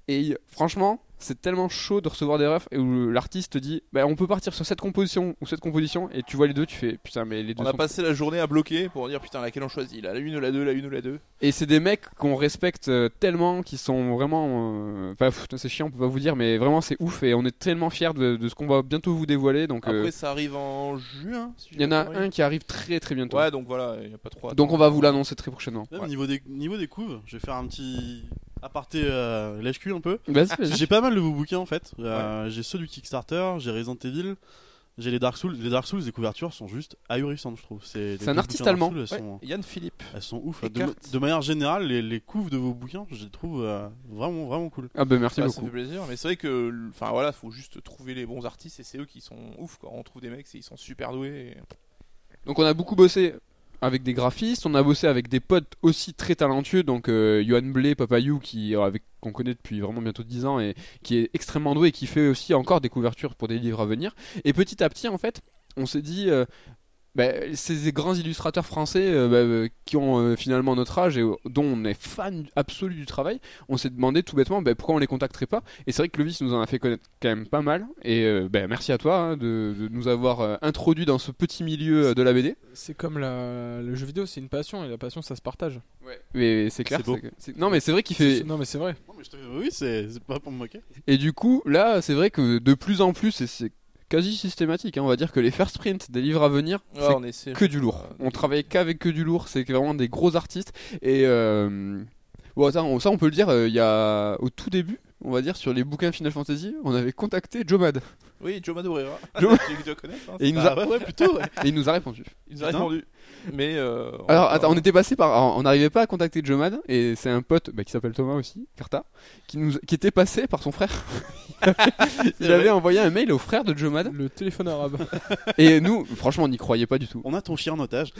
[SPEAKER 1] Et franchement, c'est tellement chaud de recevoir des refs et où l'artiste dit bah, on peut partir sur cette composition ou cette composition, et tu vois les deux, tu fais putain, mais les deux
[SPEAKER 2] On a
[SPEAKER 1] sont-
[SPEAKER 2] passé la journée à bloquer pour dire putain laquelle on choisit, la une ou la deux, la une ou la deux.
[SPEAKER 1] Et c'est des mecs qu'on respecte euh, tellement, qui sont vraiment. euh, Enfin, pff, c'est chiant, on peut pas vous dire, mais vraiment c'est ouf, et on est tellement fiers de, de ce qu'on va bientôt vous dévoiler. Donc, euh,
[SPEAKER 2] Après ça arrive en juin. Si
[SPEAKER 1] Il y en a un qui arrive très très bientôt.
[SPEAKER 2] Ouais donc voilà, il n'y a pas trop. à
[SPEAKER 1] Donc on
[SPEAKER 2] attendre.
[SPEAKER 1] va vous l'annoncer très prochainement.
[SPEAKER 3] Même niveau, des, niveau des couves, je vais faire un petit aparté euh, lèche-cul un peu.
[SPEAKER 1] Vas-y, vas-y.
[SPEAKER 3] J'ai pas mal de vos bouquins en fait. Euh, J'ai ceux du Kickstarter, j'ai Resident Evil, j'ai les Dark Souls. Les Dark Souls, les couvertures sont juste ahurissantes, je trouve. C'est les
[SPEAKER 1] un
[SPEAKER 3] deux
[SPEAKER 1] artiste
[SPEAKER 3] bouquins Dark
[SPEAKER 1] allemand.
[SPEAKER 3] Souls, elles
[SPEAKER 2] Ouais,
[SPEAKER 3] sont-
[SPEAKER 2] Yann Philippe.
[SPEAKER 3] Elles sont ouf.
[SPEAKER 2] Et
[SPEAKER 3] De,
[SPEAKER 2] Kurt.
[SPEAKER 3] de manière générale, les, les couves de vos bouquins, je les trouve euh, vraiment, vraiment cool.
[SPEAKER 1] Ah bah merci
[SPEAKER 2] Ah, ça
[SPEAKER 1] beaucoup.
[SPEAKER 2] fait plaisir, mais c'est vrai que, le- enfin voilà, faut juste trouver les bons artistes et c'est eux qui sont ouf quoi. On trouve des mecs, c'est- ils sont super doués. et-
[SPEAKER 1] Donc on a beaucoup bossé avec des graphistes, on a bossé avec des potes aussi très talentueux, donc euh, Johan Blé, Papayou, qui euh, avec qu'on connaît depuis vraiment bientôt 10 ans et qui est extrêmement doué et qui fait aussi encore des couvertures pour des livres à venir. Et petit à petit en fait, on s'est dit euh, bah, ces grands illustrateurs français euh, bah, euh, qui ont euh, finalement notre âge et euh, dont on est fan absolu du travail, on s'est demandé tout bêtement bah, pourquoi on les contacterait pas. Et c'est vrai que Levis nous en a fait connaître quand même pas mal. Et euh, bah, merci à toi hein, de, de nous avoir euh, introduit dans ce petit milieu euh, de la BD.
[SPEAKER 4] C'est comme la- le jeu vidéo, c'est une passion et la passion ça se partage.
[SPEAKER 1] Mais c'est clair.
[SPEAKER 3] C'est beau.
[SPEAKER 1] c'est que- c'est- Non, mais c'est vrai qu'il fait.
[SPEAKER 4] Non mais c'est vrai.
[SPEAKER 3] Non, mais je te- Oui, c'est c'est pas pour me moquer.
[SPEAKER 1] Et du coup, là, c'est vrai que de plus en plus, et c'est quasi systématique. hein, on va dire que les first print des livres à venir,
[SPEAKER 2] Ouais, on essaie.
[SPEAKER 1] c'est que du lourd.
[SPEAKER 2] euh,
[SPEAKER 1] On travaille qu'avec que du lourd. C'est vraiment des gros artistes. Et euh, bon, ça, on, ça, on peut le dire. euh, Il y a au tout début. On va dire sur les bouquins Final Fantasy, on avait contacté Jomad
[SPEAKER 2] Oui, Joe Madureira.
[SPEAKER 1] Joe-
[SPEAKER 2] tu dois connaître. hein,
[SPEAKER 1] et il nous
[SPEAKER 3] Ah
[SPEAKER 1] a,
[SPEAKER 3] ouais, ouais, plutôt. ouais.
[SPEAKER 1] et il nous a répondu.
[SPEAKER 2] Il nous a
[SPEAKER 3] Putain.
[SPEAKER 2] répondu. Mais euh,
[SPEAKER 1] Alors
[SPEAKER 2] on-
[SPEAKER 1] attends, on était passé par, alors, on n'arrivait pas à contacter Jomad et c'est un pote bah, qui s'appelle Thomas aussi, Carta, qui nous, qui était passé par son frère. il avait, il avait envoyé un mail au frère de Jomad
[SPEAKER 4] Le téléphone arabe.
[SPEAKER 1] Et nous, franchement, on n'y croyait pas du tout.
[SPEAKER 3] On a ton chien en otage.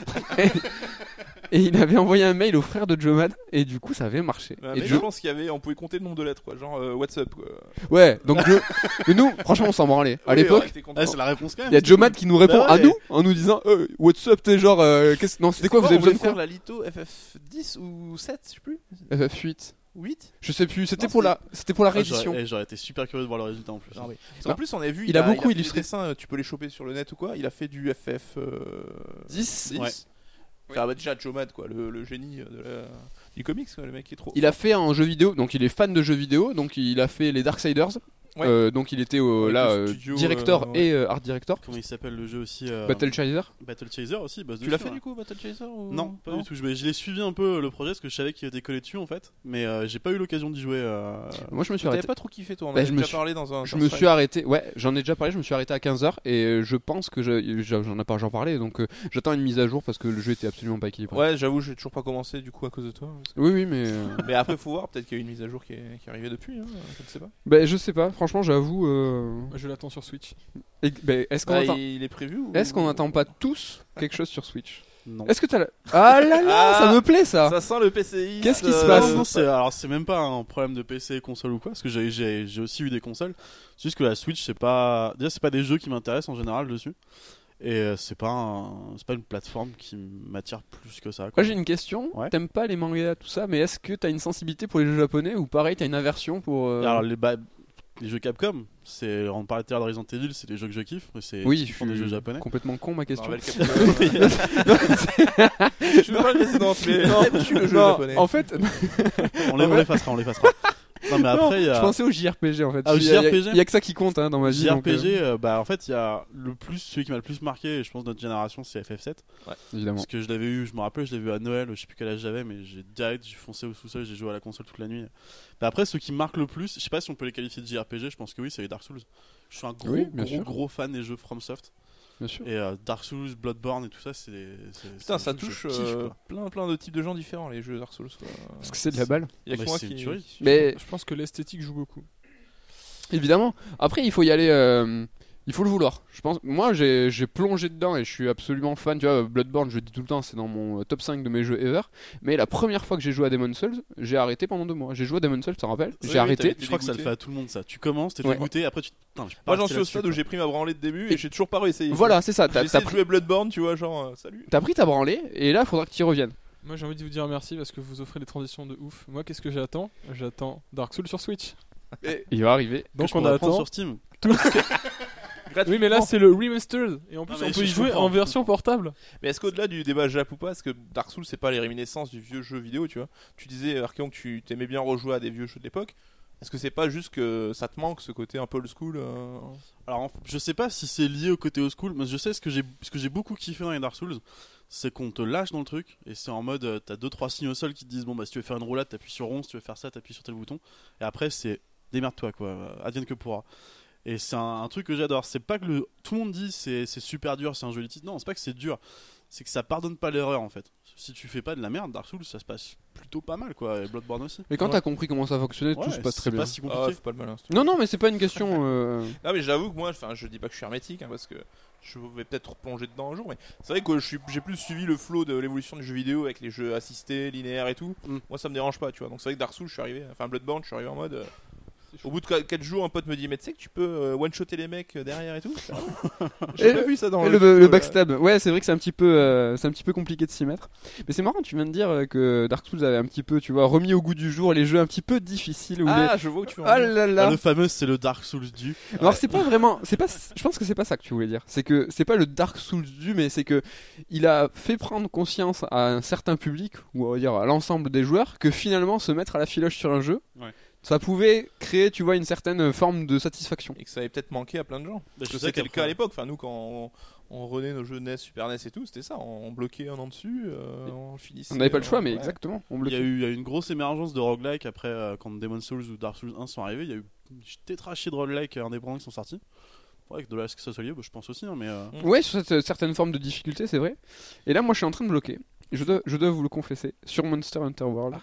[SPEAKER 1] et il avait envoyé un mail au frère de Joe Mann et du coup ça avait marché.
[SPEAKER 2] Ouais,
[SPEAKER 1] et
[SPEAKER 2] Bah, mais
[SPEAKER 1] Joe-
[SPEAKER 2] je pense qu'il y avait, on pouvait compter le nombre de lettres, quoi. Genre euh, What's up, quoi.
[SPEAKER 1] Ouais, donc Joe- mais nous, franchement, on s'en branlait. À
[SPEAKER 2] Oui,
[SPEAKER 1] l'époque,
[SPEAKER 2] ouais, t'es content.
[SPEAKER 3] Ah, c'est la réponse quand même.
[SPEAKER 1] il y a Joe Matt qui nous répond
[SPEAKER 3] Bah ouais.
[SPEAKER 1] à nous en nous disant euh, What's up, t'es genre. euh, qu'est-ce- non, c'était quoi Vous avez
[SPEAKER 2] on
[SPEAKER 1] besoin de
[SPEAKER 2] voulait
[SPEAKER 1] quoi
[SPEAKER 2] faire la Lito FF10 ou 7, je sais plus.
[SPEAKER 1] FF8.
[SPEAKER 2] 8
[SPEAKER 1] Je sais plus, c'était
[SPEAKER 2] Non,
[SPEAKER 1] pour, la... c'était pour la
[SPEAKER 3] Ah,
[SPEAKER 1] réédition.
[SPEAKER 3] j'aurais- eh, J'aurais été super curieux de voir le résultat en plus.
[SPEAKER 2] Non, mais- Parce
[SPEAKER 1] Non.
[SPEAKER 2] qu'en plus, on a vu.
[SPEAKER 1] Ah. Il a beaucoup
[SPEAKER 2] fait des
[SPEAKER 1] illustré.
[SPEAKER 2] dessins, euh, tu peux les choper sur le net ou quoi. Il a fait du euh, FF10.
[SPEAKER 1] 10.
[SPEAKER 3] Ouais.
[SPEAKER 2] Enfin, bah, déjà, Joe Mad, quoi, le, le génie euh, de la- du comics, quoi, le mec qui est trop.
[SPEAKER 1] Il a fait un jeu vidéo, donc il est fan de jeux vidéo, donc il a fait les Darksiders.
[SPEAKER 2] Ouais.
[SPEAKER 1] Euh, donc il était au,
[SPEAKER 2] Avec
[SPEAKER 1] là,
[SPEAKER 2] le
[SPEAKER 1] euh,
[SPEAKER 2] studio,
[SPEAKER 1] director
[SPEAKER 2] euh, ouais.
[SPEAKER 1] et euh, art director.
[SPEAKER 3] Comment il s'appelle le jeu aussi euh,
[SPEAKER 1] Battle Chaser.
[SPEAKER 3] Battle Chaser aussi. il bosse
[SPEAKER 2] Tu
[SPEAKER 3] dessus,
[SPEAKER 2] l'as fait
[SPEAKER 3] ouais.
[SPEAKER 2] du coup, Battle Chaser ou...
[SPEAKER 3] Non, pas du tout. Je, mais je l'ai suivi un peu euh, le projet parce que je savais qu'il était collé dessus en fait, mais euh, j'ai pas eu l'occasion d'y jouer. euh,
[SPEAKER 1] Moi je me suis
[SPEAKER 2] T'avais
[SPEAKER 1] arrêté.
[SPEAKER 2] pas trop kiffé, toi. On en
[SPEAKER 1] Bah,
[SPEAKER 2] avait
[SPEAKER 1] je me
[SPEAKER 2] déjà
[SPEAKER 1] suis-
[SPEAKER 2] parlé dans un.
[SPEAKER 1] Je
[SPEAKER 2] dans
[SPEAKER 1] me
[SPEAKER 2] un
[SPEAKER 1] suis arrêté, ouais, j'en ai déjà parlé, je me suis arrêté à 15h et euh, je pense que je- j'en j'en ai pas encore parlé donc euh, j'attends une mise à jour parce que le jeu était absolument pas équilibré.
[SPEAKER 2] Ouais, j'avoue, j'ai toujours pas commencé du coup à cause de toi. parce que-
[SPEAKER 1] Oui, oui, mais. euh,
[SPEAKER 2] Mais après, faut voir, peut-être qu'il y a eu une mise à jour qui est, qui est arrivée depuis, hein, je ne sais pas.
[SPEAKER 1] ben je sais pas, franchement j'avoue. euh,
[SPEAKER 4] Je l'attends sur Switch.
[SPEAKER 1] et- ben, Est-ce qu'on
[SPEAKER 2] Bah,
[SPEAKER 1] attend...
[SPEAKER 2] il est prévu ou...
[SPEAKER 1] est-ce qu'on attend pas tous quelque chose sur Switch
[SPEAKER 3] Non.
[SPEAKER 1] Est-ce que t'as. la- Ah là là,
[SPEAKER 2] Ah,
[SPEAKER 1] ça me plaît ça
[SPEAKER 2] Ça sent le PCI.
[SPEAKER 1] Qu'est-ce qui se
[SPEAKER 3] Non,
[SPEAKER 1] passe
[SPEAKER 3] Euh, non, c'est- alors c'est même pas un problème de PC, console ou quoi, parce que j'ai- j'ai j'ai aussi eu des consoles. C'est juste que la Switch, c'est pas. Déjà, c'est pas des jeux qui m'intéressent en général dessus. Et euh, c'est pas, un- c'est pas une plateforme qui m'attire plus que ça.
[SPEAKER 1] Moi
[SPEAKER 3] quoi.
[SPEAKER 1] j'ai une question,
[SPEAKER 3] Ouais.
[SPEAKER 1] t'aimes pas les mangas, tout ça, mais est-ce que t'as une sensibilité pour les jeux japonais ou pareil t'as une aversion pour... euh,
[SPEAKER 3] Alors, les, bah, les jeux Capcom, c'est on parlait tout à l'heure de Resident Evil, c'est des jeux que je kiffe, mais c'est
[SPEAKER 1] oui,
[SPEAKER 3] qui
[SPEAKER 1] je
[SPEAKER 3] font des
[SPEAKER 1] suis
[SPEAKER 3] jeux japonais.
[SPEAKER 1] complètement con ma question.
[SPEAKER 2] Marvel Capcom. Je veux pas le laisser dans mais non, tu le jeu
[SPEAKER 1] Non,
[SPEAKER 2] japonais.
[SPEAKER 1] en fait,
[SPEAKER 3] On les, on les passera, on les passera. non, mais après, il y
[SPEAKER 1] je
[SPEAKER 3] a.
[SPEAKER 1] pensais au JRPG en fait.
[SPEAKER 3] Ah, au
[SPEAKER 1] Il y a- il y a-
[SPEAKER 3] JRPG?
[SPEAKER 1] Il y, a que ça qui compte hein, dans ma vie. donc, euh,
[SPEAKER 3] JRPG, euh, bah en fait, il y a le plus, celui qui m'a le plus marqué, et je pense de notre génération, c'est FF7.
[SPEAKER 1] euh, évidemment.
[SPEAKER 3] Parce que je l'avais eu, je me rappelle, je l'avais eu à Noël, je sais plus quel âge j'avais, mais j'ai direct, j'ai foncé au sous-sol, j'ai joué à la console toute la nuit. Bah après, ceux qui marquent le plus, je sais pas si on peut les qualifier de JRPG, je pense que oui, c'est les Dark Souls. Je suis un gros,
[SPEAKER 1] Oui, bien
[SPEAKER 3] gros,
[SPEAKER 1] sûr.
[SPEAKER 3] gros fan des jeux FromSoft.
[SPEAKER 1] Bien sûr.
[SPEAKER 3] Et euh, Dark Souls, Bloodborne et tout ça, c'est des. c'est- c'est
[SPEAKER 2] Putain,
[SPEAKER 3] des
[SPEAKER 2] ça
[SPEAKER 3] jeux que je
[SPEAKER 2] touche
[SPEAKER 3] kiffe,
[SPEAKER 2] euh,
[SPEAKER 3] quoi.
[SPEAKER 2] plein plein de types de gens différents les jeux Dark Souls. Quoi.
[SPEAKER 1] Parce que c'est de la balle.
[SPEAKER 2] Il y a
[SPEAKER 3] Bah,
[SPEAKER 2] que moi
[SPEAKER 3] c'est
[SPEAKER 2] qui.
[SPEAKER 3] une tuerie.
[SPEAKER 2] qui-
[SPEAKER 1] Mais
[SPEAKER 4] Je pense que l'esthétique joue beaucoup.
[SPEAKER 1] évidemment, après il faut y aller. euh, Il faut le vouloir. Je pense. Moi, j'ai j'ai plongé dedans et je suis absolument fan. Tu vois, Bloodborne, je le dis tout le temps, c'est dans mon euh, top 5 de mes jeux ever. Mais la première fois que j'ai joué à Demon's Souls, j'ai arrêté pendant deux mois. J'ai joué à Demon's Souls, tu t'en rappelles
[SPEAKER 3] Oui,
[SPEAKER 1] J'ai
[SPEAKER 3] oui,
[SPEAKER 1] arrêté.
[SPEAKER 3] t'as- Je crois que ça le fait à tout le monde, ça. Tu commences, t'es
[SPEAKER 1] Ouais.
[SPEAKER 3] dégoûté, après tu. Putain, j'ai pas
[SPEAKER 2] Moi j'en
[SPEAKER 3] resté
[SPEAKER 2] suis au stade où
[SPEAKER 3] là-dessus,
[SPEAKER 2] j'ai pris ma branlée de début
[SPEAKER 1] Et-
[SPEAKER 2] et j'ai toujours pas réessayé.
[SPEAKER 1] Voilà, c'est ça.
[SPEAKER 2] J'ai
[SPEAKER 1] T'as
[SPEAKER 2] essayé
[SPEAKER 1] t'as
[SPEAKER 2] de
[SPEAKER 1] pris,
[SPEAKER 2] jouer Bloodborne, tu vois, genre euh, salut.
[SPEAKER 1] t'as pris ta branlée et là, faudra que tu reviennes.
[SPEAKER 4] Moi j'ai envie de vous dire merci parce que vous offrez des transitions de ouf. Moi qu'est-ce que j'attends J'attends Dark Souls sur Switch.
[SPEAKER 1] Il va arriver.
[SPEAKER 3] quoi. Que
[SPEAKER 4] Donc
[SPEAKER 3] je
[SPEAKER 4] on
[SPEAKER 3] pourrais prendre
[SPEAKER 4] attend.
[SPEAKER 3] sur Steam.
[SPEAKER 4] Oui mais là c'est le remastered et en plus
[SPEAKER 3] Ah, mais
[SPEAKER 4] on peut
[SPEAKER 3] je-
[SPEAKER 4] y
[SPEAKER 3] je
[SPEAKER 4] jouer
[SPEAKER 3] comprends,
[SPEAKER 4] en
[SPEAKER 3] je
[SPEAKER 4] version portable.
[SPEAKER 2] Mais est-ce qu'au-delà du débat Jap ou pas, est-ce que Dark Souls c'est pas les réminiscences du vieux jeu vidéo, tu vois Tu disais, Archeon, que tu t'aimais bien rejouer à des vieux jeux de l'époque. Est-ce que c'est pas juste que ça te manque ce côté un peu old school euh,
[SPEAKER 3] Alors, en- je sais pas si c'est lié au côté old school, mais je sais ce que j'ai ce que j'ai beaucoup kiffé dans les Dark Souls, c'est qu'on te lâche dans le truc et c'est en mode euh, t'as deux trois signes au sol qui te disent bon bah si tu veux faire une roulade t'appuies sur rond, si tu veux faire ça t'appuies sur tel bouton et après c'est démerde-toi quoi, euh, advienne que pourra. Et c'est un, un truc que j'adore, c'est pas que le tout le monde dit c'est c'est super dur, c'est un joli titre. Non, c'est pas que c'est dur, c'est que ça pardonne pas l'erreur en fait. Si tu fais pas de la merde, Dark Souls ça se passe plutôt pas mal quoi, et Bloodborne aussi.
[SPEAKER 1] Mais quand
[SPEAKER 2] Ouais.
[SPEAKER 1] t'as compris comment ça fonctionnait, tout
[SPEAKER 3] Ouais,
[SPEAKER 1] se passe très
[SPEAKER 3] c'est
[SPEAKER 1] bien.
[SPEAKER 3] pas si
[SPEAKER 2] Ah,
[SPEAKER 3] compliqué.
[SPEAKER 2] faut pas le malin. c'est tout.
[SPEAKER 1] Non, non, mais c'est pas une question. euh,
[SPEAKER 2] Non mais j'avoue que moi, enfin, je dis pas que je suis hermétique hein, parce que je vais peut-être replonger dedans un jour, mais c'est vrai que je suis- j'ai plus suivi le flow de l'évolution du jeu vidéo avec les jeux assistés, linéaires et tout.
[SPEAKER 3] Mm.
[SPEAKER 2] Moi, ça me dérange pas, tu vois. Donc c'est vrai que Dark Souls, je suis arrivé, enfin Bloodborne, je suis arrivé en mode. euh, au bout de 4 jours, un pote me dit mais tu sais que tu peux euh, one-shotter les mecs euh, derrière et tout. Je fais, Ah bon J'ai
[SPEAKER 1] Et
[SPEAKER 2] pas vu ça dans
[SPEAKER 1] Et
[SPEAKER 2] le,
[SPEAKER 1] le,
[SPEAKER 2] jeu,
[SPEAKER 1] le
[SPEAKER 2] euh.
[SPEAKER 1] backstab, ouais, c'est vrai que c'est un petit peu, euh, c'est un petit peu compliqué de s'y mettre. Mais c'est marrant, tu viens de dire euh, que Dark Souls avait un petit peu, tu vois, remis au goût du jour les jeux un petit peu difficiles. Où les...
[SPEAKER 2] Ah, je vois où tu veux en
[SPEAKER 1] Ah
[SPEAKER 2] venir.
[SPEAKER 1] là
[SPEAKER 3] Ah,
[SPEAKER 1] là.
[SPEAKER 3] le fameux c'est le Dark Souls du
[SPEAKER 1] Alors c'est pas vraiment, c'est pas, je pense que c'est pas ça que tu voulais dire. C'est que c'est pas le Dark Souls du, mais c'est que il a fait prendre conscience à un certain public ou on va dire à l'ensemble des joueurs que finalement se mettre à la filoche sur un jeu,
[SPEAKER 3] Ouais.
[SPEAKER 1] ça pouvait créer, tu vois, une certaine forme de satisfaction.
[SPEAKER 2] Et que ça avait peut-être manqué à plein de gens.
[SPEAKER 3] Bah,
[SPEAKER 2] Parce
[SPEAKER 3] je
[SPEAKER 2] que
[SPEAKER 3] sais
[SPEAKER 2] c'était le
[SPEAKER 3] qu'après-
[SPEAKER 2] cas à l'époque. Enfin, nous, quand on, on renait nos jeux NES, Super NES et tout, c'était ça. On, on bloquait un an dessus, euh, on finissait.
[SPEAKER 1] On n'avait pas le choix, mais
[SPEAKER 2] ouais.
[SPEAKER 1] exactement. On
[SPEAKER 3] Il y,
[SPEAKER 1] bloquait.
[SPEAKER 3] a eu, il y a eu une grosse émergence de roguelike après euh, quand Demon Souls ou Dark Souls 1 sont arrivés. Il y a eu une tétrachie de roguelike euh, indépendants qui sont sortis. Ouais, que de là à ce que ça soit lié, bah, je pense aussi, hein, mais euh,
[SPEAKER 1] Ouais, sur cette euh, certaine forme de difficulté, c'est vrai. Et là, moi, je suis en train de bloquer. Je dois, je dois vous le confesser, sur Monster Hunter World.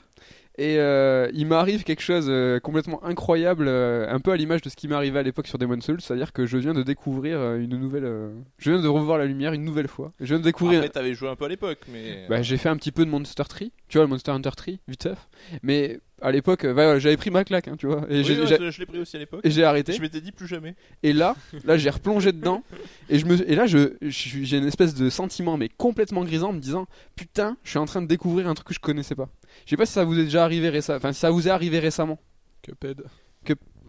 [SPEAKER 1] Et euh, il m'arrive quelque chose euh, complètement incroyable, euh, un peu à l'image de ce qui m'arrivait à l'époque sur Demon's Souls, c'est-à-dire que je viens de découvrir euh, une nouvelle. euh, je viens de revoir la lumière une nouvelle fois. Je viens de découvrir.
[SPEAKER 2] Après, t'avais joué un peu à l'époque, mais. euh,
[SPEAKER 1] Bah, j'ai fait un petit peu de Monster Tree, tu vois, le Monster Hunter Tree, vite fait. Mais à l'époque, euh, bah, j'avais pris ma claque, hein, tu vois, et
[SPEAKER 2] Oui,
[SPEAKER 1] j'ai-
[SPEAKER 2] ouais,
[SPEAKER 1] j'ai-
[SPEAKER 2] je je l'ai pris aussi à l'époque.
[SPEAKER 1] et j'ai arrêté.
[SPEAKER 2] Je m'étais dit plus jamais.
[SPEAKER 1] Et là, là j'ai replongé dedans et je me et là je je suis- j'ai une espèce de sentiment mais complètement grisant en me disant putain, je suis en train de découvrir un truc que je connaissais pas. Je sais pas si ça vous est déjà arrivé récemment, enfin si ça vous est arrivé récemment.
[SPEAKER 4] Cuphead.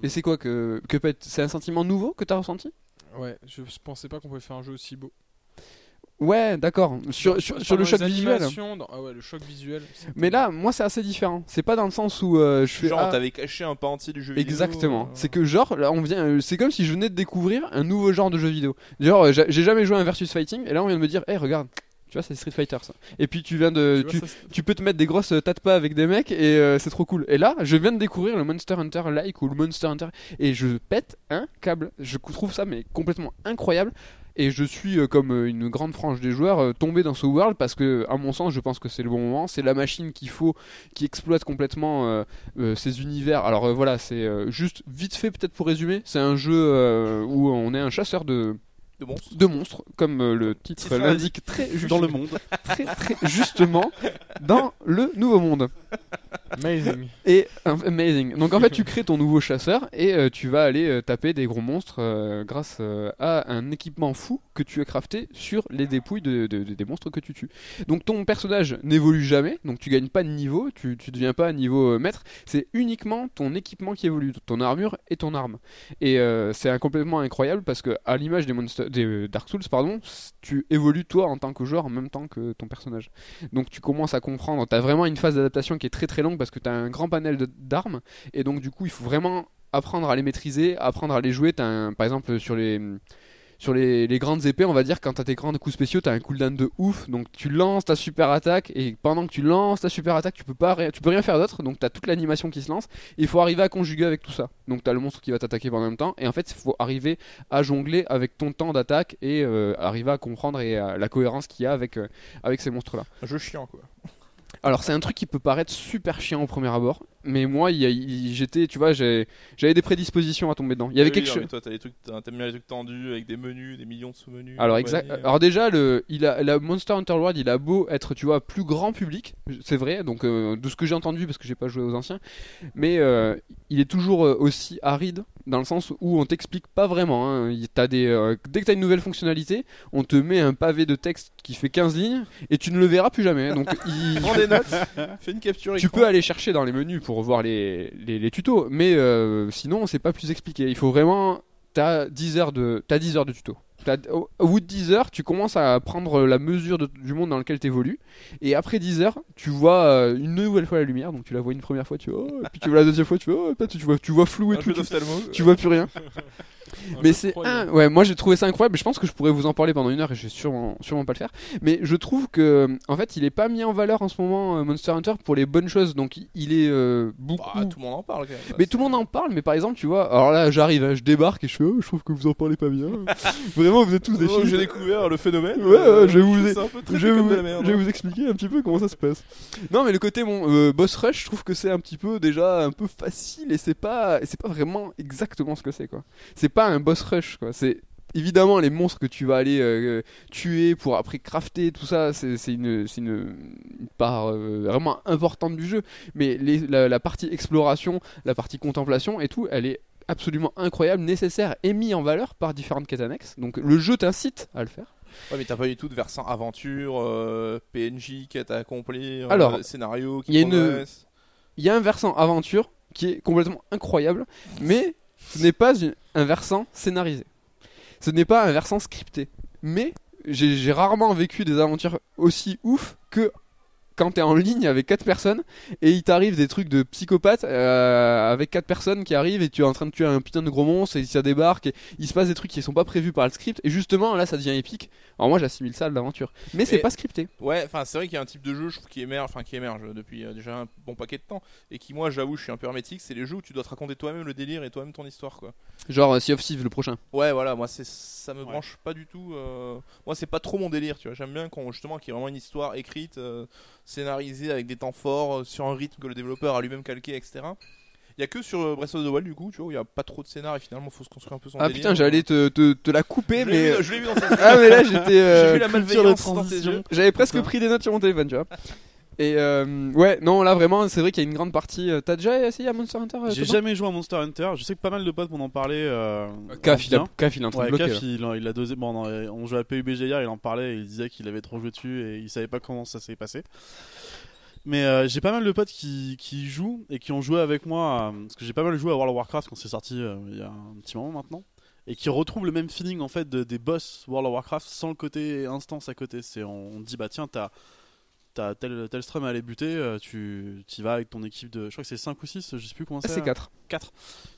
[SPEAKER 1] Mais c'est quoi que que peut être- c'est un sentiment nouveau que t'as ressenti
[SPEAKER 4] Ouais, je pensais pas qu'on pouvait faire un jeu aussi beau.
[SPEAKER 1] Ouais, d'accord. Sur sur, sur le
[SPEAKER 4] Dans les
[SPEAKER 1] choc visuel.
[SPEAKER 4] animations, dans- Ah ouais, le choc visuel. c'était-
[SPEAKER 1] Mais là, moi c'est assez différent. C'est pas dans le sens où euh, je fais
[SPEAKER 2] Genre,
[SPEAKER 1] ah,
[SPEAKER 2] t'avais caché un pan entier du jeu vidéo.
[SPEAKER 1] Exactement.
[SPEAKER 2] euh,
[SPEAKER 1] C'est que genre là on vient, euh, c'est comme si je venais de découvrir un nouveau genre de jeu vidéo. Genre euh, j'a- j'ai jamais joué à un versus fighting et là on vient de me dire, hey regarde, tu vois c'est Street Fighter ça. Et puis tu viens
[SPEAKER 4] Tu
[SPEAKER 1] de,
[SPEAKER 4] vois,
[SPEAKER 1] euh, tu,
[SPEAKER 4] ça, c'est-
[SPEAKER 1] tu peux te mettre des grosses euh, tas de pas avec des mecs et euh, c'est trop cool. Et là je viens de découvrir le Monster Hunter like ou le Monster Hunter et je pète un câble. Je trouve ça mais complètement incroyable. Et je suis euh, comme euh, une grande frange des joueurs euh, tombé dans ce world parce que, à mon sens, je pense que c'est le bon moment. C'est la machine qu'il faut, qui exploite complètement euh, euh, ces univers. Alors euh, voilà, c'est euh, juste vite fait peut-être pour résumer. C'est un jeu euh, où on est un chasseur de,
[SPEAKER 2] De monstres.
[SPEAKER 1] de monstres, comme euh, le titre
[SPEAKER 2] Titre
[SPEAKER 1] l'indique très, ju-
[SPEAKER 3] Dans le monde.
[SPEAKER 1] très très justement dans le nouveau monde.
[SPEAKER 4] Amazing.
[SPEAKER 1] Et euh, amazing. Donc en fait, tu crées ton nouveau chasseur et euh, tu vas aller euh, taper des gros monstres euh, grâce euh, à un équipement fou que tu as crafté sur les dépouilles de, de- de- des monstres que tu tues. Donc ton personnage n'évolue jamais, donc tu gagnes pas de niveau, tu, tu deviens pas niveau euh, maître. C'est uniquement ton équipement qui évolue, ton armure et ton arme. Et euh, c'est un complètement incroyable parce que à l'image des, Monster- des euh, Dark Souls, pardon, tu évolues toi en tant que joueur en même temps que ton personnage. Donc tu commences à comprendre, tu as vraiment une phase d'adaptation qui est très très longue parce que tu as un grand panel de- d'armes et donc du coup il faut vraiment apprendre à les maîtriser, apprendre à les jouer. T'as un- par exemple sur les sur les, les grandes épées, on va dire quand t'as tes grands coups spéciaux, t'as un cooldown de ouf, donc tu lances ta super attaque et pendant que tu lances ta super attaque, tu peux pas rien- tu peux rien faire d'autre, donc t'as toute l'animation qui se lance. Et il faut arriver à conjuguer avec tout ça. Donc t'as le monstre qui va t'attaquer pendant même temps et en fait il faut arriver à jongler avec ton temps d'attaque et euh, arriver à comprendre et à la cohérence qu'il y a avec euh, avec ces monstres là.
[SPEAKER 2] Un jeu chiant, quoi.
[SPEAKER 1] Alors c'est un truc qui peut paraître super chiant au premier abord, mais moi il y a- il- j'étais, tu vois, j'ai- j'avais des prédispositions à tomber dedans. Il y avait
[SPEAKER 2] Oui,
[SPEAKER 1] quelque
[SPEAKER 2] non,
[SPEAKER 1] chose.
[SPEAKER 2] mais Toi, t'as les trucs- t'as- t'aimes bien les trucs tendus avec des menus, des millions de sous-menus.
[SPEAKER 1] Alors
[SPEAKER 2] et
[SPEAKER 1] exact.
[SPEAKER 2] compagnie.
[SPEAKER 1] Alors déjà le, il a, la Monster Hunter World, il a beau être, tu vois, plus grand public, c'est vrai. Donc euh, de ce que j'ai entendu, parce que j'ai pas joué aux anciens, mais euh, il est toujours euh, aussi aride dans le sens où on t'explique pas vraiment. hein. Il- t'as des, euh, dès que t'as une nouvelle fonctionnalité, on te met un pavé de texte qui fait 15 lignes et tu ne le verras plus jamais. Donc il,
[SPEAKER 2] Prends des notes, fais une capture
[SPEAKER 1] Tu
[SPEAKER 2] écran.
[SPEAKER 1] peux aller chercher dans les menus pour voir les, les, les tutos, mais euh, sinon, c'est pas plus expliqué. Il faut vraiment. T'as 10 heures de, t'as 10 heures de tuto. T'as- Au au bout de 10 heures, tu commences à prendre la mesure de- du monde dans lequel t'évolues. Et après 10 heures, tu vois euh, une nouvelle fois la lumière. Donc tu la vois une première fois, tu fais oh, et puis tu vois la deuxième fois, tu fais oh, et puis tu vois, tu vois flou et
[SPEAKER 2] Un
[SPEAKER 1] tout.
[SPEAKER 2] jeu
[SPEAKER 1] Tu,
[SPEAKER 2] d'ophtalmo. euh,
[SPEAKER 1] tu vois plus rien.
[SPEAKER 4] Un
[SPEAKER 1] Mais
[SPEAKER 4] jeu
[SPEAKER 1] c'est
[SPEAKER 4] croyable.
[SPEAKER 1] un... ouais, moi j'ai trouvé ça incroyable. mais Je pense que je pourrais vous en parler pendant une heure et je vais sûrement, sûrement pas le faire. Mais je trouve que euh, en fait, il est pas mis en valeur en ce moment euh, Monster Hunter pour les bonnes choses. Donc il- il est euh, beaucoup.
[SPEAKER 2] Bah, tout le monde en parle quand même.
[SPEAKER 1] mais tout le monde en parle. Mais par exemple, tu vois, alors là, j'arrive, hein, je débarque et je fais, oh, je trouve que vous en parlez pas bien. Vraiment, vous êtes tous des
[SPEAKER 2] Oh, J'ai
[SPEAKER 1] filles.
[SPEAKER 2] découvert le phénomène.
[SPEAKER 1] Ouais, ouais,
[SPEAKER 2] euh,
[SPEAKER 1] je vais vous-
[SPEAKER 2] C'est un peu traité
[SPEAKER 1] Je vais,
[SPEAKER 2] comme
[SPEAKER 1] vous,
[SPEAKER 2] de la merde.
[SPEAKER 1] je vais vous expliquer un petit peu comment ça se passe. hein. Non, mais le côté bon, euh, boss rush, je trouve que c'est un petit peu déjà un peu facile et c'est pas, et c'est pas vraiment exactement ce que c'est quoi. C'est pas un boss rush quoi. C'est évidemment les monstres que tu vas aller euh, tuer pour après crafter tout ça. C'est c'est une, c'est une, une part euh, vraiment importante du jeu. Mais les- la, la partie exploration, la partie contemplation et tout, elle est absolument incroyable, nécessaire et mise en valeur par différentes quêtes annexes. Donc le jeu t'incite à le faire.
[SPEAKER 2] Ouais, mais t'as pas du tout de versant aventure, euh, PNJ, quête à accomplir,
[SPEAKER 1] Alors,
[SPEAKER 2] euh, scénario qui
[SPEAKER 1] il y a une-
[SPEAKER 2] progresse.
[SPEAKER 1] il y a un versant aventure qui est complètement incroyable, mais ce n'est pas une- un versant scénarisé. Ce n'est pas un versant scripté. Mais j'ai j'ai rarement vécu des aventures aussi ouf que quand t'es en ligne avec quatre personnes et il t'arrive des trucs de psychopathe euh, avec quatre personnes qui arrivent et tu es en train de tuer un putain de gros monstre et ça débarque et il se passe des trucs qui sont pas prévus par le script et justement là ça devient épique. Alors moi j'assimile ça à de l'aventure, mais c'est
[SPEAKER 2] Mais-
[SPEAKER 1] pas scripté.
[SPEAKER 2] Ouais, enfin c'est vrai qu'il y a un type de jeu je trouve, qui émerge, enfin qui émerge depuis euh, déjà un bon paquet de temps et qui moi j'avoue je suis un peu hermétique, c'est les jeux où tu dois te raconter toi-même le délire et toi-même ton histoire quoi.
[SPEAKER 1] Genre euh, Sea of Thieves le prochain.
[SPEAKER 2] Ouais, voilà, moi c'est ça me
[SPEAKER 3] Ouais.
[SPEAKER 2] branche pas du tout. euh, Moi c'est pas trop mon délire, tu vois. J'aime bien qu'on justement qu'il y ait vraiment une histoire écrite, euh, scénarisé avec des temps forts, euh, sur un rythme que le développeur a lui-même calqué, etc. Il y a que sur euh, Breath of the Wild, du coup, tu vois, où il n'y a pas trop de scénar et finalement, faut se construire un peu son
[SPEAKER 1] Ah
[SPEAKER 2] délire.
[SPEAKER 1] putain, j'allais te, te, te la
[SPEAKER 2] hein. Je
[SPEAKER 1] couper,
[SPEAKER 2] l'ai
[SPEAKER 1] mais.
[SPEAKER 2] vu- je l'ai vu dans ta-
[SPEAKER 1] Ah, mais là, j'étais. euh,
[SPEAKER 2] J'ai vu
[SPEAKER 1] culture
[SPEAKER 2] la
[SPEAKER 1] de
[SPEAKER 2] malveillance dans tes
[SPEAKER 1] transition.
[SPEAKER 2] yeux.
[SPEAKER 1] J'avais presque pris des notes sur mon téléphone, tu vois. Et euh, ouais, non, là vraiment, c'est vrai qu'il y a une grande partie. euh, T'as déjà essayé à Monster Hunter euh,
[SPEAKER 3] J'ai
[SPEAKER 1] Thomas
[SPEAKER 3] jamais joué à Monster Hunter. Je sais que pas mal de potes m'en ont parlé. euh,
[SPEAKER 1] Caf, il, a-
[SPEAKER 3] bien.
[SPEAKER 1] Caf, il est en train
[SPEAKER 3] Ouais,
[SPEAKER 1] de bloquer.
[SPEAKER 3] Caf,
[SPEAKER 1] là.
[SPEAKER 3] il, en- il a dosé. Bon, non, euh, on jouait à PUBG hier, il en parlait, il disait qu'il avait trop joué dessus et il savait pas comment ça s'est passé. Mais euh, j'ai pas mal de potes qui, qui jouent et qui ont joué avec moi, à- parce que j'ai pas mal joué à World of Warcraft quand c'est sorti euh, il y a un petit moment maintenant, et qui retrouvent le même feeling en fait de- des boss World of Warcraft sans le côté instance à côté. C'est on, on dit bah tiens t'as t'as tel, tel strum à aller buter, euh, tu y vas avec ton équipe de, je crois que c'est 5 ou 6, je sais plus comment
[SPEAKER 1] Ah,
[SPEAKER 3] c'est.
[SPEAKER 1] C'est 4.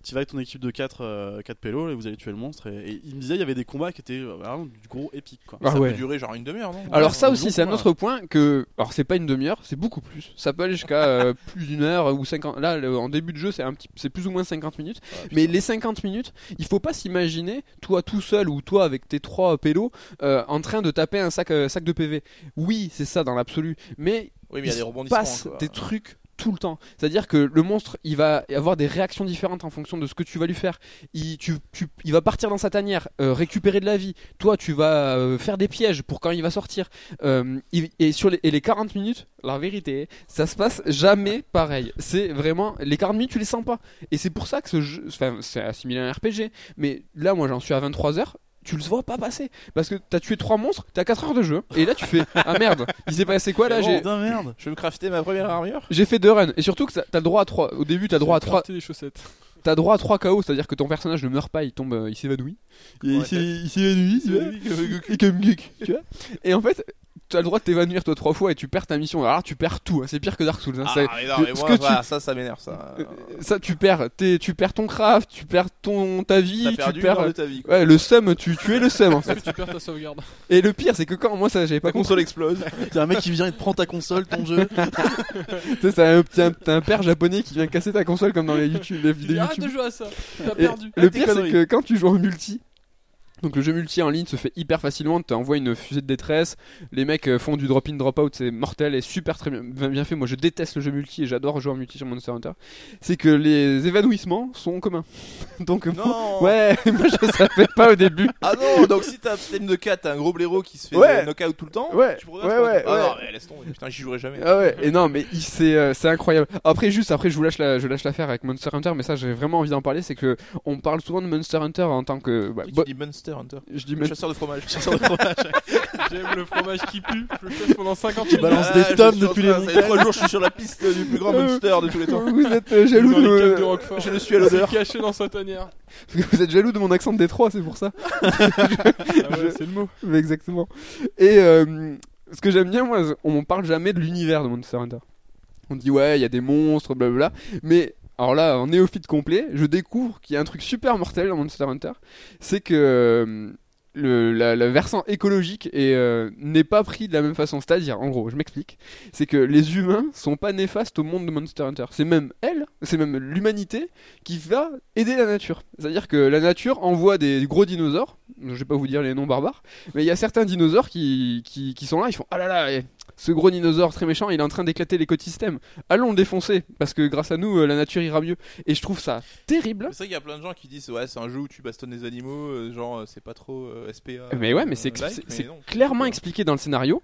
[SPEAKER 3] Tu vas avec ton équipe de 4 quatre pélos et vous allez tuer le monstre. Et, et il me disait il y avait des combats qui étaient euh, vraiment du gros épique. Quoi.
[SPEAKER 1] Ah
[SPEAKER 2] Ça
[SPEAKER 1] ouais.
[SPEAKER 2] peut durer genre une demi-heure, non
[SPEAKER 1] Alors ça
[SPEAKER 3] un
[SPEAKER 1] aussi,
[SPEAKER 3] long
[SPEAKER 1] c'est un
[SPEAKER 3] combat.
[SPEAKER 1] autre point que... Alors c'est pas une demi-heure, c'est beaucoup plus. Ça peut aller jusqu'à euh, plus d'une heure ou 50... Là, le- en début de jeu, c'est un petit... c'est plus ou moins 50 minutes.
[SPEAKER 3] Ah,
[SPEAKER 1] Mais les 50 minutes, il faut pas s'imaginer, toi tout seul ou toi avec tes trois pélos, euh, en train de taper un sac, euh, sac de PV. Oui, c'est ça dans l'absolu. Mais
[SPEAKER 2] Oui, mais il y a
[SPEAKER 1] se
[SPEAKER 2] des rebondissements.
[SPEAKER 1] passe
[SPEAKER 2] quoi.
[SPEAKER 1] des trucs tout le temps. C'est-à-dire que le monstre, il va avoir des réactions différentes en fonction de ce que tu vas lui faire. Il, tu- tu- il va partir dans sa tanière, euh, récupérer de la vie. Toi, tu vas euh, faire des pièges pour quand il va sortir. Euh, il- et sur les, et les 40 minutes, la vérité, ça se passe jamais pareil. C'est vraiment les 40 minutes, tu les sens pas. Et c'est pour ça que ce jeu, enfin, c'est assimilé à un RPG. Mais là, moi, j'en suis à 23 heures. Tu le vois pas passer parce que t'as tué trois monstres, t'as 4 heures de jeu et là tu fais ah merde, il s'est passé quoi là
[SPEAKER 2] Mais bon,
[SPEAKER 1] j'ai
[SPEAKER 3] Putain, Ah, merde
[SPEAKER 2] Je vais me crafter ma première armure.
[SPEAKER 1] j'ai fait deux runs et surtout que ça- t'as le droit à trois. Au début, t'as droit à
[SPEAKER 4] J'ai
[SPEAKER 1] trois.
[SPEAKER 4] crafté des chaussettes.
[SPEAKER 1] T'as droit à trois KO, c'est-à-dire que ton personnage ne meurt pas, il tombe, euh, il s'évanouit. Et
[SPEAKER 2] Ouais,
[SPEAKER 1] il s'é- il s'évanouit, tu vois. Et comme Goku, tu vois. Et en fait, t'as le droit de t'évanouir toi trois fois et tu perds ta mission. Alors là, tu perds tout. hein. C'est pire que Dark Souls. hein.
[SPEAKER 2] Ah,
[SPEAKER 1] Ça-
[SPEAKER 2] mais non, mais
[SPEAKER 1] ce
[SPEAKER 2] moi,
[SPEAKER 1] que tu-
[SPEAKER 2] voilà, ça, ça m'énerve, ça.
[SPEAKER 1] euh, Ça, tu perds. t'es- tu perds ton craft, tu perds ton ta vie,
[SPEAKER 2] T'as
[SPEAKER 1] tu
[SPEAKER 2] perdu une
[SPEAKER 1] perds. euh,
[SPEAKER 2] heure de ta vie. quoi.
[SPEAKER 1] Ouais, le seum, tu, tu es le seum en fait.
[SPEAKER 4] tu perds ta sauvegarde.
[SPEAKER 1] Et le pire, c'est que quand moi ça, j'avais pas
[SPEAKER 2] Ta
[SPEAKER 1] compris.
[SPEAKER 2] console explose.
[SPEAKER 3] T'as un mec qui vient, il te prend ta console, ton jeu.
[SPEAKER 1] Tu sais, c'est un- T'as un, t'as un père japonais qui vient casser ta console comme dans les YouTube, les
[SPEAKER 4] Il
[SPEAKER 1] vidéos
[SPEAKER 4] dit, Arrête
[SPEAKER 1] YouTube.
[SPEAKER 4] de jouer à ça. T'as
[SPEAKER 1] Et
[SPEAKER 4] perdu.
[SPEAKER 1] Le
[SPEAKER 2] Ah, tes
[SPEAKER 1] pire, c'est
[SPEAKER 2] conneries.
[SPEAKER 1] que quand tu joues en multi, donc le jeu multi en ligne se fait hyper facilement. Tu envoies une fusée de détresse, les mecs euh, font du drop-in, drop-out, c'est mortel et super très bien, bien bien fait. Moi, je déteste le jeu multi et j'adore jouer en multi sur Monster Hunter. C'est que les évanouissements sont communs. donc, bon,
[SPEAKER 2] Non
[SPEAKER 1] ouais, moi je savais pas au début.
[SPEAKER 2] Ah non, donc si t'as thème de 4, t'as un gros blaireau qui se fait
[SPEAKER 1] Ouais.
[SPEAKER 2] euh, knockout tout le temps,
[SPEAKER 1] Ouais,
[SPEAKER 2] tu progresses
[SPEAKER 1] ouais,
[SPEAKER 2] pas.
[SPEAKER 1] ouais,
[SPEAKER 2] ah non,
[SPEAKER 1] ouais.
[SPEAKER 2] mais laisse tomber, putain, j'y jouerai jamais.
[SPEAKER 1] Ah ouais, et non, mais il- c'est euh, c'est incroyable. Après, juste après, je vous lâche la, je lâche l'affaire avec Monster Hunter, mais ça, j'ai vraiment envie d'en parler. C'est que on parle souvent de Monster Hunter en tant que. bah,
[SPEAKER 2] Tu
[SPEAKER 1] bo-
[SPEAKER 2] dis Monster Hunter.
[SPEAKER 1] je dis
[SPEAKER 2] Le
[SPEAKER 1] Monster
[SPEAKER 2] chasseur de fromage.
[SPEAKER 4] J'aime le fromage qui pue. Je le chasse pendant 50
[SPEAKER 3] Tu
[SPEAKER 4] minutes.
[SPEAKER 3] balances
[SPEAKER 2] Ah, je
[SPEAKER 3] des tomes
[SPEAKER 2] suis en
[SPEAKER 3] depuis les
[SPEAKER 2] train- Ça fait
[SPEAKER 3] montagnes.
[SPEAKER 2] 3 jours, je suis sur la piste du plus grand Monster de tous les temps.
[SPEAKER 1] Vous êtes euh, jaloux
[SPEAKER 4] dans les
[SPEAKER 1] de-
[SPEAKER 4] caves de Roquefort.
[SPEAKER 2] Je le suis à l'odeur.
[SPEAKER 4] Caché dans sa tanière.
[SPEAKER 1] Parce que vous êtes jaloux de mon accent de Détroit, c'est pour ça.
[SPEAKER 4] Ah ouais, c'est le mot.
[SPEAKER 1] Mais exactement. Et euh, ce que j'aime bien, moi, on ne parle jamais de l'univers de Monster Hunter. On dit, ouais, il y a des monstres, blablabla. Mais, alors là, en néophyte complet, je découvre qu'il y a un truc super mortel dans Monster Hunter. C'est que. euh, le, la, la versant écologique est, euh, n'est pas pris de la même façon. C'est-à-dire, en gros, je m'explique, c'est que les humains sont pas néfastes au monde de Monster Hunter. C'est même elle, c'est même l'humanité qui va aider la nature. C'est-à-dire que la nature envoie des gros dinosaures, je vais pas vous dire les noms barbares, mais il y a certains dinosaures qui, qui, qui sont là, ils font Ah là là, eh, ce gros dinosaure très méchant, il est en train d'éclater l'écosystème. Allons le défoncer, parce que grâce à nous, euh, la nature ira mieux. Et je trouve ça terrible.
[SPEAKER 2] C'est vrai qu'il y a plein de gens qui disent ouais c'est un jeu où tu bastonnes des animaux euh, genre euh, c'est pas trop euh, SPA.
[SPEAKER 1] Mais ouais, mais
[SPEAKER 2] euh,
[SPEAKER 1] c'est expli-
[SPEAKER 2] like,
[SPEAKER 1] c'est-
[SPEAKER 2] mais
[SPEAKER 1] c'est
[SPEAKER 2] non.
[SPEAKER 1] clairement expliqué dans le scénario.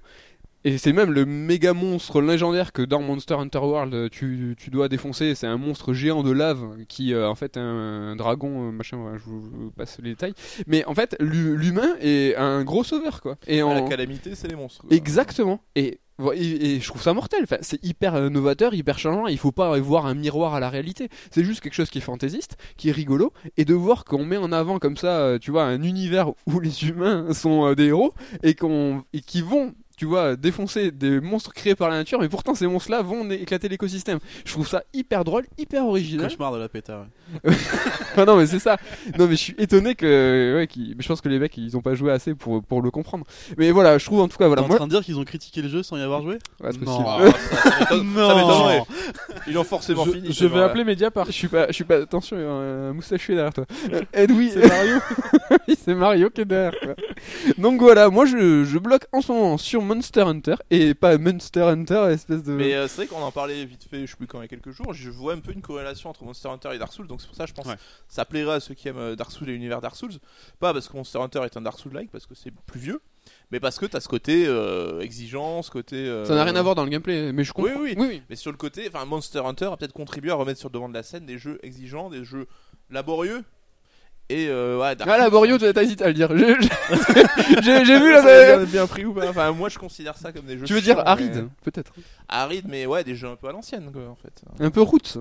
[SPEAKER 1] Et c'est même le méga monstre légendaire que dans Monster Hunter World euh, tu, tu dois défoncer. C'est un monstre géant de lave qui euh, en fait est un, un dragon, euh, machin, ouais, je, vous, je vous passe les détails. Mais en fait l'hu- l'humain est un gros sauveur quoi. Et
[SPEAKER 2] Ah, La
[SPEAKER 1] en-
[SPEAKER 2] calamité c'est les monstres. quoi.
[SPEAKER 1] Exactement. Et, et, et je trouve ça mortel. Enfin, c'est hyper euh, novateur, hyper changeant. Il faut pas voir un miroir à la réalité. C'est juste quelque chose qui est fantaisiste, qui est rigolo. Et de voir qu'on met en avant comme ça, euh, tu vois, un univers où les humains sont euh, des héros et qu'on et qui vont. Tu vois, défoncer des monstres créés par la nature, mais pourtant ces monstres-là vont né- éclater l'écosystème. Je trouve ça hyper drôle, hyper original.
[SPEAKER 3] Cauchemar de la pétard.
[SPEAKER 1] Ah non mais c'est ça. Non mais je suis étonné que, ouais, qu'ils- je pense que les mecs ils ont pas joué assez pour pour le comprendre. Mais voilà, je trouve en tout cas
[SPEAKER 3] T'es
[SPEAKER 1] voilà
[SPEAKER 3] en
[SPEAKER 1] moi.
[SPEAKER 3] train de dire qu'ils ont critiqué le jeu sans y avoir joué
[SPEAKER 2] Oh.
[SPEAKER 1] Ouais, c'est
[SPEAKER 3] Non.
[SPEAKER 1] possible.
[SPEAKER 2] Ah, ça, ça m'étonne- ça m'étonnerait. Ils ont forcément
[SPEAKER 4] je,
[SPEAKER 2] fini.
[SPEAKER 4] je
[SPEAKER 2] ces
[SPEAKER 4] vais
[SPEAKER 2] gens-là.
[SPEAKER 4] appeler Mediapart.
[SPEAKER 1] Ah, Je suis pas, je suis pas. Attention, il y a un moustachu derrière toi. Euh, Ed, oui, c'est Mario. oui, c'est Mario qui est derrière. quoi. Donc voilà, moi je, je bloque en ce moment sur Monster Hunter et pas Monster Hunter, espèce de.
[SPEAKER 2] Mais euh, c'est vrai qu'on en parlait vite fait, je sais plus quand, il y a quelques jours. Je vois un peu une corrélation entre Monster Hunter et Dark Souls, donc c'est pour ça que je pense
[SPEAKER 3] Ouais.
[SPEAKER 2] que ça plaira à ceux qui aiment euh, Dark Souls et l'univers Dark Souls. Pas parce que Monster Hunter est un Dark Souls-like, parce que c'est plus vieux, mais parce que t'as ce côté euh, exigeant, ce côté. euh,
[SPEAKER 1] Ça n'a rien à voir dans le gameplay, mais je comprends.
[SPEAKER 2] Oui, oui.
[SPEAKER 1] oui, oui.
[SPEAKER 2] Mais sur le côté, enfin, Monster Hunter a peut-être contribué à remettre sur le devant de la scène des jeux exigeants, des jeux laborieux. Et euh, ouais, Dark
[SPEAKER 1] Ah,
[SPEAKER 2] Souls-
[SPEAKER 1] laborieux, tu hésites à le dire. J'ai- j'ai- J'ai j'ai vu
[SPEAKER 2] Ça veut
[SPEAKER 1] la.
[SPEAKER 2] dire bien pris ou pas Enfin, moi je considère ça comme des jeux.
[SPEAKER 1] Tu veux dire
[SPEAKER 2] chiants, mais-
[SPEAKER 1] aride, peut-être.
[SPEAKER 2] Aride, mais ouais, des jeux un peu à l'ancienne, quoi, en fait.
[SPEAKER 1] Un peu roots.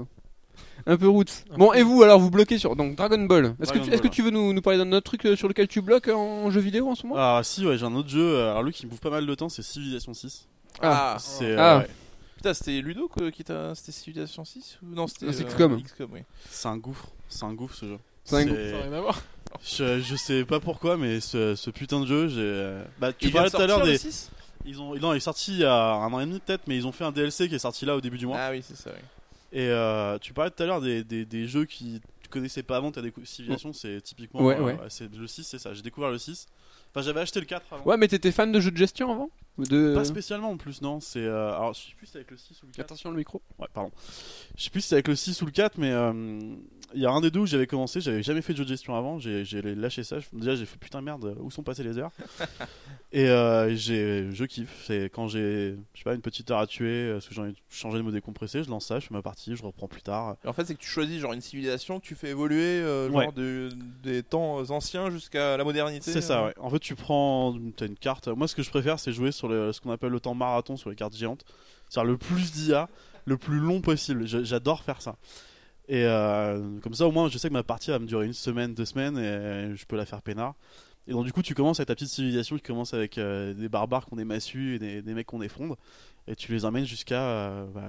[SPEAKER 1] Un peu roots. Bon, et vous, alors, vous bloquez sur. Donc, Dragon Ball. Est-ce que,
[SPEAKER 3] Dragon
[SPEAKER 1] tu- est-ce que
[SPEAKER 3] Ball.
[SPEAKER 1] tu veux nous, nous parler d'un autre truc euh, sur lequel tu bloques en jeu vidéo en ce moment
[SPEAKER 3] Ah si ouais j'ai un autre jeu euh, alors lui qui me bouffe pas mal de temps c'est Civilization 6.
[SPEAKER 1] Ah.
[SPEAKER 3] C'est euh,
[SPEAKER 1] Ah.
[SPEAKER 3] ouais,
[SPEAKER 2] Putain, c'était Ludo quoi, qui t'a. C'était Civilization 6 ou non C'était
[SPEAKER 1] Non, c'est
[SPEAKER 2] euh,
[SPEAKER 1] XCOM.
[SPEAKER 2] oui.
[SPEAKER 3] c'est un gouffre, c'est un gouffre ce jeu.
[SPEAKER 1] C'est un
[SPEAKER 4] Ça n'a rien à voir.
[SPEAKER 3] Je, je sais pas pourquoi mais ce, ce putain de jeu j'ai euh, bah tu
[SPEAKER 2] Il vient
[SPEAKER 3] parlais
[SPEAKER 2] de
[SPEAKER 3] tout à l'heure
[SPEAKER 2] sortir,
[SPEAKER 3] des
[SPEAKER 2] le 6
[SPEAKER 3] ils ont non il est sorti il y a un an et demi peut-être mais ils ont fait un DLC qui est sorti là au début du mois
[SPEAKER 2] Ah oui, c'est ça. oui.
[SPEAKER 3] et euh, tu parlais tout à l'heure des, des, des jeux qui tu connaissais pas avant t'as découvert Civilization c'est typiquement
[SPEAKER 1] Ouais,
[SPEAKER 3] euh,
[SPEAKER 1] ouais.
[SPEAKER 3] c'est le 6 c'est ça j'ai découvert le 6. Enfin j'avais acheté le 4 avant.
[SPEAKER 1] Ouais, euh. mais t'étais fan de jeux de gestion avant Ou de...
[SPEAKER 3] Pas spécialement en plus non c'est euh, alors je sais plus si c'est avec le 6 ou le 4.
[SPEAKER 1] Attention le micro.
[SPEAKER 3] Ouais, pardon. Je sais plus si c'est avec le 6 ou le 4, mais euh, il y a un des deux où j'avais commencé, j'avais jamais fait de jeu de gestion avant, j'ai j'ai lâché ça. je- Déjà, j'ai fait putain merde, où sont passées les heures Et euh, j'ai- je kiffe. C'est quand j'ai, je sais pas, une petite heure à tuer, euh, parce que j'ai envie de changer de mot décompressé, je lance ça, je fais ma partie, je reprends plus tard.
[SPEAKER 2] Et En fait, c'est que tu choisis genre une civilisation que tu fais évoluer euh, genre
[SPEAKER 3] Ouais.
[SPEAKER 2] de- des temps euh, anciens jusqu'à la modernité.
[SPEAKER 3] C'est ça,
[SPEAKER 2] euh.
[SPEAKER 3] ouais. En fait, tu prends, t'as une carte. Moi, ce que je préfère, c'est jouer sur le- ce qu'on appelle le temps marathon sur les cartes géantes. C'est-à-dire le plus d'IA, le plus long possible. Je- J'adore faire ça. Et euh, comme ça, au moins, je sais que ma partie va me durer une semaine, deux semaines, et je peux la faire peinard. Et donc, du coup, tu commences avec ta petite civilisation, tu commences avec euh, des barbares qu'on est massus et des, des mecs qu'on effondre, et tu les emmènes jusqu'à euh, bah,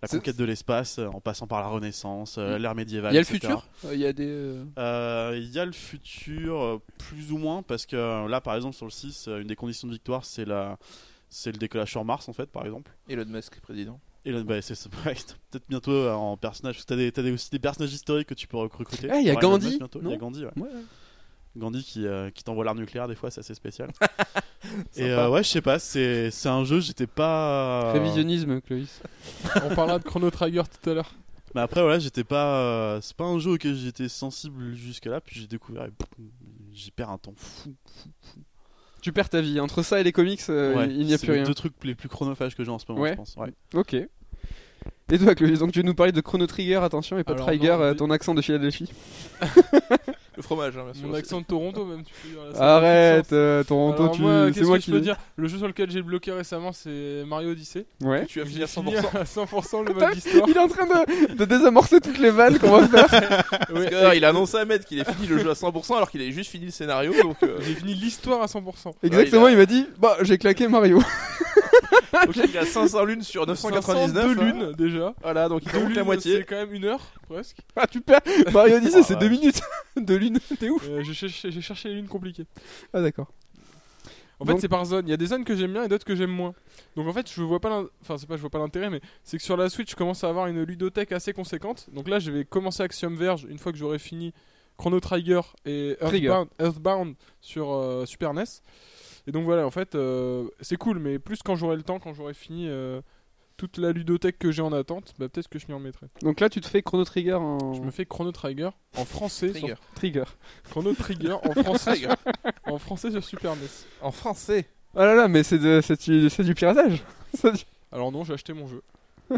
[SPEAKER 3] la
[SPEAKER 1] C'est-
[SPEAKER 3] conquête de l'espace, euh, en passant par la Renaissance, euh, l'ère médiévale.
[SPEAKER 1] Il y a le
[SPEAKER 3] etc.
[SPEAKER 1] futur Euh, Il y a des. euh,
[SPEAKER 3] Euh, Il y a le futur, euh, plus ou moins, parce que euh, là, par exemple, sur le 6, euh, une des conditions de victoire, c'est la... c'est le décollage sur Mars, en fait, par exemple.
[SPEAKER 2] Elon Musk, président.
[SPEAKER 3] Et là, bah, c'est c'est- ouais, c'est peut-être bientôt euh, en personnage, parce que t'as des- t'as des- aussi des personnages historiques que tu peux recruter.
[SPEAKER 1] Ah, il y a
[SPEAKER 3] Pour Elon
[SPEAKER 1] Gandhi,
[SPEAKER 3] Musk bientôt. Il y a
[SPEAKER 1] non
[SPEAKER 3] Gandhi, ouais.
[SPEAKER 1] Ouais, ouais.
[SPEAKER 3] Gandhi qui, euh, qui t'envoie l'arme nucléaire, des fois, c'est assez spécial. Et
[SPEAKER 2] Sympa.
[SPEAKER 3] euh, ouais, je sais pas, c'est c'est un jeu, j'étais pas.
[SPEAKER 1] Prévisionnisme, Clovis.
[SPEAKER 4] On parlera de Chrono Trigger tout à l'heure.
[SPEAKER 3] Mais après, voilà, j'étais pas. euh, c'est pas un jeu auquel j'étais sensible jusqu'à là, puis j'ai découvert et pff, j'y perds un temps fou.
[SPEAKER 1] Tu perds ta vie. Entre ça et les comics, euh,
[SPEAKER 3] Ouais,
[SPEAKER 1] il n'y a
[SPEAKER 3] c'est
[SPEAKER 1] plus
[SPEAKER 3] les
[SPEAKER 1] rien.
[SPEAKER 3] deux trucs les plus chronophages que j'ai en ce moment,
[SPEAKER 1] Ouais.
[SPEAKER 3] je pense. Ouais.
[SPEAKER 1] Ok. Et toi, Clovis, donc tu veux nous parler de Chrono Trigger, attention, et pas
[SPEAKER 4] Alors,
[SPEAKER 1] Trigger,
[SPEAKER 4] non,
[SPEAKER 1] euh,
[SPEAKER 4] mais-
[SPEAKER 1] ton accent de Philadelphie.
[SPEAKER 2] Le fromage, hein, bien sûr.
[SPEAKER 4] Mon accent de Toronto, même, tu peux dire. là, ça n'a aucun
[SPEAKER 1] Bah, Arrête,
[SPEAKER 4] sens.
[SPEAKER 1] euh, Toronto,
[SPEAKER 4] Alors
[SPEAKER 1] tu...
[SPEAKER 4] moi,
[SPEAKER 1] c'est
[SPEAKER 4] qu'est-ce
[SPEAKER 1] moi
[SPEAKER 4] que
[SPEAKER 1] qui
[SPEAKER 4] je peux dire Le jeu sur lequel j'ai bloqué récemment, c'est Mario Odyssey.
[SPEAKER 1] Ouais.
[SPEAKER 2] Tu as fini à
[SPEAKER 4] J'ai fini
[SPEAKER 2] 100%.
[SPEAKER 4] à 100% le
[SPEAKER 1] Attends,
[SPEAKER 4] mode histoire.
[SPEAKER 1] Il est en train de, de désamorcer toutes les vannes qu'on va faire.
[SPEAKER 2] Parce que, alors, il a annoncé à Maître qu'il a fini le jeu à 100% alors qu'il avait juste fini le scénario. Donc, euh,
[SPEAKER 4] J'ai fini l'histoire à 100%.
[SPEAKER 1] Exactement, il m'a dit Bah, j'ai claqué Mario.
[SPEAKER 2] donc, il a 500 lunes sur 999.
[SPEAKER 4] 992
[SPEAKER 2] hein.
[SPEAKER 4] lunes déjà.
[SPEAKER 2] Voilà, donc il
[SPEAKER 4] Deux
[SPEAKER 2] manque la
[SPEAKER 4] lunes,
[SPEAKER 2] moitié.
[SPEAKER 4] C'est quand même une heure presque.
[SPEAKER 1] ah, tu perds Mario Odyssey,
[SPEAKER 3] Ah,
[SPEAKER 1] c'est
[SPEAKER 3] ouais.
[SPEAKER 1] deux minutes de lune. T'es ouf
[SPEAKER 4] Euh, j'ai cherché- j'ai cherché les lunes compliquées.
[SPEAKER 1] Ah, d'accord.
[SPEAKER 4] En
[SPEAKER 1] Donc-
[SPEAKER 4] fait, c'est par zone. Il y a des zones que j'aime bien et d'autres que j'aime moins. Donc en fait, je vois pas l'in- enfin c'est pas je vois pas l'intérêt mais c'est que sur la Switch, je commence à avoir une ludothèque assez conséquente. Donc là, je vais commencer Axiom Verge une fois que j'aurai fini Chrono Trigger et
[SPEAKER 1] Trigger.
[SPEAKER 4] Earthbound, Earthbound sur euh, Super NES. Et donc voilà, en fait, euh, c'est cool mais plus quand j'aurai le temps, quand j'aurai fini euh, toute la ludothèque que j'ai en attente, bah, peut-être que je m'y remettrai.
[SPEAKER 1] Donc là, tu te fais Chrono Trigger en.
[SPEAKER 4] Je me fais Chrono Trigger en français sur-
[SPEAKER 2] Trigger.
[SPEAKER 1] Mmh. Trigger.
[SPEAKER 4] Chrono Trigger en français sur- en français sur Super E NES.
[SPEAKER 2] En français.
[SPEAKER 1] Ah là là, mais c'est de- c'est du, c'est du piratage. C'est du-
[SPEAKER 4] Alors non, j'ai acheté mon jeu.
[SPEAKER 1] T'as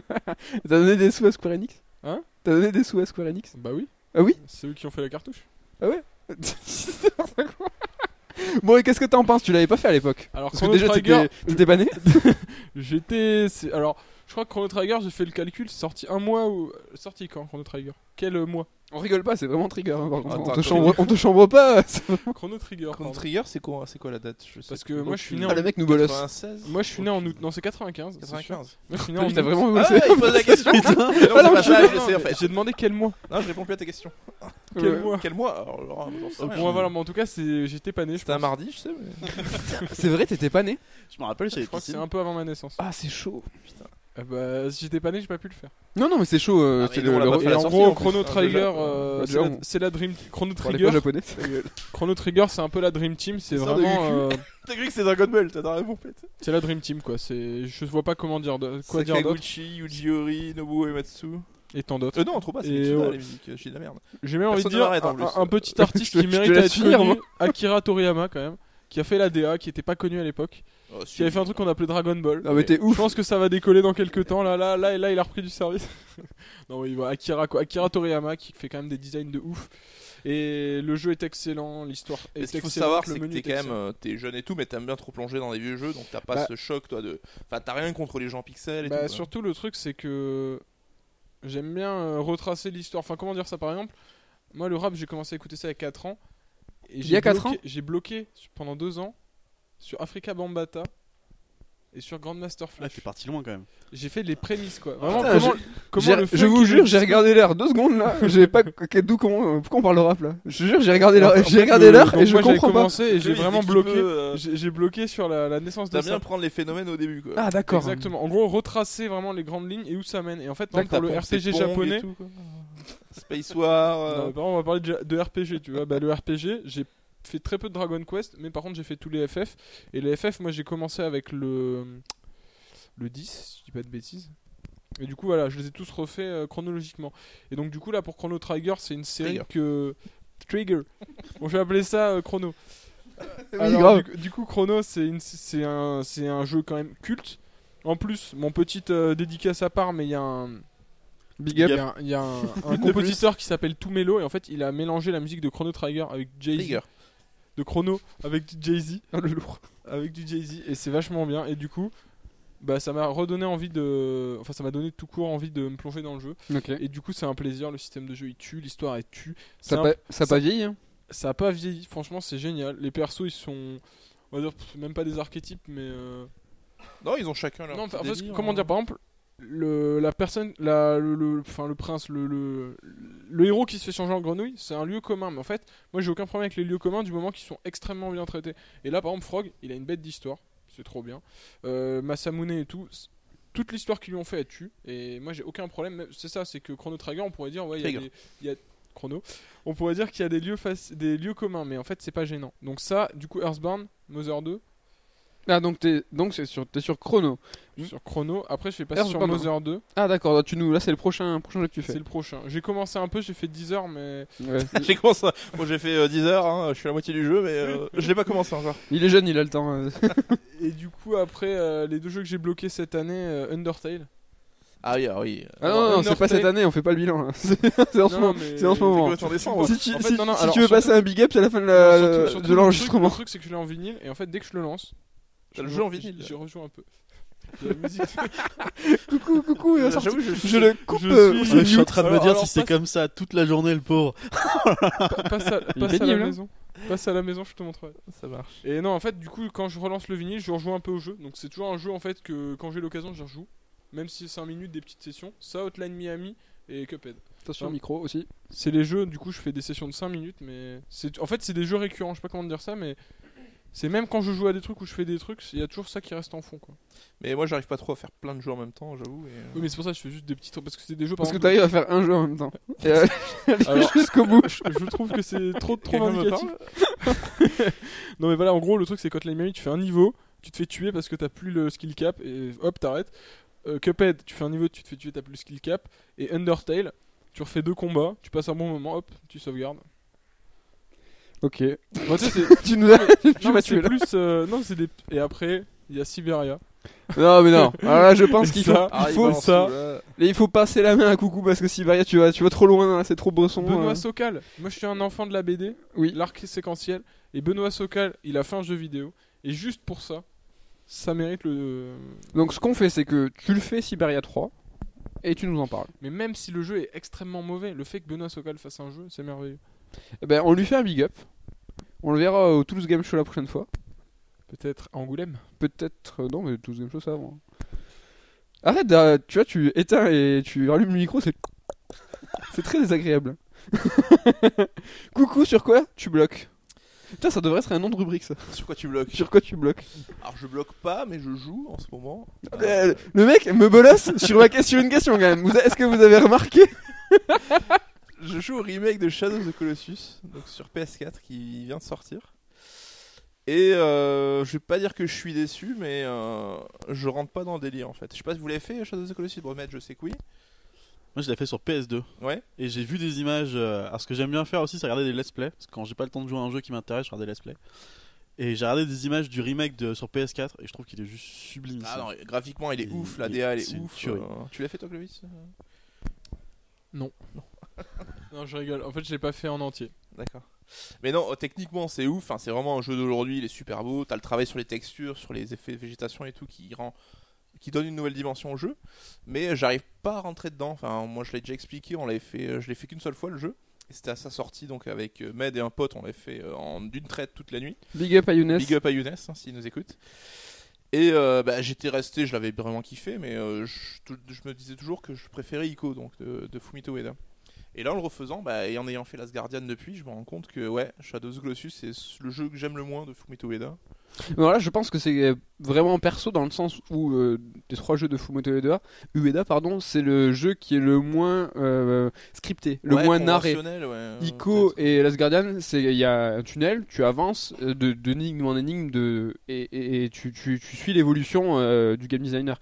[SPEAKER 1] donné des sous à Square Enix
[SPEAKER 4] Hein
[SPEAKER 1] T'as donné des sous à Square Enix
[SPEAKER 4] Bah oui.
[SPEAKER 1] Ah oui
[SPEAKER 4] C'est eux qui ont fait la cartouche.
[SPEAKER 1] Bon, et qu'est-ce que t'en penses Tu l'avais pas fait à l'époque
[SPEAKER 4] Alors
[SPEAKER 1] Parce que
[SPEAKER 4] Chrono
[SPEAKER 1] déjà,
[SPEAKER 4] Trigger,
[SPEAKER 1] t'étais t'étais banné
[SPEAKER 4] j'étais. c'est- Alors, je crois que Chrono Trigger, j'ai fait le calcul, c'est sorti un mois ou. Sorti quand Chrono Trigger Quel euh, mois
[SPEAKER 1] On rigole pas, c'est vraiment Trigger. hein, par contre.
[SPEAKER 2] Attends,
[SPEAKER 1] on, te
[SPEAKER 2] attends.
[SPEAKER 1] chambre, on te chambre pas c'est-
[SPEAKER 4] Chrono Trigger.
[SPEAKER 2] Chrono
[SPEAKER 4] pardon.
[SPEAKER 2] Trigger, c'est quoi, c'est quoi la date je sais
[SPEAKER 4] Parce
[SPEAKER 2] plus.
[SPEAKER 4] que moi,
[SPEAKER 2] Donc,
[SPEAKER 4] je suis né en-
[SPEAKER 1] Ah, le mec nous bolosse.
[SPEAKER 2] 96
[SPEAKER 4] Moi, je suis né en août. Non, c'est 95. c'est sûr.
[SPEAKER 2] 95.
[SPEAKER 4] Moi, je suis né en
[SPEAKER 1] Lui,
[SPEAKER 4] août.
[SPEAKER 1] T'as vraiment
[SPEAKER 2] Ah,
[SPEAKER 1] bossé.
[SPEAKER 2] il pose la question. Mais non, c'est
[SPEAKER 1] non,
[SPEAKER 2] pas
[SPEAKER 1] je-
[SPEAKER 2] ça,
[SPEAKER 4] Non,
[SPEAKER 2] je sais en
[SPEAKER 4] mais
[SPEAKER 2] fait.
[SPEAKER 4] J'ai demandé quel mois.
[SPEAKER 2] Non, je réponds plus à ta question.
[SPEAKER 4] Quel
[SPEAKER 1] Ouais.
[SPEAKER 4] mois
[SPEAKER 2] Quel mois Alors, Laura, j'en sais
[SPEAKER 4] Bon,
[SPEAKER 2] rien.
[SPEAKER 4] bah, voilà, mais en tout cas, c'est- j'étais pas né. Je,
[SPEAKER 2] C'était un
[SPEAKER 4] pense.
[SPEAKER 2] mardi, je sais. mais-
[SPEAKER 1] C'est vrai, t'étais pas né
[SPEAKER 3] Je me rappelle,
[SPEAKER 4] je
[SPEAKER 3] j'avais
[SPEAKER 4] crois que c'est
[SPEAKER 3] piscine.
[SPEAKER 4] un peu avant ma naissance.
[SPEAKER 1] Ah, c'est chaud.
[SPEAKER 4] Ah bah, si j'étais pas né, j'ai pas pu le faire.
[SPEAKER 1] Non, non, mais c'est chaud. euh,
[SPEAKER 2] Ah, mais
[SPEAKER 1] c'est
[SPEAKER 2] nous, on l'a pas fait à la
[SPEAKER 1] alors,
[SPEAKER 4] En
[SPEAKER 2] sortie,
[SPEAKER 4] gros,
[SPEAKER 2] en plus.
[SPEAKER 4] Chrono
[SPEAKER 2] Ah,
[SPEAKER 4] Trigger,
[SPEAKER 2] déjà.
[SPEAKER 4] euh,
[SPEAKER 1] Bah,
[SPEAKER 4] c'est
[SPEAKER 1] déjà,
[SPEAKER 4] la-
[SPEAKER 1] on-
[SPEAKER 4] c'est la Dream Chrono
[SPEAKER 1] pour les pas
[SPEAKER 4] hein. Trigger.
[SPEAKER 1] japonais.
[SPEAKER 4] Chrono Trigger, c'est un peu la Dream Team. C'est
[SPEAKER 2] Sœur de
[SPEAKER 4] vraiment, euh,
[SPEAKER 2] T'as cru que c'est Dragon Ball, t'as dans la pompette.
[SPEAKER 4] c'est la Dream Team quoi. C'est, je vois pas comment dire, de- quoi dire d'autre.
[SPEAKER 2] Sakaguchi, Yuji Ori, Nobuo Ematsu.
[SPEAKER 4] Et tant d'autres.
[SPEAKER 2] Euh, non, trop bas, c'est
[SPEAKER 4] Et
[SPEAKER 2] Mitsuda,
[SPEAKER 4] ouais.
[SPEAKER 2] la musique, euh, je dis de la merde.
[SPEAKER 4] J'ai même envie de
[SPEAKER 2] Personne ne
[SPEAKER 4] dire
[SPEAKER 2] l'arrête, en
[SPEAKER 4] un,
[SPEAKER 2] plus.
[SPEAKER 4] un petit artiste
[SPEAKER 1] Je te-
[SPEAKER 4] qui
[SPEAKER 1] je te
[SPEAKER 4] mérite
[SPEAKER 1] laisse
[SPEAKER 4] d'être
[SPEAKER 1] finir,
[SPEAKER 4] connu, Akira Toriyama quand même, qui a fait la DA, qui était pas connu à l'époque,
[SPEAKER 2] Oh,
[SPEAKER 4] qui avait fait un truc qu'on appelait Dragon Ball.
[SPEAKER 1] Ah, mais t'es
[SPEAKER 4] Je
[SPEAKER 1] ouf.
[SPEAKER 4] pense que ça va décoller dans quelques temps. Là, là, là, et là, il a repris du service. non, oui, voilà, Akira, quoi. Akira Toriyama qui fait quand même des designs de ouf. Et le jeu est excellent, l'histoire est
[SPEAKER 2] Ce qu'il faut
[SPEAKER 4] excellente,
[SPEAKER 2] savoir,
[SPEAKER 4] le
[SPEAKER 2] c'est que
[SPEAKER 4] menu
[SPEAKER 2] t'es
[SPEAKER 4] est
[SPEAKER 2] quand même
[SPEAKER 4] excellent.
[SPEAKER 2] euh, t'es jeune et tout, mais t'aimes bien trop plonger dans les vieux jeux, donc t'as pas
[SPEAKER 4] Bah.
[SPEAKER 2] ce choc, toi, de. Enfin, t'as rien contre les gens pixels et
[SPEAKER 4] Bah,
[SPEAKER 2] tout.
[SPEAKER 4] surtout, le truc, c'est que j'aime bien euh, retracer l'histoire. Enfin, comment dire ça par exemple Moi, le rap, j'ai commencé à écouter ça il y a 4 ans. Et
[SPEAKER 1] Il y
[SPEAKER 4] j'ai
[SPEAKER 1] a quatre
[SPEAKER 4] bloqué- J'ai bloqué sur- pendant 2 ans sur Africa Bambata et sur Grandmaster
[SPEAKER 3] Là,
[SPEAKER 4] Flash.
[SPEAKER 3] t'es parti loin quand même.
[SPEAKER 4] j'ai fait les prémices, quoi. Vraiment,
[SPEAKER 1] Putain,
[SPEAKER 4] comment, comment
[SPEAKER 1] J'ai-
[SPEAKER 4] le
[SPEAKER 1] je
[SPEAKER 4] funk
[SPEAKER 1] vous
[SPEAKER 4] il
[SPEAKER 1] jure,
[SPEAKER 4] existe.
[SPEAKER 1] j'ai regardé l'heure deux secondes là. J'ai pas. que- D'où comment euh, Pourquoi on parle de rap là Je te jure, j'ai regardé
[SPEAKER 4] En
[SPEAKER 1] l'heure.
[SPEAKER 4] fait,
[SPEAKER 1] J'ai
[SPEAKER 4] le-
[SPEAKER 1] regardé l'heure
[SPEAKER 4] donc
[SPEAKER 1] et je
[SPEAKER 4] moi, j'avais
[SPEAKER 1] comprends pas.
[SPEAKER 4] commencé et j'ai vraiment bloqué. J'ai j'ai bloqué sur la, la naissance de
[SPEAKER 2] euh, T'aimes
[SPEAKER 4] ça.
[SPEAKER 2] bien prendre les phénomènes au début, quoi.
[SPEAKER 1] Ah d'accord.
[SPEAKER 4] Exactement. En gros, retracer vraiment les grandes lignes et où ça mène. Et en fait,
[SPEAKER 2] Donc,
[SPEAKER 4] pour
[SPEAKER 2] t'as
[SPEAKER 4] le
[SPEAKER 2] pompé
[SPEAKER 4] RPG
[SPEAKER 2] Pong et
[SPEAKER 4] japonais,
[SPEAKER 2] tout, quoi. Space War. euh,
[SPEAKER 4] Non, mais par contre, on va parler de, de RPG, tu vois. Bah, le RPG, j'ai fait très peu de Dragon Quest, mais par contre, j'ai fait tous les FF. Et les FF, moi, j'ai commencé avec le le 10, si je dis pas de bêtises. Et du coup, voilà, je les ai tous refaits euh, chronologiquement. Et donc, du coup, là, pour Chrono Trigger, c'est une série
[SPEAKER 2] Trigger.
[SPEAKER 4] que. Trigger. Bon, je vais appeler ça euh, Chrono.
[SPEAKER 1] Oui,
[SPEAKER 4] Alors,
[SPEAKER 1] grave.
[SPEAKER 4] Du, du coup, Chrono, c'est une- c'est un, c'est un jeu quand même culte. En plus, mon petite euh, dédicace à part, mais il y a un.
[SPEAKER 1] Big
[SPEAKER 4] Il
[SPEAKER 1] up.
[SPEAKER 4] y a un, il y a un- un compositeur qui s'appelle Tumelo et en fait il a mélangé la musique de Chrono Trigger avec Jay-Z,
[SPEAKER 2] Trigger.
[SPEAKER 4] de Chrono avec du Jay-Z,
[SPEAKER 1] Ah, le lourd.
[SPEAKER 4] avec du Jay-Z et c'est vachement bien et du coup bah ça m'a redonné envie de enfin ça m'a donné tout court envie de me plonger dans le jeu
[SPEAKER 1] Ok.
[SPEAKER 4] et du coup c'est un plaisir le système de jeu il tue l'histoire elle tue C'est
[SPEAKER 1] Ça
[SPEAKER 4] un-
[SPEAKER 1] pas ça pas vieilli. hein.
[SPEAKER 4] ça a pas vieilli franchement c'est génial les persos ils sont on va dire pff, même pas des archétypes mais euh,
[SPEAKER 2] Non, ils ont chacun leur.
[SPEAKER 4] Non,
[SPEAKER 2] petit
[SPEAKER 4] enfin, en fait,
[SPEAKER 2] délire,
[SPEAKER 4] comment
[SPEAKER 2] hein.
[SPEAKER 4] dire, par exemple, le, la personne, la, le, le- enfin, le prince, le, le, le héros qui se fait changer en grenouille, c'est un lieu commun. Mais en fait, moi, j'ai aucun problème avec les lieux communs du moment qu'ils sont extrêmement bien traités. Et là, par exemple, Frog, il a une bête d'histoire, c'est trop bien. Euh, Masamune et tout, c- toute l'histoire qu'ils lui ont fait, elle tue. Et moi, j'ai aucun problème. Même- C'est ça, c'est que Chrono Trigger, on pourrait dire, ouais, il y a
[SPEAKER 2] Trigger.
[SPEAKER 4] des- il y a Chrono, on pourrait dire qu'il y a des lieux, faci- des lieux communs, mais en fait, c'est pas gênant. Donc ça, du coup, Earthbound, Mother 2,
[SPEAKER 1] Ah donc t'es donc c'est sur t'es sur Chrono. Hmm.
[SPEAKER 4] sur Chrono. Après, je vais passer sur
[SPEAKER 1] Earthbound, hein.
[SPEAKER 4] Mother 2.
[SPEAKER 1] Ah d'accord. là, Tu nous là c'est le prochain prochain jeu que tu
[SPEAKER 4] C'est
[SPEAKER 1] fais.
[SPEAKER 4] le prochain. J'ai commencé un peu, j'ai fait 10 heures, mais.
[SPEAKER 1] Ouais.
[SPEAKER 2] J'ai commencé. Moi, j'ai fait euh, 10 heures, hein, je suis à la moitié du jeu, mais euh, je l'ai pas commencé encore.
[SPEAKER 1] Il est jeune, il a le temps. euh.
[SPEAKER 4] Et du coup, après, euh, les deux jeux que j'ai bloqués cette année, euh, Undertale.
[SPEAKER 2] Ah oui, ah oui.
[SPEAKER 1] Ah non, non, non, c'est pas
[SPEAKER 4] Undertale.
[SPEAKER 1] cette année, on fait pas le bilan. là. C'est c'est en ce
[SPEAKER 4] Non,
[SPEAKER 1] moment.
[SPEAKER 4] mais-
[SPEAKER 1] C'est en ce moment.
[SPEAKER 2] en décembre.
[SPEAKER 1] Si tu
[SPEAKER 4] En fait,
[SPEAKER 1] si-
[SPEAKER 4] non, non,
[SPEAKER 1] si
[SPEAKER 4] alors,
[SPEAKER 1] tu veux
[SPEAKER 4] surtout-
[SPEAKER 1] passer un big up, c'est la fin de
[SPEAKER 4] Non, surtout-
[SPEAKER 1] la-
[SPEAKER 4] surtout,
[SPEAKER 1] Euh, de
[SPEAKER 4] Le
[SPEAKER 1] l'enregistrement.
[SPEAKER 4] truc, le truc, c'est que je l'ai en vinyle, et en fait, dès que je le lance.
[SPEAKER 2] T'as le
[SPEAKER 4] je
[SPEAKER 2] jeu en
[SPEAKER 4] re-
[SPEAKER 2] vinyle.
[SPEAKER 4] J'y rejoue un peu. De la musique.
[SPEAKER 1] Coucou, coucou, il va sortir.
[SPEAKER 2] J'avoue, je
[SPEAKER 1] Je le coupe.
[SPEAKER 4] suis-
[SPEAKER 1] euh,
[SPEAKER 4] euh, je
[SPEAKER 1] c'est
[SPEAKER 3] je suis en
[SPEAKER 1] mute.
[SPEAKER 3] train de me
[SPEAKER 4] Alors-
[SPEAKER 3] dire
[SPEAKER 4] alors,
[SPEAKER 3] si c'est
[SPEAKER 4] passe-
[SPEAKER 3] comme ça toute la journée, le pauvre.
[SPEAKER 4] Pa- passe à,
[SPEAKER 1] Il est
[SPEAKER 4] passe à la
[SPEAKER 1] pénible, hein.
[SPEAKER 4] maison. Passe à la maison, je te montrerai.
[SPEAKER 2] Ça marche.
[SPEAKER 4] Et non, en fait, du coup, quand je relance le vinyle, je rejoue un peu au jeu. Donc, c'est toujours un jeu, en fait, que quand j'ai l'occasion, j'y rejoue. Même si c'est 5 minutes, des petites sessions. Ça, Outline Miami et Cuphead.
[SPEAKER 1] Attention, micro aussi.
[SPEAKER 4] C'est les jeux, du coup, je fais des sessions de 5 minutes, mais. c'est En fait, c'est des jeux récurrents, je sais pas comment te dire ça, mais. C'est même quand je joue à des trucs où je fais des trucs, il y a toujours ça qui reste en fond, quoi.
[SPEAKER 2] Mais moi, j'arrive pas trop à faire plein de jeux en même temps, j'avoue. et, euh,
[SPEAKER 4] Oui, mais c'est pour ça que je fais juste des petits trucs, parce que c'est des jeux par
[SPEAKER 1] Parce que
[SPEAKER 4] exemple,
[SPEAKER 1] t'arrives à faire un jeu en même temps. Et euh,
[SPEAKER 4] Alors-
[SPEAKER 1] jusqu'au bout.
[SPEAKER 4] je, je trouve que c'est trop, trop
[SPEAKER 2] Quelqu'un me
[SPEAKER 4] vindicatif. non, mais voilà, en gros, le truc, c'est quand la Miami, tu fais un niveau, tu te fais tuer parce que t'as plus le skill cap, et hop, t'arrêtes. Euh, Cuphead, tu fais un niveau, tu te fais tuer, t'as plus le skill cap. Et Undertale, tu refais deux combats, tu passes un bon moment, hop, tu sauvegardes.
[SPEAKER 1] Ok.
[SPEAKER 4] Moi, tu sais, c'est-
[SPEAKER 1] Tu nous as. Tu
[SPEAKER 4] Non, mais
[SPEAKER 1] m'as
[SPEAKER 4] c'est
[SPEAKER 1] tué là.
[SPEAKER 4] plus. euh, non, c'est des. Et après, il y a Siberia.
[SPEAKER 1] Non, mais non. Alors là, je pense qu'il faut.
[SPEAKER 4] Ça, Ah,
[SPEAKER 1] Il
[SPEAKER 2] il
[SPEAKER 1] faut,
[SPEAKER 2] balance
[SPEAKER 4] ça.
[SPEAKER 2] tout, là.
[SPEAKER 1] et il faut passer la main à coucou parce que si Varia, tu vas, tu vas trop loin, là, c'est trop bresson.
[SPEAKER 4] Benoît
[SPEAKER 1] euh.
[SPEAKER 4] Sokal. Moi, je suis un enfant de la BD.
[SPEAKER 1] Oui.
[SPEAKER 4] L'arc séquentiel. Et Benoît Sokal, il a fait un jeu vidéo. Et juste pour ça, ça mérite le.
[SPEAKER 1] Donc, ce qu'on fait, c'est que tu le fais Siberia 3 et tu nous en parles.
[SPEAKER 4] Mais même si le jeu est extrêmement mauvais, le fait que Benoît Sokal fasse un jeu, c'est merveilleux.
[SPEAKER 1] Eh ben, on lui fait un big up. On le verra au Toulouse Game Show la prochaine fois.
[SPEAKER 4] Peut-être à Angoulême.
[SPEAKER 1] Peut-être. euh, Non, mais Toulouse Game Show, ça avant. Arrête, d'a- tu vois, tu éteins et tu rallumes le micro, c'est. C'est très désagréable. coucou, sur quoi Tu bloques. Putain, ça devrait être un nom de rubrique ça.
[SPEAKER 2] Sur quoi tu bloques
[SPEAKER 1] Sur quoi tu bloques
[SPEAKER 2] Alors je bloque pas, mais je joue en ce moment.
[SPEAKER 4] Ah.
[SPEAKER 1] Euh, Le mec me bolosse sur, la question, sur une question quand même. Vous- Est-ce que vous avez remarqué
[SPEAKER 2] Je joue au remake de Shadow of the Colossus, donc sur PS4 qui vient de sortir. Et euh, je vais pas dire que je suis déçu, mais euh, je rentre pas dans le délire en fait. Je sais pas si vous l'avez fait Shadow of the Colossus, bon, maître, je sais que oui.
[SPEAKER 3] Moi, je l'ai fait sur PS2.
[SPEAKER 2] Ouais.
[SPEAKER 3] Et j'ai vu des images. euh, alors, ce que j'aime bien faire aussi, c'est regarder des let's play. Parce que quand j'ai pas le temps de jouer à un jeu qui m'intéresse, je regarde des let's play. Et j'ai regardé des images du remake de, sur PS4 et je trouve qu'il est juste sublime.
[SPEAKER 2] Ah
[SPEAKER 3] ça.
[SPEAKER 2] non, graphiquement il est
[SPEAKER 3] Il-
[SPEAKER 2] ouf, la
[SPEAKER 3] il-
[SPEAKER 2] DA elle est,
[SPEAKER 3] c'est une
[SPEAKER 2] ouf.
[SPEAKER 3] tuerie.
[SPEAKER 2] euh, tu l'as fait toi, Clovis
[SPEAKER 4] Non, je rigole. En fait, je l'ai pas fait en entier.
[SPEAKER 2] D'accord. Mais non, euh, techniquement c'est ouf, Enfin, c'est vraiment un jeu d'aujourd'hui, il est super beau, t'as le travail sur les textures, sur les effets de végétation et tout qui rend qui donne une nouvelle dimension au jeu, mais j'arrive pas à rentrer dedans. Enfin, moi je l'ai déjà expliqué, on l'avait fait euh, je l'ai fait qu'une seule fois le jeu. Et C'était à sa sortie donc avec euh, Med et un pote, on l'avait fait euh, en d'une traite toute la nuit.
[SPEAKER 1] Big up à Younes.
[SPEAKER 2] Big up à Younes hein, s'il nous écoute. Et euh, bah, j'étais resté, je l'avais vraiment kiffé, mais euh, je, tou- je me disais toujours que je préférais Ico donc de, de Fumito Ueda. Et là, en le refaisant, bah, et en ayant fait Last Guardian depuis, je me rends compte que ouais, Shadows of Colossus, c'est le jeu que j'aime le moins de Fumito Ueda.
[SPEAKER 1] Alors là, je pense que c'est euh, vraiment perso dans le sens où euh, des trois jeux de Fumoto Ueda, Ueda pardon, c'est le jeu qui est le moins euh, scripté, le
[SPEAKER 2] Ouais,
[SPEAKER 1] moins narré.
[SPEAKER 2] conventionnel, ouais, euh,
[SPEAKER 1] Ico
[SPEAKER 2] peut-être.
[SPEAKER 1] et Last Guardian, c'est il y a un tunnel, tu avances euh, de d'énigme en énigme de et, et- et tu, tu- tu suis l'évolution euh, du game designer.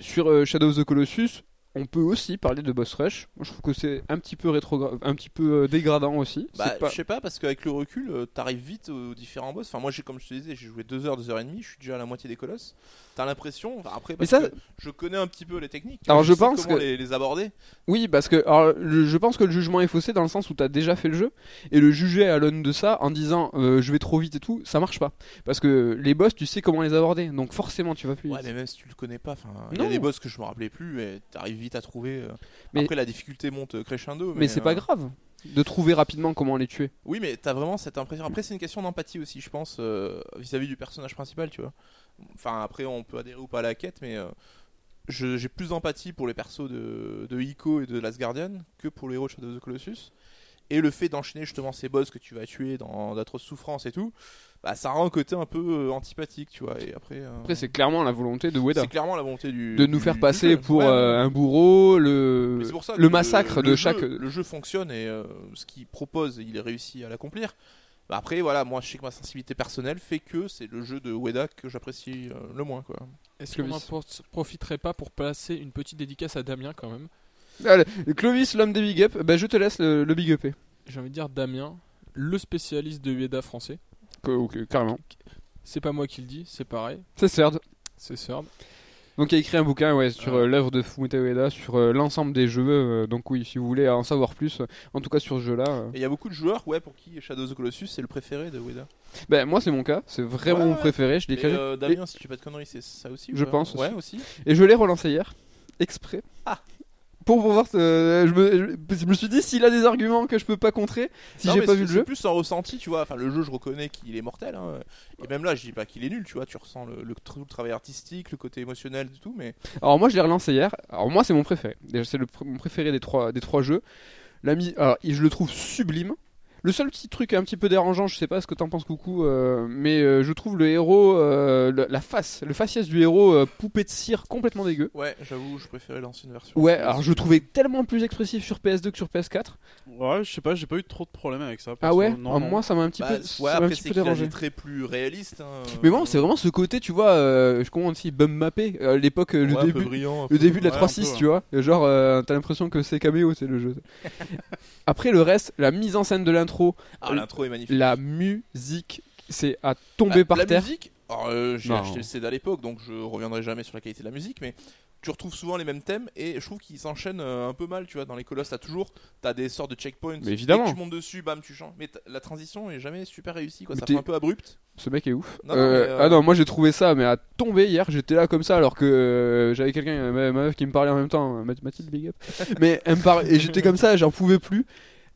[SPEAKER 1] Sur euh, Shadow of the Colossus, on peut aussi parler de boss rush. Moi, je trouve que c'est un petit peu rétrograde, un petit peu euh, dégradant aussi. C'est
[SPEAKER 2] Bah,
[SPEAKER 1] pas-
[SPEAKER 2] je sais pas, parce qu'avec le recul, euh, t'arrives vite aux différents boss. Enfin, moi, j'ai comme je te disais, j'ai joué 2 heures, 2 heures et demie, je suis déjà à la moitié des colosses. T'as l'impression, enfin, après, parce
[SPEAKER 1] ça-
[SPEAKER 2] que je connais un petit peu les techniques.
[SPEAKER 1] Alors, je
[SPEAKER 2] sais
[SPEAKER 1] pense
[SPEAKER 2] comment
[SPEAKER 1] que-
[SPEAKER 2] les- les aborder.
[SPEAKER 1] Oui, parce que alors, le- je pense que le jugement est faussé dans le sens où t'as déjà fait le jeu et le juger à l'aune de ça en disant euh, je vais trop vite et tout, ça marche pas. Parce que les boss, tu sais comment les aborder, donc forcément tu vas plus
[SPEAKER 2] Ouais,
[SPEAKER 1] vite.
[SPEAKER 2] mais même si tu le connais pas, enfin, il y a
[SPEAKER 1] Non.
[SPEAKER 2] des boss que je me rappelais plus et t'arrives vite à trouver. euh.
[SPEAKER 1] Mais-
[SPEAKER 2] Après, la difficulté monte crescendo. Mais,
[SPEAKER 1] Mais c'est pas
[SPEAKER 2] euh,
[SPEAKER 1] grave de trouver rapidement comment les tuer.
[SPEAKER 2] Oui, mais t'as vraiment cette impression. Après, c'est une question d'empathie aussi, je pense, euh, vis-à-vis du personnage principal, tu vois. Enfin, après, on peut adhérer ou pas à la quête, mais euh, je- j'ai plus d'empathie pour les persos de, de Ico et de Last Guardian que pour le héros de Shadow of the Colossus. Et le fait d'enchaîner justement ces boss que tu vas tuer dans d'atroces souffrances et tout, bah, ça rend un côté un peu euh, antipathique, tu vois. Et après, euh,
[SPEAKER 1] Après, c'est clairement la volonté de Weda
[SPEAKER 2] c'est clairement la volonté du.
[SPEAKER 1] de nous
[SPEAKER 2] du-
[SPEAKER 1] faire
[SPEAKER 2] du
[SPEAKER 1] passer
[SPEAKER 2] jeu.
[SPEAKER 1] pour
[SPEAKER 2] Ouais, ouais.
[SPEAKER 1] euh, un bourreau, le,
[SPEAKER 2] Mais c'est pour ça que
[SPEAKER 1] le massacre
[SPEAKER 2] le
[SPEAKER 1] de
[SPEAKER 2] jeu-
[SPEAKER 1] chaque.
[SPEAKER 2] Le jeu fonctionne et euh, ce qu'il propose, il réussit à l'accomplir. Bah après, voilà, moi je sais que ma sensibilité personnelle fait que c'est le jeu de Ueda que j'apprécie euh, le moins. Quoi.
[SPEAKER 4] Est-ce que
[SPEAKER 1] Clovis.
[SPEAKER 4] moi profiterais pas pour placer une petite dédicace à Damien quand même
[SPEAKER 1] Allez, Clovis, l'homme des big up, bah, je te laisse le, le big up.
[SPEAKER 4] J'ai envie de dire Damien, le spécialiste de Ueda français.
[SPEAKER 1] carrément.
[SPEAKER 4] C'est pas moi qui le dis, c'est pareil,
[SPEAKER 1] C'est Serd.
[SPEAKER 4] c'est Serd.
[SPEAKER 1] Donc, il a écrit un bouquin ouais, sur
[SPEAKER 2] Ouais.
[SPEAKER 1] euh, l'œuvre de Fumito Ueda, sur euh, l'ensemble des jeux. euh, donc, oui, si vous voulez en savoir plus, euh, en tout cas sur ce jeu-là. euh,
[SPEAKER 2] Et il y a beaucoup de joueurs ouais, pour qui Shadow of the Colossus c'est le préféré de Ueda.
[SPEAKER 1] Ben, moi, c'est mon cas, c'est vraiment
[SPEAKER 2] Ouais,
[SPEAKER 1] mon
[SPEAKER 2] ouais.
[SPEAKER 1] préféré, je l'ai
[SPEAKER 2] Mais,
[SPEAKER 1] carré.
[SPEAKER 2] euh, Damien, si tu fais pas de conneries, c'est ça aussi ou
[SPEAKER 1] Je
[SPEAKER 2] pas
[SPEAKER 1] pense
[SPEAKER 2] Ouais, aussi.
[SPEAKER 1] Et je l'ai relancé hier, exprès.
[SPEAKER 2] Ah.
[SPEAKER 1] Pour voir, euh, je, me, je- je me suis dit, s'il a des arguments que je peux pas contrer, si
[SPEAKER 2] Non,
[SPEAKER 1] j'ai
[SPEAKER 2] mais
[SPEAKER 1] pas
[SPEAKER 2] c'est-
[SPEAKER 1] vu le
[SPEAKER 2] c'est
[SPEAKER 1] jeu.
[SPEAKER 2] plus en ressenti, tu vois. Enfin, le jeu, je reconnais qu'il est mortel. hein. Et même là, je dis pas qu'il est nul, tu vois. Tu ressens le, le, tout le travail artistique, le côté émotionnel, du tout. Mais
[SPEAKER 1] Alors moi je l'ai relancé hier. Alors moi c'est mon préféré. Déjà c'est le pr- mon préféré des trois des trois jeux. La mi- alors, il- je le trouve sublime. Le seul petit truc un petit peu dérangeant, je sais pas ce que t'en penses coucou, euh, mais euh, je trouve le héros, euh, le- la face, le faciès du héros euh, poupée de cire complètement dégueu.
[SPEAKER 2] ouais, j'avoue, je préférais l'ancienne version.
[SPEAKER 1] Ouais, alors je le trouvais tellement plus expressif sur PS2 que sur PS4.
[SPEAKER 3] Ouais, je sais pas, j'ai pas eu trop de problèmes avec ça.
[SPEAKER 1] Ah ouais,
[SPEAKER 3] perso. Non,
[SPEAKER 1] Alors,
[SPEAKER 3] non.
[SPEAKER 1] moi ça m'a un petit
[SPEAKER 2] Bah,
[SPEAKER 1] peu,
[SPEAKER 2] ouais,
[SPEAKER 1] ça m'a un
[SPEAKER 2] après,
[SPEAKER 1] petit
[SPEAKER 2] c'est
[SPEAKER 1] peu
[SPEAKER 2] qu'il a
[SPEAKER 1] dérangé.
[SPEAKER 2] des traits plus réalistes. hein.
[SPEAKER 1] Mais bon, c'est vraiment ce côté, tu vois, euh, je comprends aussi Bum Mappé, euh, l'époque, euh,
[SPEAKER 2] Ouais, un
[SPEAKER 1] le
[SPEAKER 2] peu
[SPEAKER 1] début,
[SPEAKER 2] brillant, un
[SPEAKER 1] le
[SPEAKER 2] peu-
[SPEAKER 1] début de la
[SPEAKER 3] Ouais, un
[SPEAKER 1] 3.6,
[SPEAKER 3] peu,
[SPEAKER 1] tu vois. Et Genre, euh, t'as l'impression que c'est caméo, c'est le jeu. Après, le reste, la mise en scène de l'intro,
[SPEAKER 2] Ah, l'intro est magnifique.
[SPEAKER 1] la musique, c'est à tomber
[SPEAKER 2] Bah,
[SPEAKER 1] par
[SPEAKER 2] la
[SPEAKER 1] terre.
[SPEAKER 2] musique, alors, euh, j'ai
[SPEAKER 1] Non.
[SPEAKER 2] acheté le CD à l'époque, donc je reviendrai jamais sur la qualité de la musique, mais tu retrouves souvent les mêmes thèmes et je trouve qu'ils s'enchaînent euh, un peu mal, tu vois. Dans les colosses, t'as toujours, t'as des sortes de checkpoints.
[SPEAKER 1] Mais évidemment.
[SPEAKER 2] Dès que tu montes dessus, bam, tu chantes. Mais t- la transition est jamais super réussie, quoi.
[SPEAKER 1] Mais
[SPEAKER 2] Ça
[SPEAKER 1] t'es-
[SPEAKER 2] fait un peu abrupt.
[SPEAKER 1] Ce mec est ouf.
[SPEAKER 2] Non, non,
[SPEAKER 1] Euh,
[SPEAKER 2] mais, euh,
[SPEAKER 1] Ah non, moi j'ai trouvé ça, mais à tomber hier, j'étais là comme ça, alors que euh, j'avais quelqu'un, euh, ma, ma meuf qui me parlait en même temps, euh, Math- Mathilde Big Up. mais elle me parlait, et j'étais comme ça, j'en pouvais plus.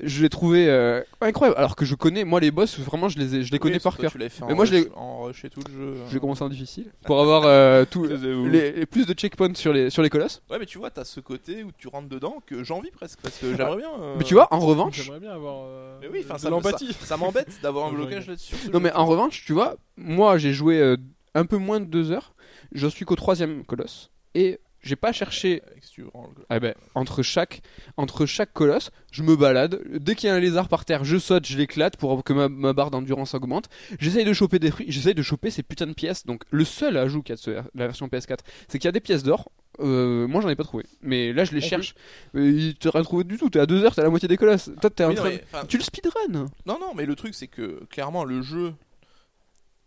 [SPEAKER 1] je l'ai trouvé euh, incroyable. Alors que je connais, moi, les boss, vraiment, je les, ai- je les connais
[SPEAKER 2] Oui,
[SPEAKER 1] par
[SPEAKER 2] parce que toi,
[SPEAKER 1] cœur.
[SPEAKER 2] Tu l'as fait
[SPEAKER 1] Mais
[SPEAKER 2] en
[SPEAKER 1] moi, je l'ai-
[SPEAKER 2] rush- en rush et tout le jeu.
[SPEAKER 1] Je vais
[SPEAKER 2] hein.
[SPEAKER 1] commencer en difficile pour avoir euh, tout,
[SPEAKER 2] Qu'est-ce que vous-
[SPEAKER 1] les, les plus de checkpoints sur les, sur les colosses.
[SPEAKER 2] Ouais, mais tu vois, t'as ce côté où tu rentres dedans que j'envie presque parce que j'aimerais bien. euh,
[SPEAKER 1] Mais tu vois, en revanche,
[SPEAKER 4] J'aimerais bien avoir. euh,
[SPEAKER 2] Mais oui, enfin,
[SPEAKER 4] de
[SPEAKER 2] ça me-
[SPEAKER 4] l'empathie.
[SPEAKER 2] ça m'embête d'avoir un
[SPEAKER 4] Non, je
[SPEAKER 2] blocage
[SPEAKER 4] rigole.
[SPEAKER 2] là-dessus.
[SPEAKER 1] non mais en revanche, tu vois, moi j'ai joué euh, un peu moins de deux heures. Je suis qu'au troisième colosse et j'ai pas cherché
[SPEAKER 2] Avec si tu veux, le-
[SPEAKER 1] Eh ben, entre chaque, entre chaque colosse, je me balade. Dès qu'il y a un lézard par terre, je saute, je l'éclate pour que ma, ma barre d'endurance augmente. J'essaye de choper des fruits, j'essaye de choper ces putains de pièces. Donc, le seul ajout qu'il y a de ce- la version PS4, c'est qu'il y a des pièces d'or. Euh, moi, j'en ai pas trouvé. Mais là, je les
[SPEAKER 2] Non
[SPEAKER 1] cherche. Mais ils te rien trouvé du tout. T'es à 2 heures, t'as la moitié des colosses. Toi, t'es en
[SPEAKER 2] Oui, non,
[SPEAKER 1] train.
[SPEAKER 2] mais, enfin,
[SPEAKER 1] Tu le speedrun
[SPEAKER 2] Non, non, mais le truc, c'est que clairement, le jeu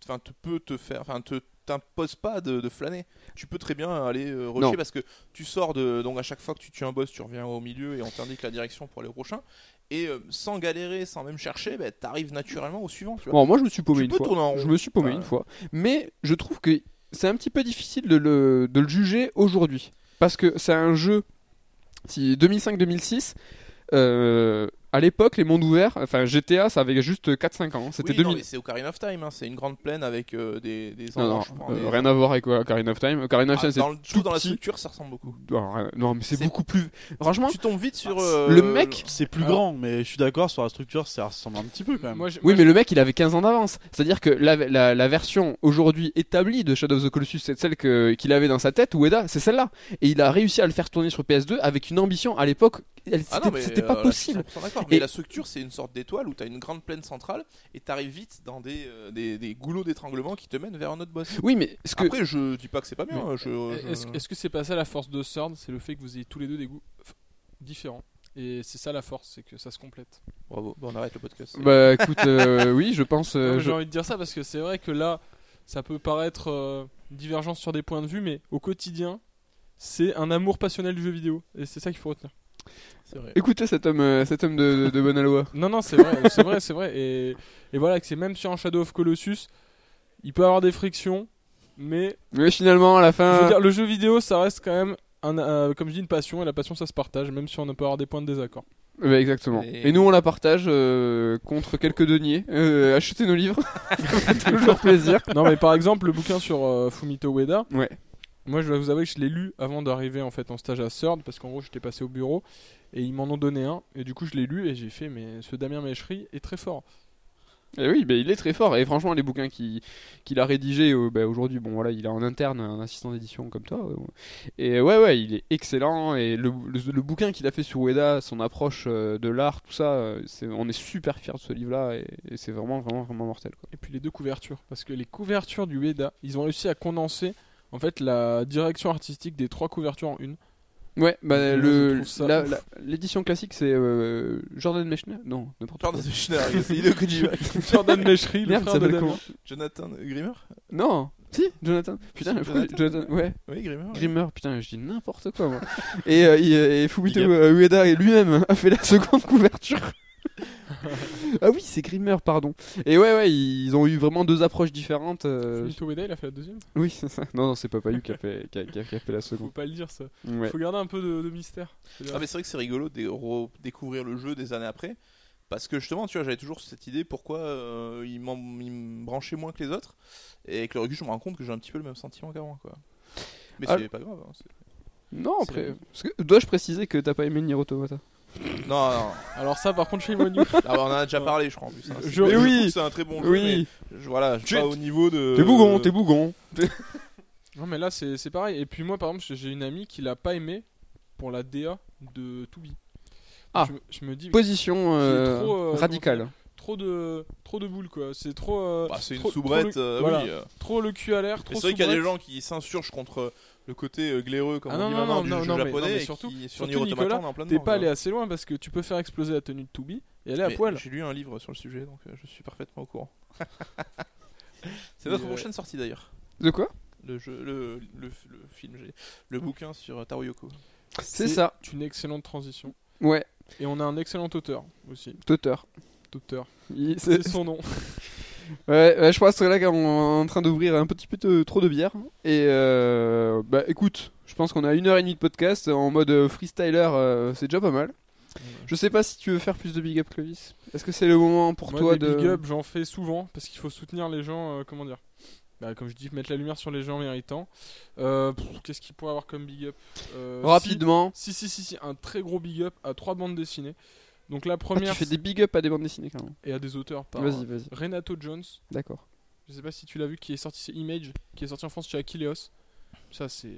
[SPEAKER 2] enfin, te peut te faire. Enfin, te t'impose pas de, de flâner. Tu peux très bien aller euh, rusher
[SPEAKER 1] Non.
[SPEAKER 2] parce que tu sors de. Donc, à chaque fois que tu tues un boss, tu reviens au milieu et on t'indique la direction pour aller au prochain. Et euh, sans galérer, sans même chercher, bah, t'arrives naturellement au suivant. Tu vois.
[SPEAKER 1] Bon, moi, je me suis paumé
[SPEAKER 2] Tu
[SPEAKER 1] une
[SPEAKER 2] peux
[SPEAKER 1] fois.
[SPEAKER 2] tourner en
[SPEAKER 1] Je
[SPEAKER 2] rond. Bah.
[SPEAKER 1] me suis paumé
[SPEAKER 2] Ouais.
[SPEAKER 1] une fois. Mais je trouve que c'est un petit peu difficile de le, de le juger aujourd'hui. Parce que c'est un jeu. Si 2005-2006, euh, à l'époque, les mondes ouverts. Enfin, GTA, ça avait juste 4-5 ans. C'était
[SPEAKER 2] Oui, non,
[SPEAKER 1] 2000.
[SPEAKER 2] mais c'est Ocarina of Time, hein, c'est une grande plaine avec euh, des, des
[SPEAKER 1] Non, non,
[SPEAKER 2] endroits, je crois,
[SPEAKER 1] euh,
[SPEAKER 2] des-
[SPEAKER 1] rien à voir avec euh, Ocarina of Time. Ocarina
[SPEAKER 2] Ah,
[SPEAKER 1] of Time, c'est.
[SPEAKER 2] dans, le- tout dans la
[SPEAKER 1] petit.
[SPEAKER 2] structure, ça ressemble beaucoup.
[SPEAKER 1] Non, rien- Non, mais c'est
[SPEAKER 2] C'est-
[SPEAKER 1] beaucoup plus. Franchement,
[SPEAKER 2] Tu tombes vite sur.
[SPEAKER 3] Ah,
[SPEAKER 2] euh,
[SPEAKER 1] le mec-
[SPEAKER 3] C'est plus
[SPEAKER 4] Alors-
[SPEAKER 3] grand, mais je suis d'accord sur la structure, ça ressemble un petit peu quand même.
[SPEAKER 4] Moi, j'ai-
[SPEAKER 1] Oui,
[SPEAKER 4] moi,
[SPEAKER 1] mais le mec, il avait 15 ans d'avance. C'est-à-dire que la, la, la version aujourd'hui établie de Shadow of the Colossus, c'est celle que- qu'il avait dans sa tête, Ueda, c'est celle-là. Et il a réussi à le faire tourner sur PS2 avec une ambition à l'époque, elle-
[SPEAKER 2] Ah
[SPEAKER 1] c'était
[SPEAKER 2] non, mais,
[SPEAKER 1] c'était
[SPEAKER 2] euh,
[SPEAKER 1] pas
[SPEAKER 2] là,
[SPEAKER 1] possible.
[SPEAKER 2] je suis 100% d'accord. Mais
[SPEAKER 1] Et-
[SPEAKER 2] la structure, c'est une sorte d'étoile où t'as une grande plaine centrale et t'arrives vite dans des, euh, des, des goulots d'étranglement qui te mènent vers un autre boss.
[SPEAKER 1] Oui, mais ce que.
[SPEAKER 2] Après, je dis pas que c'est pas bien. hein, je- je-
[SPEAKER 4] Est-ce est-ce que c'est pas ça la force de Sword C'est le fait que vous ayez tous les deux des goûts f- différents. Et c'est ça la force, c'est que ça se complète.
[SPEAKER 2] Bravo, Bon, on arrête le podcast.
[SPEAKER 1] Bah écoute, euh, oui, je pense. euh,
[SPEAKER 4] Non, mais
[SPEAKER 1] je-
[SPEAKER 4] J'ai envie de dire ça parce que c'est vrai que là, ça peut paraître euh, une divergence sur des points de vue, mais au quotidien, c'est un amour passionnel du jeu vidéo. Et c'est ça qu'il faut retenir.
[SPEAKER 2] C'est vrai.
[SPEAKER 1] Écoutez cet homme, euh, cet homme de, de, de Bonaloa.
[SPEAKER 4] Non, non, c'est vrai, c'est vrai, c'est vrai. Et, et voilà que c'est même sur un Shadow of Colossus, il peut avoir des frictions, mais
[SPEAKER 1] Mais finalement, à la fin.
[SPEAKER 4] Je veux dire, le jeu vidéo, ça reste quand même, un, euh, comme je dis, une passion, et la passion, ça se partage, même si on peut avoir des points de désaccord.
[SPEAKER 1] Ouais, bah, exactement.
[SPEAKER 2] Et-
[SPEAKER 1] Et... nous, on la partage euh, contre quelques deniers. Euh, achetez nos livres. Ça fait toujours plaisir.
[SPEAKER 4] non, mais par exemple, le bouquin sur euh, Fumito Ueda,
[SPEAKER 1] Ouais.
[SPEAKER 4] moi, je dois vous avouer que je l'ai lu avant d'arriver en fait en stage à CERD, parce qu'en gros, j'étais passé au bureau, et ils m'en ont donné un, et du coup, je l'ai lu, et j'ai fait, mais ce Damien Méchery est très fort.
[SPEAKER 1] Et oui, ben, il est très fort. Et franchement, les bouquins qui- qu'il a rédigés euh, ben, aujourd'hui, bon voilà, il est en interne, un assistant d'édition comme toi. ouais, ouais. Et ouais, ouais, il est excellent. Et le, le- le bouquin qu'il a fait sur Ueda, son approche euh, de l'art, tout ça, euh, c'est- on est super fiers de ce livre-là. Et, et c'est vraiment, vraiment, vraiment mortel. quoi.
[SPEAKER 4] Et puis les deux couvertures, parce que les couvertures du Ueda, ils ont réussi à condenser en fait la direction artistique des trois couvertures en une.
[SPEAKER 1] Ouais, ben,
[SPEAKER 4] Moi, je
[SPEAKER 1] le
[SPEAKER 4] trouve ça
[SPEAKER 1] la-
[SPEAKER 4] ouf.
[SPEAKER 1] la- l'édition classique, c'est euh, Jordan Mechner Non, n'importe quoi.
[SPEAKER 2] Jordan Schneider, il a essayé de Kojima.
[SPEAKER 4] Jordan Méchery, le
[SPEAKER 1] Merde, ça
[SPEAKER 4] frère de
[SPEAKER 1] s'appelle
[SPEAKER 4] Damien.
[SPEAKER 1] comment
[SPEAKER 2] Jonathan Grimmer
[SPEAKER 1] Non Si Jonathan Putain,
[SPEAKER 2] Si,
[SPEAKER 1] pourquoi-
[SPEAKER 2] Jonathan.
[SPEAKER 1] Jonathan, ouais.
[SPEAKER 2] Oui, Grimmer. ouais.
[SPEAKER 1] Grimmer, putain, je dis n'importe quoi moi. et, euh, il- euh, et Fumito
[SPEAKER 3] Big up.
[SPEAKER 1] euh, Ueda et lui-même a fait la seconde couverture. ah oui, c'est Grimmer, pardon. Et ouais, ouais, ils ont eu vraiment deux approches différentes. euh,
[SPEAKER 4] Fumito Ueda, il a fait la deuxième.
[SPEAKER 1] Oui, c'est ça. Non, non, c'est Papayu qui a fait, qui a- qui a- qui a fait la
[SPEAKER 4] Faut
[SPEAKER 1] seconde.
[SPEAKER 4] pas le dire ça.
[SPEAKER 1] Ouais.
[SPEAKER 4] Faut garder un peu de, de mystère.
[SPEAKER 2] Ah, mais c'est vrai que c'est rigolo de redécouvrir le jeu des années après. Parce que justement, tu vois, j'avais toujours cette idée pourquoi euh, il, m'en- il me branchait moins que les autres. Et avec le recul, je me rends compte que j'ai un petit peu le même sentiment qu'avant, quoi. Mais
[SPEAKER 1] Ah,
[SPEAKER 2] c'est pas grave. hein, c'est-
[SPEAKER 1] Non,
[SPEAKER 4] C'est-
[SPEAKER 1] après, parce que- dois-je préciser que t'as pas aimé Nier Automata
[SPEAKER 2] Non, non,
[SPEAKER 4] Alors ça, par contre, chez Imonu,
[SPEAKER 2] Ah bah, on en a déjà
[SPEAKER 4] Ouais.
[SPEAKER 2] parlé, je crois, en plus. hein.
[SPEAKER 4] Je-
[SPEAKER 2] C'est- mais
[SPEAKER 1] mais oui.
[SPEAKER 2] trouve que C'est un très bon jeu.
[SPEAKER 1] Oui,
[SPEAKER 2] mais je- voilà, je suis
[SPEAKER 1] Tu-
[SPEAKER 2] pas au niveau de.
[SPEAKER 1] t'es bougon, t'es bougon.
[SPEAKER 4] non mais là, c'est c'est pareil. Et puis moi, par exemple, j'ai- j'ai une amie qui l'a pas aimé pour la DA de Toubi.
[SPEAKER 1] Ah.
[SPEAKER 4] Je, me- je me dis
[SPEAKER 1] Position euh,
[SPEAKER 4] J'ai trop, euh, comment
[SPEAKER 1] radicale.
[SPEAKER 4] trop de trop de boules quoi. C'est trop euh,
[SPEAKER 2] Bah, c'est une
[SPEAKER 4] trop-
[SPEAKER 2] soubrette,
[SPEAKER 4] trop le,
[SPEAKER 2] euh,
[SPEAKER 4] voilà.
[SPEAKER 2] oui. euh.
[SPEAKER 4] trop le cul à l'air,
[SPEAKER 2] Mais
[SPEAKER 4] trop.
[SPEAKER 2] C'est vrai qu'il y a
[SPEAKER 4] soubrette.
[SPEAKER 2] des gens qui s'insurgent contre euh, le côté euh, glaireux, comme
[SPEAKER 4] Ah
[SPEAKER 2] on
[SPEAKER 4] non,
[SPEAKER 2] dit
[SPEAKER 4] non,
[SPEAKER 2] maintenant,
[SPEAKER 4] non,
[SPEAKER 2] du
[SPEAKER 4] non,
[SPEAKER 2] jeu
[SPEAKER 4] non, mais-
[SPEAKER 2] japonais.
[SPEAKER 4] non, mais
[SPEAKER 2] et
[SPEAKER 4] surtout-
[SPEAKER 2] qui, sur
[SPEAKER 4] surtout,
[SPEAKER 2] Nier Automata,
[SPEAKER 4] Nicolas,
[SPEAKER 2] on est en plein hein.
[SPEAKER 4] T'es
[SPEAKER 2] dedans.
[SPEAKER 4] pas allé
[SPEAKER 2] quoi.
[SPEAKER 4] assez loin parce que tu peux faire exploser la tenue de Toubi et elle est à
[SPEAKER 2] Mais
[SPEAKER 4] poil.
[SPEAKER 2] J'ai lu un livre sur le sujet, donc euh, je suis parfaitement au courant. C'est
[SPEAKER 4] Mais,
[SPEAKER 2] notre
[SPEAKER 4] euh,
[SPEAKER 2] prochaine sortie d'ailleurs.
[SPEAKER 1] De quoi
[SPEAKER 2] Le, jeu, le, le, le film, j'ai- le bouquin sur euh, Taro Yoko.
[SPEAKER 1] C'est ça.
[SPEAKER 4] une excellente transition.
[SPEAKER 1] Ouais,
[SPEAKER 4] Et on a un excellent auteur aussi.
[SPEAKER 1] Toteur.
[SPEAKER 4] Auteur.
[SPEAKER 1] Il- c'est-
[SPEAKER 4] C'est son nom.
[SPEAKER 1] Ouais, ouais, je pense que là, on est en train d'ouvrir un petit peu de- trop de bière. Et euh, bah écoute, je pense qu'on a une heure et demie de podcast en mode euh, freestyler, euh, c'est déjà pas mal. Je sais pas si tu veux faire plus de big up, Clovis. Est-ce que c'est le moment pour
[SPEAKER 4] Moi,
[SPEAKER 1] toi
[SPEAKER 4] des
[SPEAKER 1] de.
[SPEAKER 4] big up, j'en fais souvent parce qu'il faut soutenir les gens, euh, comment dire Bah, comme je dis, mettre la lumière sur les gens méritants. Euh, pff, Qu'est-ce qu'il pourrait avoir comme big up Euh,
[SPEAKER 1] Rapidement.
[SPEAKER 4] Si, si, si, si, un très gros big up à trois bandes dessinées. Donc la
[SPEAKER 1] Ah, tu
[SPEAKER 4] première
[SPEAKER 1] fais des big up à des bandes dessinées quand même.
[SPEAKER 4] et à des auteurs par
[SPEAKER 1] Vas-y, vas-y.
[SPEAKER 4] Renato Jones.
[SPEAKER 1] D'accord.
[SPEAKER 4] Je sais pas si tu l'as vu, qui est sorti chez Image, qui est sorti en France chez Akileos. Ça, c'est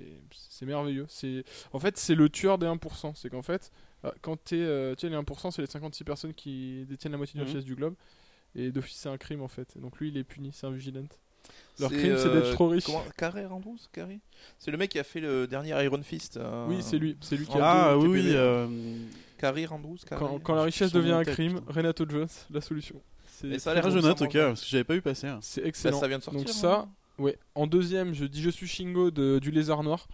[SPEAKER 4] c'est merveilleux. C'est En fait, c'est le tueur des 1%. C'est qu'en fait, euh, quand t'es, euh, tu sais, les 1%, c'est les 56 personnes qui détiennent la moitié de la
[SPEAKER 3] Mhm.
[SPEAKER 4] richesse du globe. Et d'office, c'est un crime en fait. Donc lui, il est puni, c'est un vigilante. Leur
[SPEAKER 2] C'est,
[SPEAKER 4] crime, c'est d'être
[SPEAKER 2] euh,
[SPEAKER 4] trop riche.
[SPEAKER 2] Comment Carré Rando c'est Carré C'est le mec qui a fait le dernier Iron Fist. euh,
[SPEAKER 4] Oui, c'est lui. C'est lui qui a.
[SPEAKER 3] Ah
[SPEAKER 2] deux
[SPEAKER 3] oui,
[SPEAKER 2] TPV.
[SPEAKER 3] oui. euh,
[SPEAKER 2] Carré Rando c'est Carré.
[SPEAKER 4] Quand, quand la richesse
[SPEAKER 3] son
[SPEAKER 4] devient
[SPEAKER 3] nom
[SPEAKER 4] un
[SPEAKER 3] tête,
[SPEAKER 4] crime,
[SPEAKER 3] putain.
[SPEAKER 4] Renato Jones, la solution.
[SPEAKER 2] Et
[SPEAKER 4] C'est
[SPEAKER 2] ça a l'air
[SPEAKER 3] Ah, je note,
[SPEAKER 2] récemment,
[SPEAKER 3] ok, parce que j'avais pas eu passer. hein.
[SPEAKER 4] c'est
[SPEAKER 2] Ça,
[SPEAKER 4] excellent.
[SPEAKER 2] ça vient de sortir.
[SPEAKER 4] Donc ça,
[SPEAKER 2] hein.
[SPEAKER 4] ouais. En deuxième, je dis je suis Shingo de, du Lézard Noir.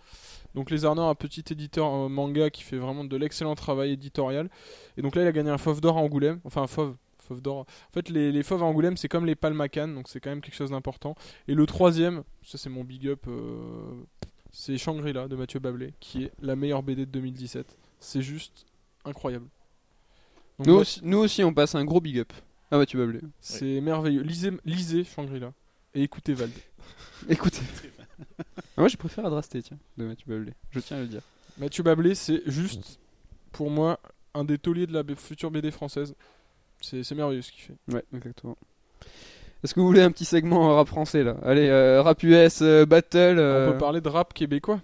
[SPEAKER 4] Donc Lézard Noir, un petit éditeur euh, manga qui fait vraiment de l'excellent travail éditorial. Et donc là, il a gagné un fauve d'or à Angoulême. Enfin, un fauve. fauve d'or. En fait, les, les fauves à Angoulême, c'est comme les palmes à Cannes, donc c'est quand même quelque chose d'important. Et le troisième, ça c'est mon big up, euh, c'est Shangri-La de Mathieu Bablé, qui est la meilleure BD de 2017. C'est juste incroyable. Donc,
[SPEAKER 1] Nous
[SPEAKER 4] moi,
[SPEAKER 1] aussi, nous aussi, on passe un gros big up. Ah bah tu vas blé.
[SPEAKER 4] c'est merveilleux. Lisez, lisez Shangri-La et écoutez Vald.
[SPEAKER 1] Écoutez. Ah, moi je préfère Adrasté, tiens, de Mathieu Bablé. Je tiens à le dire.
[SPEAKER 4] Mathieu Bablé, c'est juste, pour moi, un des tauliers de la b- future BD française. C'est c'est merveilleux ce qu'il fait.
[SPEAKER 1] Ouais, exactement. Est-ce que vous voulez un petit segment euh, rap français là Allez, euh, rap US, euh, battle. euh,
[SPEAKER 4] On peut parler de rap québécois.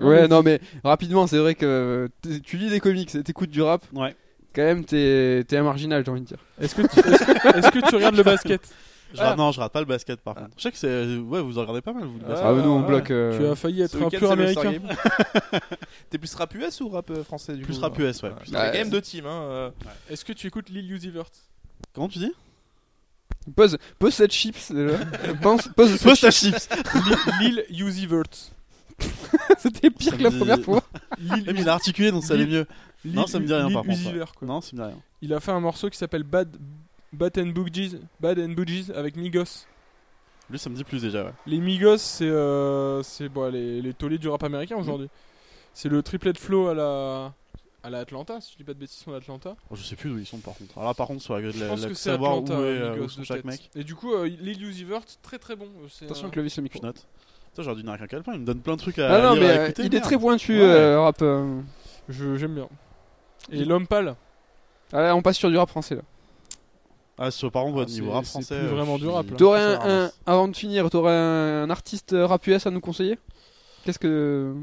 [SPEAKER 1] Ouais, non mais rapidement, c'est vrai que t- tu lis des comics et t'écoutes du rap.
[SPEAKER 3] Ouais.
[SPEAKER 1] Quand même, t'es t'es un marginal, j'ai envie de dire.
[SPEAKER 4] Est-ce que, tu- est-ce que- est-ce que tu regardes le basket Ah.
[SPEAKER 3] Je rate- Non, je rate pas le basket par contre. Je sais que c'est. Ouais, vous en regardez pas mal, vous, le
[SPEAKER 2] Ah,
[SPEAKER 3] basket.
[SPEAKER 1] Ah, mais nous, on
[SPEAKER 2] ouais.
[SPEAKER 1] bloque. euh,
[SPEAKER 4] Tu as failli
[SPEAKER 2] Ce
[SPEAKER 4] être un
[SPEAKER 2] week-end,
[SPEAKER 4] peu
[SPEAKER 2] c'est le
[SPEAKER 4] américain.
[SPEAKER 2] Star Game. T'es plus rap US ou rap euh, français du
[SPEAKER 3] Plus
[SPEAKER 2] coup
[SPEAKER 3] rap US, ouais.
[SPEAKER 2] Ouais.
[SPEAKER 3] plus
[SPEAKER 2] Il y a
[SPEAKER 1] Ouais.
[SPEAKER 2] quand même deux teams. Hein. euh.
[SPEAKER 4] Est-ce que tu écoutes Lil Uzi Vert
[SPEAKER 3] Comment tu dis
[SPEAKER 1] Pose, pose cette chips déjà. Pense, pose cette
[SPEAKER 3] Post à chips
[SPEAKER 4] Lil Uzi Vert.
[SPEAKER 1] chips. C'était pire
[SPEAKER 3] Ça
[SPEAKER 1] que
[SPEAKER 3] me
[SPEAKER 1] la
[SPEAKER 3] dit-
[SPEAKER 1] première fois.
[SPEAKER 4] Lil,
[SPEAKER 3] Eh, mais il a articulé, donc ça allait mieux.
[SPEAKER 4] Lil-
[SPEAKER 3] Non, ça me dit rien,
[SPEAKER 4] Lil
[SPEAKER 3] par contre,
[SPEAKER 4] Uzi
[SPEAKER 3] ouais.
[SPEAKER 4] Vert, quoi.
[SPEAKER 3] Non, ça me dit rien.
[SPEAKER 4] Il a fait un morceau qui s'appelle Bad, Bad and Boogies, Bad and Boogies avec Migos.
[SPEAKER 3] Lui, ça me dit plus déjà, ouais.
[SPEAKER 4] Les Migos, c'est euh, c'est, bon, les, les tauliers du rap américain
[SPEAKER 3] Mm.
[SPEAKER 4] aujourd'hui. C'est le triplet de flow à la, à la Atlanta, si je dis pas de bêtises, on Atlanta.
[SPEAKER 3] Oh, Je sais plus d'où ils sont par contre. Alors là, par contre, sur la grille de
[SPEAKER 4] Je
[SPEAKER 3] la-
[SPEAKER 4] pense
[SPEAKER 3] la-
[SPEAKER 4] que c'est
[SPEAKER 3] savoir
[SPEAKER 4] Atlanta,
[SPEAKER 3] où est,
[SPEAKER 4] les
[SPEAKER 3] euh, où
[SPEAKER 4] Migos
[SPEAKER 3] sont
[SPEAKER 4] de
[SPEAKER 3] chaque
[SPEAKER 4] tête.
[SPEAKER 3] mec.
[SPEAKER 4] Et du coup, euh, Lil Uzi Vert, très très bon. C'est,
[SPEAKER 1] Attention,
[SPEAKER 4] euh,
[SPEAKER 1] Clovis, ce micro.
[SPEAKER 3] Je note. Putain, j'aurais dû narguer à quel point. Il me donne plein de trucs à.
[SPEAKER 1] Ah non,
[SPEAKER 3] lire,
[SPEAKER 1] mais
[SPEAKER 3] à
[SPEAKER 1] euh,
[SPEAKER 3] écouter,
[SPEAKER 1] il est
[SPEAKER 3] merde.
[SPEAKER 1] très pointu,
[SPEAKER 3] Ouais.
[SPEAKER 1] euh, rap. euh.
[SPEAKER 4] je, j'aime bien. Et l'homme pâle,
[SPEAKER 1] Ah, là, on passe sur du rap français là.
[SPEAKER 3] Ah, sur, par contre,
[SPEAKER 4] Ah,
[SPEAKER 3] au niveau
[SPEAKER 4] c'est-
[SPEAKER 3] rap
[SPEAKER 4] c'est
[SPEAKER 3] français.
[SPEAKER 4] plus
[SPEAKER 3] euh,
[SPEAKER 4] vraiment
[SPEAKER 3] je
[SPEAKER 4] du
[SPEAKER 3] suis-
[SPEAKER 4] rap, là.
[SPEAKER 1] T'aurais
[SPEAKER 3] je
[SPEAKER 1] un,
[SPEAKER 3] suis à la ramasse.
[SPEAKER 1] un- avant de finir, t'aurais un, un artiste euh, rap US à nous conseiller Qu'est-ce que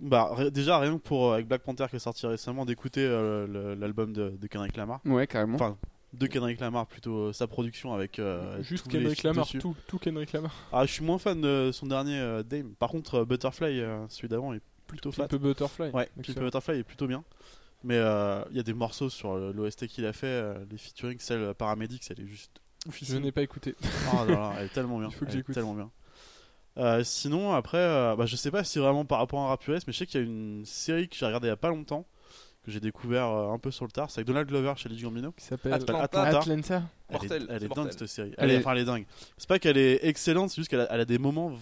[SPEAKER 3] Bah, ré- déjà, rien que pour, euh, avec Black Panther qui est sorti récemment, d'écouter euh, le- l'album de, de Kendrick Lamar.
[SPEAKER 1] ouais carrément.
[SPEAKER 3] Enfin, de Kendrick Lamar, plutôt euh, sa production avec. euh,
[SPEAKER 4] juste
[SPEAKER 3] tous les
[SPEAKER 4] Kendrick
[SPEAKER 3] feats
[SPEAKER 4] Lamar,
[SPEAKER 3] dessus.
[SPEAKER 4] tout, tout Kendrick Lamar.
[SPEAKER 3] Ah, je suis moins fan de son dernier euh, Dame. Par contre, euh, Butterfly, euh, celui d'avant, est plutôt fat.
[SPEAKER 4] Un peu Butterfly.
[SPEAKER 3] Ouais,
[SPEAKER 4] Excellent.
[SPEAKER 3] Pimp a Butterfly est plutôt bien. Mais euh, il y a des morceaux sur le- l'OST qu'il a fait, euh, les featuring, celle euh, Paramedics, elle est juste
[SPEAKER 4] Je n'ai pas écouté.
[SPEAKER 3] Ah non, non, elle est tellement bien.
[SPEAKER 4] Il faut que
[SPEAKER 3] elle est
[SPEAKER 4] j'écoute.
[SPEAKER 3] Tellement bien. Euh, sinon, après, euh, bah, je sais pas si vraiment par rapport à un rap US, mais je sais qu'il y a une série que j'ai regardée il y a pas longtemps, que j'ai découvert euh, un peu sur le tard, c'est avec Donald Glover chez Lady Gambino.
[SPEAKER 4] Qui s'appelle
[SPEAKER 2] Atlanta.
[SPEAKER 3] Elle
[SPEAKER 4] Atlanta.
[SPEAKER 3] est-
[SPEAKER 2] Mortel,
[SPEAKER 3] elle est,
[SPEAKER 2] c'est mortel.
[SPEAKER 3] dingue cette série.
[SPEAKER 1] Elle
[SPEAKER 3] Elle, est-
[SPEAKER 1] est-
[SPEAKER 3] enfin, elle est dingue. C'est pas qu'elle est excellente, c'est juste qu'elle a, elle a des moments v-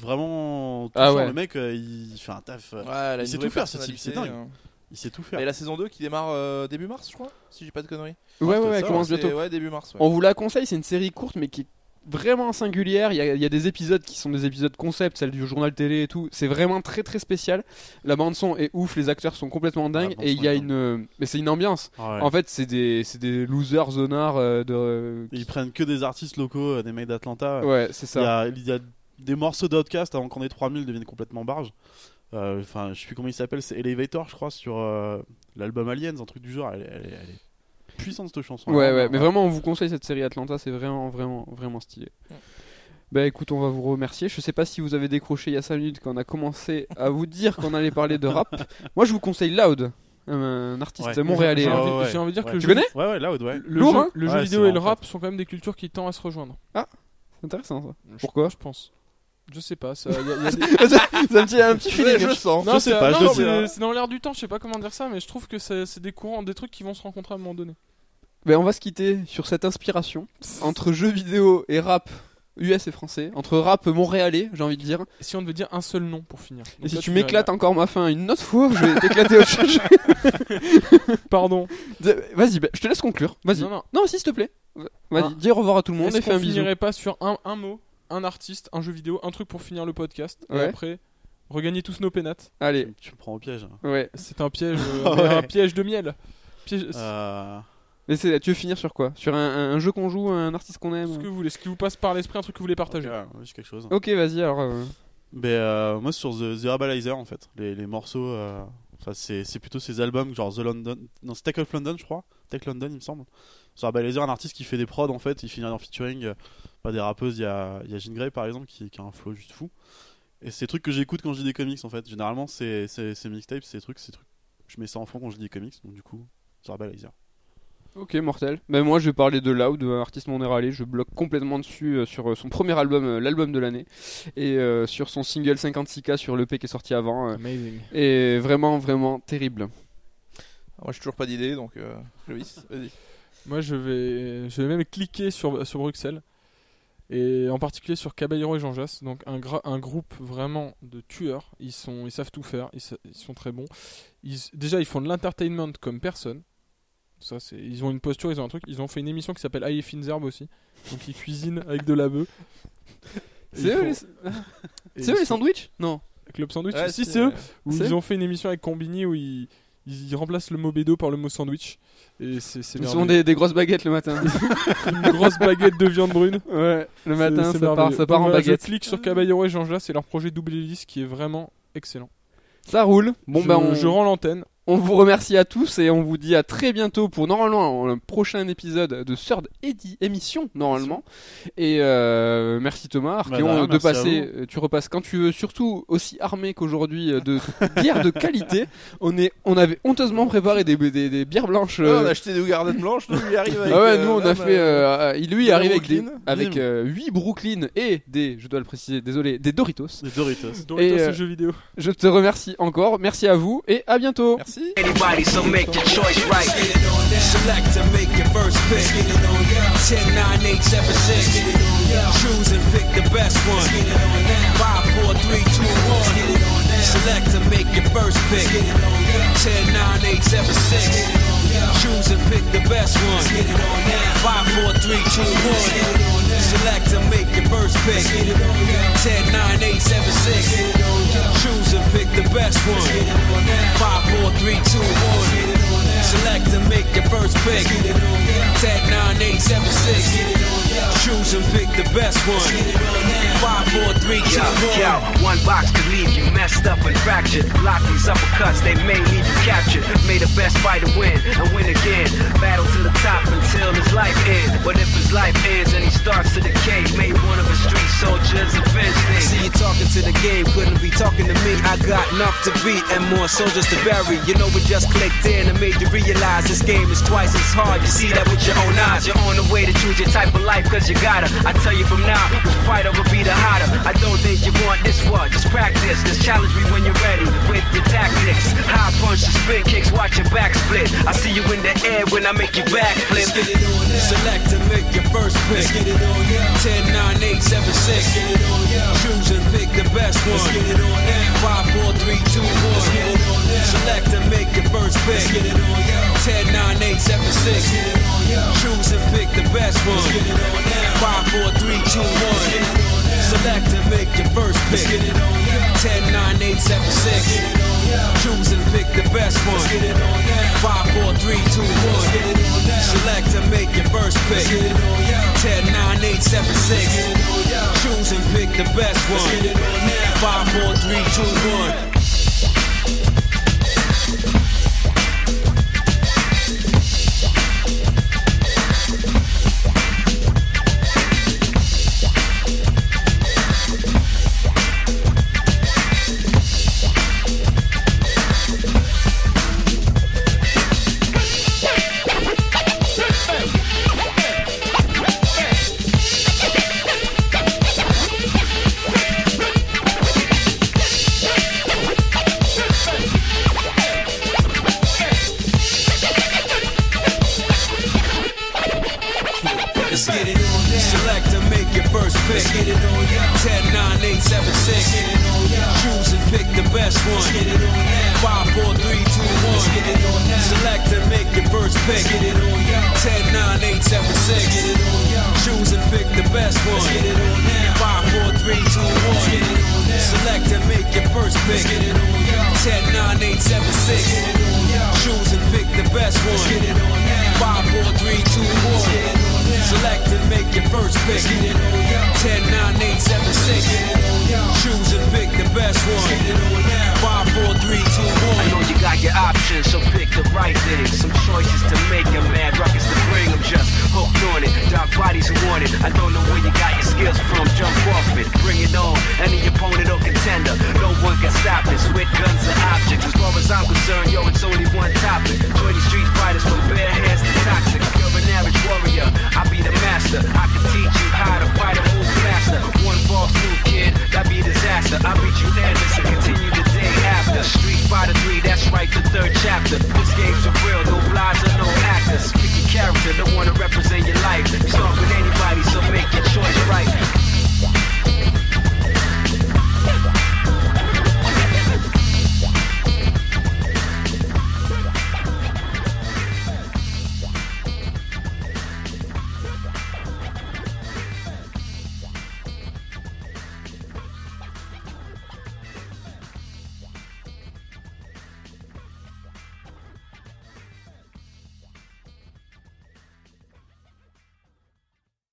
[SPEAKER 3] vraiment touchants.
[SPEAKER 1] Ah ouais.
[SPEAKER 3] Le mec, euh, il fait un taf. euh,
[SPEAKER 2] Ouais, elle a une
[SPEAKER 3] sait
[SPEAKER 2] vraie
[SPEAKER 3] tout faire, ce type, c'est
[SPEAKER 2] personnalité, hein.
[SPEAKER 3] Il sait tout faire.
[SPEAKER 2] Mais la saison 2 qui démarre euh, début mars, je crois, si j'ai pas de conneries.
[SPEAKER 1] ouais ouais,
[SPEAKER 3] c'est
[SPEAKER 1] ouais,
[SPEAKER 3] ça,
[SPEAKER 1] elle commence
[SPEAKER 2] C'est-
[SPEAKER 1] bientôt.
[SPEAKER 2] Ouais, début mars. ouais.
[SPEAKER 1] On vous la conseille, c'est une série courte mais qui est vraiment singulière. Il y, a, il y a des épisodes qui sont des épisodes concept, celle du journal télé et tout. C'est vraiment très très spécial. La bande son est ouf, les acteurs sont complètement dingues
[SPEAKER 3] bande
[SPEAKER 1] et
[SPEAKER 3] son
[SPEAKER 1] il y a
[SPEAKER 3] est
[SPEAKER 1] une euh, mais c'est une ambiance.
[SPEAKER 3] Ah ouais.
[SPEAKER 1] En fait, c'est des c'est des losers zonards euh, de euh,
[SPEAKER 3] Ils prennent que des artistes locaux, euh, des mecs d'Atlanta.
[SPEAKER 1] ouais, c'est
[SPEAKER 3] Il y,
[SPEAKER 1] ça.
[SPEAKER 3] a, il y a des morceaux d'Outcast avant qu'on ait 3000 deviennent complètement barges. Euh, Enfin, je sais plus comment il s'appelle, c'est Elevator, je crois, sur euh, l'album Aliens, un truc du genre. Elle, est- elle est- elle est puissante cette chanson.
[SPEAKER 1] Ouais, ouais,
[SPEAKER 3] Alors,
[SPEAKER 1] mais vraiment, on vous conseille cette série Atlanta, c'est vraiment, vraiment, vraiment stylé.
[SPEAKER 2] Ouais.
[SPEAKER 1] Bah écoute, on va vous remercier. Je sais pas si vous avez décroché il y a 5 minutes quand on a commencé à vous dire qu'on allait parler de rap. Moi, je vous conseille Loud, un artiste
[SPEAKER 3] Ouais.
[SPEAKER 1] montréalais. hein.
[SPEAKER 4] J'ai
[SPEAKER 3] Ah
[SPEAKER 4] envie,
[SPEAKER 3] ouais.
[SPEAKER 4] j'ai envie de dire
[SPEAKER 3] Ouais.
[SPEAKER 4] que le
[SPEAKER 1] Tu
[SPEAKER 4] jeu-
[SPEAKER 1] connais
[SPEAKER 3] Ouais, ouais, Loud, ouais.
[SPEAKER 4] le
[SPEAKER 1] Lourd,
[SPEAKER 4] jeu,
[SPEAKER 1] hein
[SPEAKER 4] le jeu
[SPEAKER 3] Ouais,
[SPEAKER 4] vidéo
[SPEAKER 3] c'est
[SPEAKER 4] et le
[SPEAKER 3] marrant,
[SPEAKER 4] rap sont quand même des cultures qui tendent à se rejoindre.
[SPEAKER 1] C'est intéressant ça.
[SPEAKER 4] Je-
[SPEAKER 1] Pourquoi
[SPEAKER 4] Je pense. Je sais pas. Ça, y a- y a des-
[SPEAKER 1] C'est un petit, un petit
[SPEAKER 2] Ouais,
[SPEAKER 1] feeling.
[SPEAKER 2] je le sens.
[SPEAKER 3] sais
[SPEAKER 4] c'est-
[SPEAKER 3] pas, je
[SPEAKER 4] non,
[SPEAKER 3] sais
[SPEAKER 4] c'est-
[SPEAKER 3] pas.
[SPEAKER 4] c'est dans l'air du temps, je sais pas comment dire ça, mais je trouve que c'est c'est des courants, des trucs qui vont se rencontrer à un moment donné.
[SPEAKER 1] Bah, Ben, on va se quitter sur cette inspiration entre jeux vidéo et rap. US et français, entre rap montréalais, j'ai envie de dire.
[SPEAKER 4] Si on devait dire un seul nom pour finir.
[SPEAKER 1] et
[SPEAKER 4] Donc
[SPEAKER 1] si
[SPEAKER 4] là,
[SPEAKER 1] tu
[SPEAKER 4] dirais,
[SPEAKER 1] m'éclates encore ma fin une autre fois, je vais t'éclater autre chose.
[SPEAKER 4] Pardon.
[SPEAKER 1] Vas-y, bah, je te laisse conclure. Vas-y.
[SPEAKER 4] Non, non.
[SPEAKER 1] Non, si, s'il te plaît. Vas-y,
[SPEAKER 4] Ah.
[SPEAKER 1] dis au revoir à tout le monde
[SPEAKER 4] Est-ce
[SPEAKER 1] et fais
[SPEAKER 4] qu'on
[SPEAKER 1] un bisou.
[SPEAKER 4] finirait pas sur un, un mot, un artiste, un jeu vidéo, un truc pour finir le podcast
[SPEAKER 1] Ouais.
[SPEAKER 4] et après regagner tous nos pénates.
[SPEAKER 1] Allez,
[SPEAKER 3] Tu me prends au piège.
[SPEAKER 1] ouais.
[SPEAKER 4] C'est un piège, euh,
[SPEAKER 3] Ouais.
[SPEAKER 4] un piège de miel. Piège-
[SPEAKER 1] Ah.
[SPEAKER 3] Euh,
[SPEAKER 1] Mais c'est, tu veux finir sur quoi Sur un, un- un jeu qu'on joue, un artiste qu'on aime
[SPEAKER 4] Ce que vous voulez, ce qui vous passe par l'esprit, un truc que vous voulez partager.
[SPEAKER 3] ouais, ouais, j'ai quelque chose.
[SPEAKER 1] Ok, vas-y, alors. euh,
[SPEAKER 3] Mais euh, moi, sur The, The Herbalizer, en fait, les, les morceaux, euh, enfin, c'est c'est plutôt ces albums, genre The London, non, c'est Tech of London, je crois, Tech London, il me semble. Sur Herbalizer, un artiste qui fait des prods, en fait, il finit en featuring euh, bah, des rappeuses. Il y a, il y a Jean Grey, par exemple, qui, qui a un flow juste fou. Et c'est des trucs que j'écoute quand je lis des comics, en fait. Généralement, c'est c'est- c'est mixtape, c'est des trucs, c'est des trucs. Je mets ça en fond quand je lis des comics, donc du coup, The Herbalizer.
[SPEAKER 1] Ok, mortel. Ben moi, je vais parler de Loud, un artiste montréalais. Je bloque complètement dessus euh, sur euh, son premier album, euh, l'album de l'année, et euh, sur son single 56K sur l'EP qui est sorti avant. euh,
[SPEAKER 4] Amazing.
[SPEAKER 1] et vraiment, vraiment terrible.
[SPEAKER 2] Ah, Moi, j'ai toujours pas d'idée, donc euh, Loïs, vas-y.
[SPEAKER 4] Moi, je vais, je vais même cliquer sur, sur Bruxelles. Et en particulier sur Caballero et Jean Jass, donc un, gra- un groupe vraiment de tueurs. Ils, sont, ils savent tout faire, ils, sa- ils sont très bons. Ils, déjà, ils font de l'entertainment comme personne. Ça, c'est, ils ont une posture, ils ont un truc. Ils ont fait une émission qui s'appelle Aïe et Fines Herbes aussi. Donc ils cuisinent avec de la bœuf. Et ils
[SPEAKER 1] C'est eux,
[SPEAKER 4] font-
[SPEAKER 1] les...
[SPEAKER 4] et
[SPEAKER 1] c'est
[SPEAKER 4] ils
[SPEAKER 1] eux les
[SPEAKER 4] sont-
[SPEAKER 1] sandwichs Non.
[SPEAKER 4] Club Sandwich
[SPEAKER 2] Ouais,
[SPEAKER 4] Si,
[SPEAKER 2] c'est- Ah,
[SPEAKER 4] c'est eux. Où
[SPEAKER 1] C'est-
[SPEAKER 4] ils ont fait une émission avec Combini où ils, ils remplacent le mot bédo par le mot sandwich. Et c'est, c'est
[SPEAKER 1] Ils ont
[SPEAKER 4] merveilleux.
[SPEAKER 1] des, des grosses baguettes le matin.
[SPEAKER 4] une grosse baguette de viande brune.
[SPEAKER 1] ouais, le
[SPEAKER 4] C'est-
[SPEAKER 1] matin,
[SPEAKER 4] c'est
[SPEAKER 1] ça part,
[SPEAKER 4] merveilleux.
[SPEAKER 1] ça part
[SPEAKER 4] Donc
[SPEAKER 1] en
[SPEAKER 4] voilà,
[SPEAKER 1] baguette.
[SPEAKER 4] Je clique sur Caballero et Jean Jass, c'est leur projet double hélice qui est vraiment excellent.
[SPEAKER 1] Ça roule. Bon,
[SPEAKER 4] je,
[SPEAKER 1] ben on,
[SPEAKER 4] je rends l'antenne.
[SPEAKER 1] on vous remercie à tous et on vous dit à très bientôt pour normalement un prochain épisode de Third Eddy émission normalement. Et euh, merci Thomas, Archéon,
[SPEAKER 3] Voilà,
[SPEAKER 1] de
[SPEAKER 3] merci à
[SPEAKER 1] passer. euh, Tu repasses quand tu veux, surtout aussi armé qu'aujourd'hui euh, de bières de qualité. On est, on avait honteusement préparé des, des, des bières blanches.
[SPEAKER 2] Ouais, Ah, on
[SPEAKER 1] euh,
[SPEAKER 2] a acheté des gardes blanches, nous, il arrive avec.
[SPEAKER 1] ah ouais,
[SPEAKER 2] euh,
[SPEAKER 1] nous on a
[SPEAKER 2] même,
[SPEAKER 1] fait.
[SPEAKER 2] euh,
[SPEAKER 1] euh, il lui est
[SPEAKER 2] des
[SPEAKER 1] arrivé avec, des,
[SPEAKER 2] Brooklyn,
[SPEAKER 1] avec
[SPEAKER 3] Bim.
[SPEAKER 1] 8 Brooklyn et des, je dois le préciser, désolé, des Doritos.
[SPEAKER 3] Les Doritos.
[SPEAKER 4] Dans
[SPEAKER 1] Et,
[SPEAKER 4] le
[SPEAKER 1] euh,
[SPEAKER 4] jeu vidéo.
[SPEAKER 1] Je te remercie encore, merci à vous et à bientôt.
[SPEAKER 2] Merci.
[SPEAKER 5] Anybody, so make your choice right. Select and make your first pick. 10, 9, 8, 7, 6. Choose and pick the best one. 5, 4, 3, 2, 1. Select and make your first pick. 10, 9, 8, 7, 6. Choose and pick the best one. 5, 4, 3, 2, 1. Select and make your first pick. 10, 9, 8, 7, 6. Choose and pick the best one. Five, four, three, two, one. Select and make your first pick. Tag nine, eight, seven, six. Choose and pick the best one. Five, four, three, two,
[SPEAKER 6] Yo, yo,
[SPEAKER 5] one.
[SPEAKER 6] one box could leave you messed up and fractured. Block these uppercuts, they may leave you captured. May the best fighter win and win again. Battle to the top until his life ends. But if his life ends and he starts to decay, may one of his street soldiers avenge things.
[SPEAKER 5] See you talking to the game, couldn't be talking to me. I got enough to beat and more soldiers to bury. You know it just clicked in and made you realize this game is twice as hard. You see that with your own eyes.
[SPEAKER 6] You're on the way to choose your type of life cause you gotta. I tell you from now, which fighter will be the hotter. I don't think you want this one, just practice. Just challenge me when you're ready with your tactics. High punches, spin kicks, watch your back split. I see you in the air when I make you backflip.
[SPEAKER 5] Let's get it on now. Select and make your first pick. Let's get it on now. 10, 9, 8, 7, 6. Let's get it on now. Choose and pick the best one. Let's get it on now. 5, 4, 3, 2, 1. Let's get it on now. Select and make your first pick. Let's get it on now. 10, 9, 8, 7, 6. Let's get it on now. Choose and pick the best one. Let's get it on now. 5, 4, 3, 2, 1. Let's get it on now. Select and make your first pick. Let's get it on now. 10, 9, 8, 7, 6. Let's get it on now. Choose and pick the best one. Let's get it on now. 5, 4, 3, 2, 1. Let's get it on now. Select and make your first pick. 10, 9, 8, 7, 6. Choose and pick the best one. 5, 4, 3, 2, 1. pick. Get it on y'all. 10, 9, 8, 7, 6. Get it on y'all. Choose and pick the best one. Get it on now. 5, 4, 3, 2, 1. Get it on now. Select and make your first pick. Get it on y'all. 10, 9, 8, 7, 6. Get it on y'all. Choose and pick the best one. Get it on now. 5, 4, 3, 2, 1. Get it on now. Select and make your first pick. Get it on y'all. 10, 9, 8, 7, 6. Get it on y'all. Choose and pick the best one. Get it on now. 5, 4, 3, 2, 1. Select and make your first pick. Get it on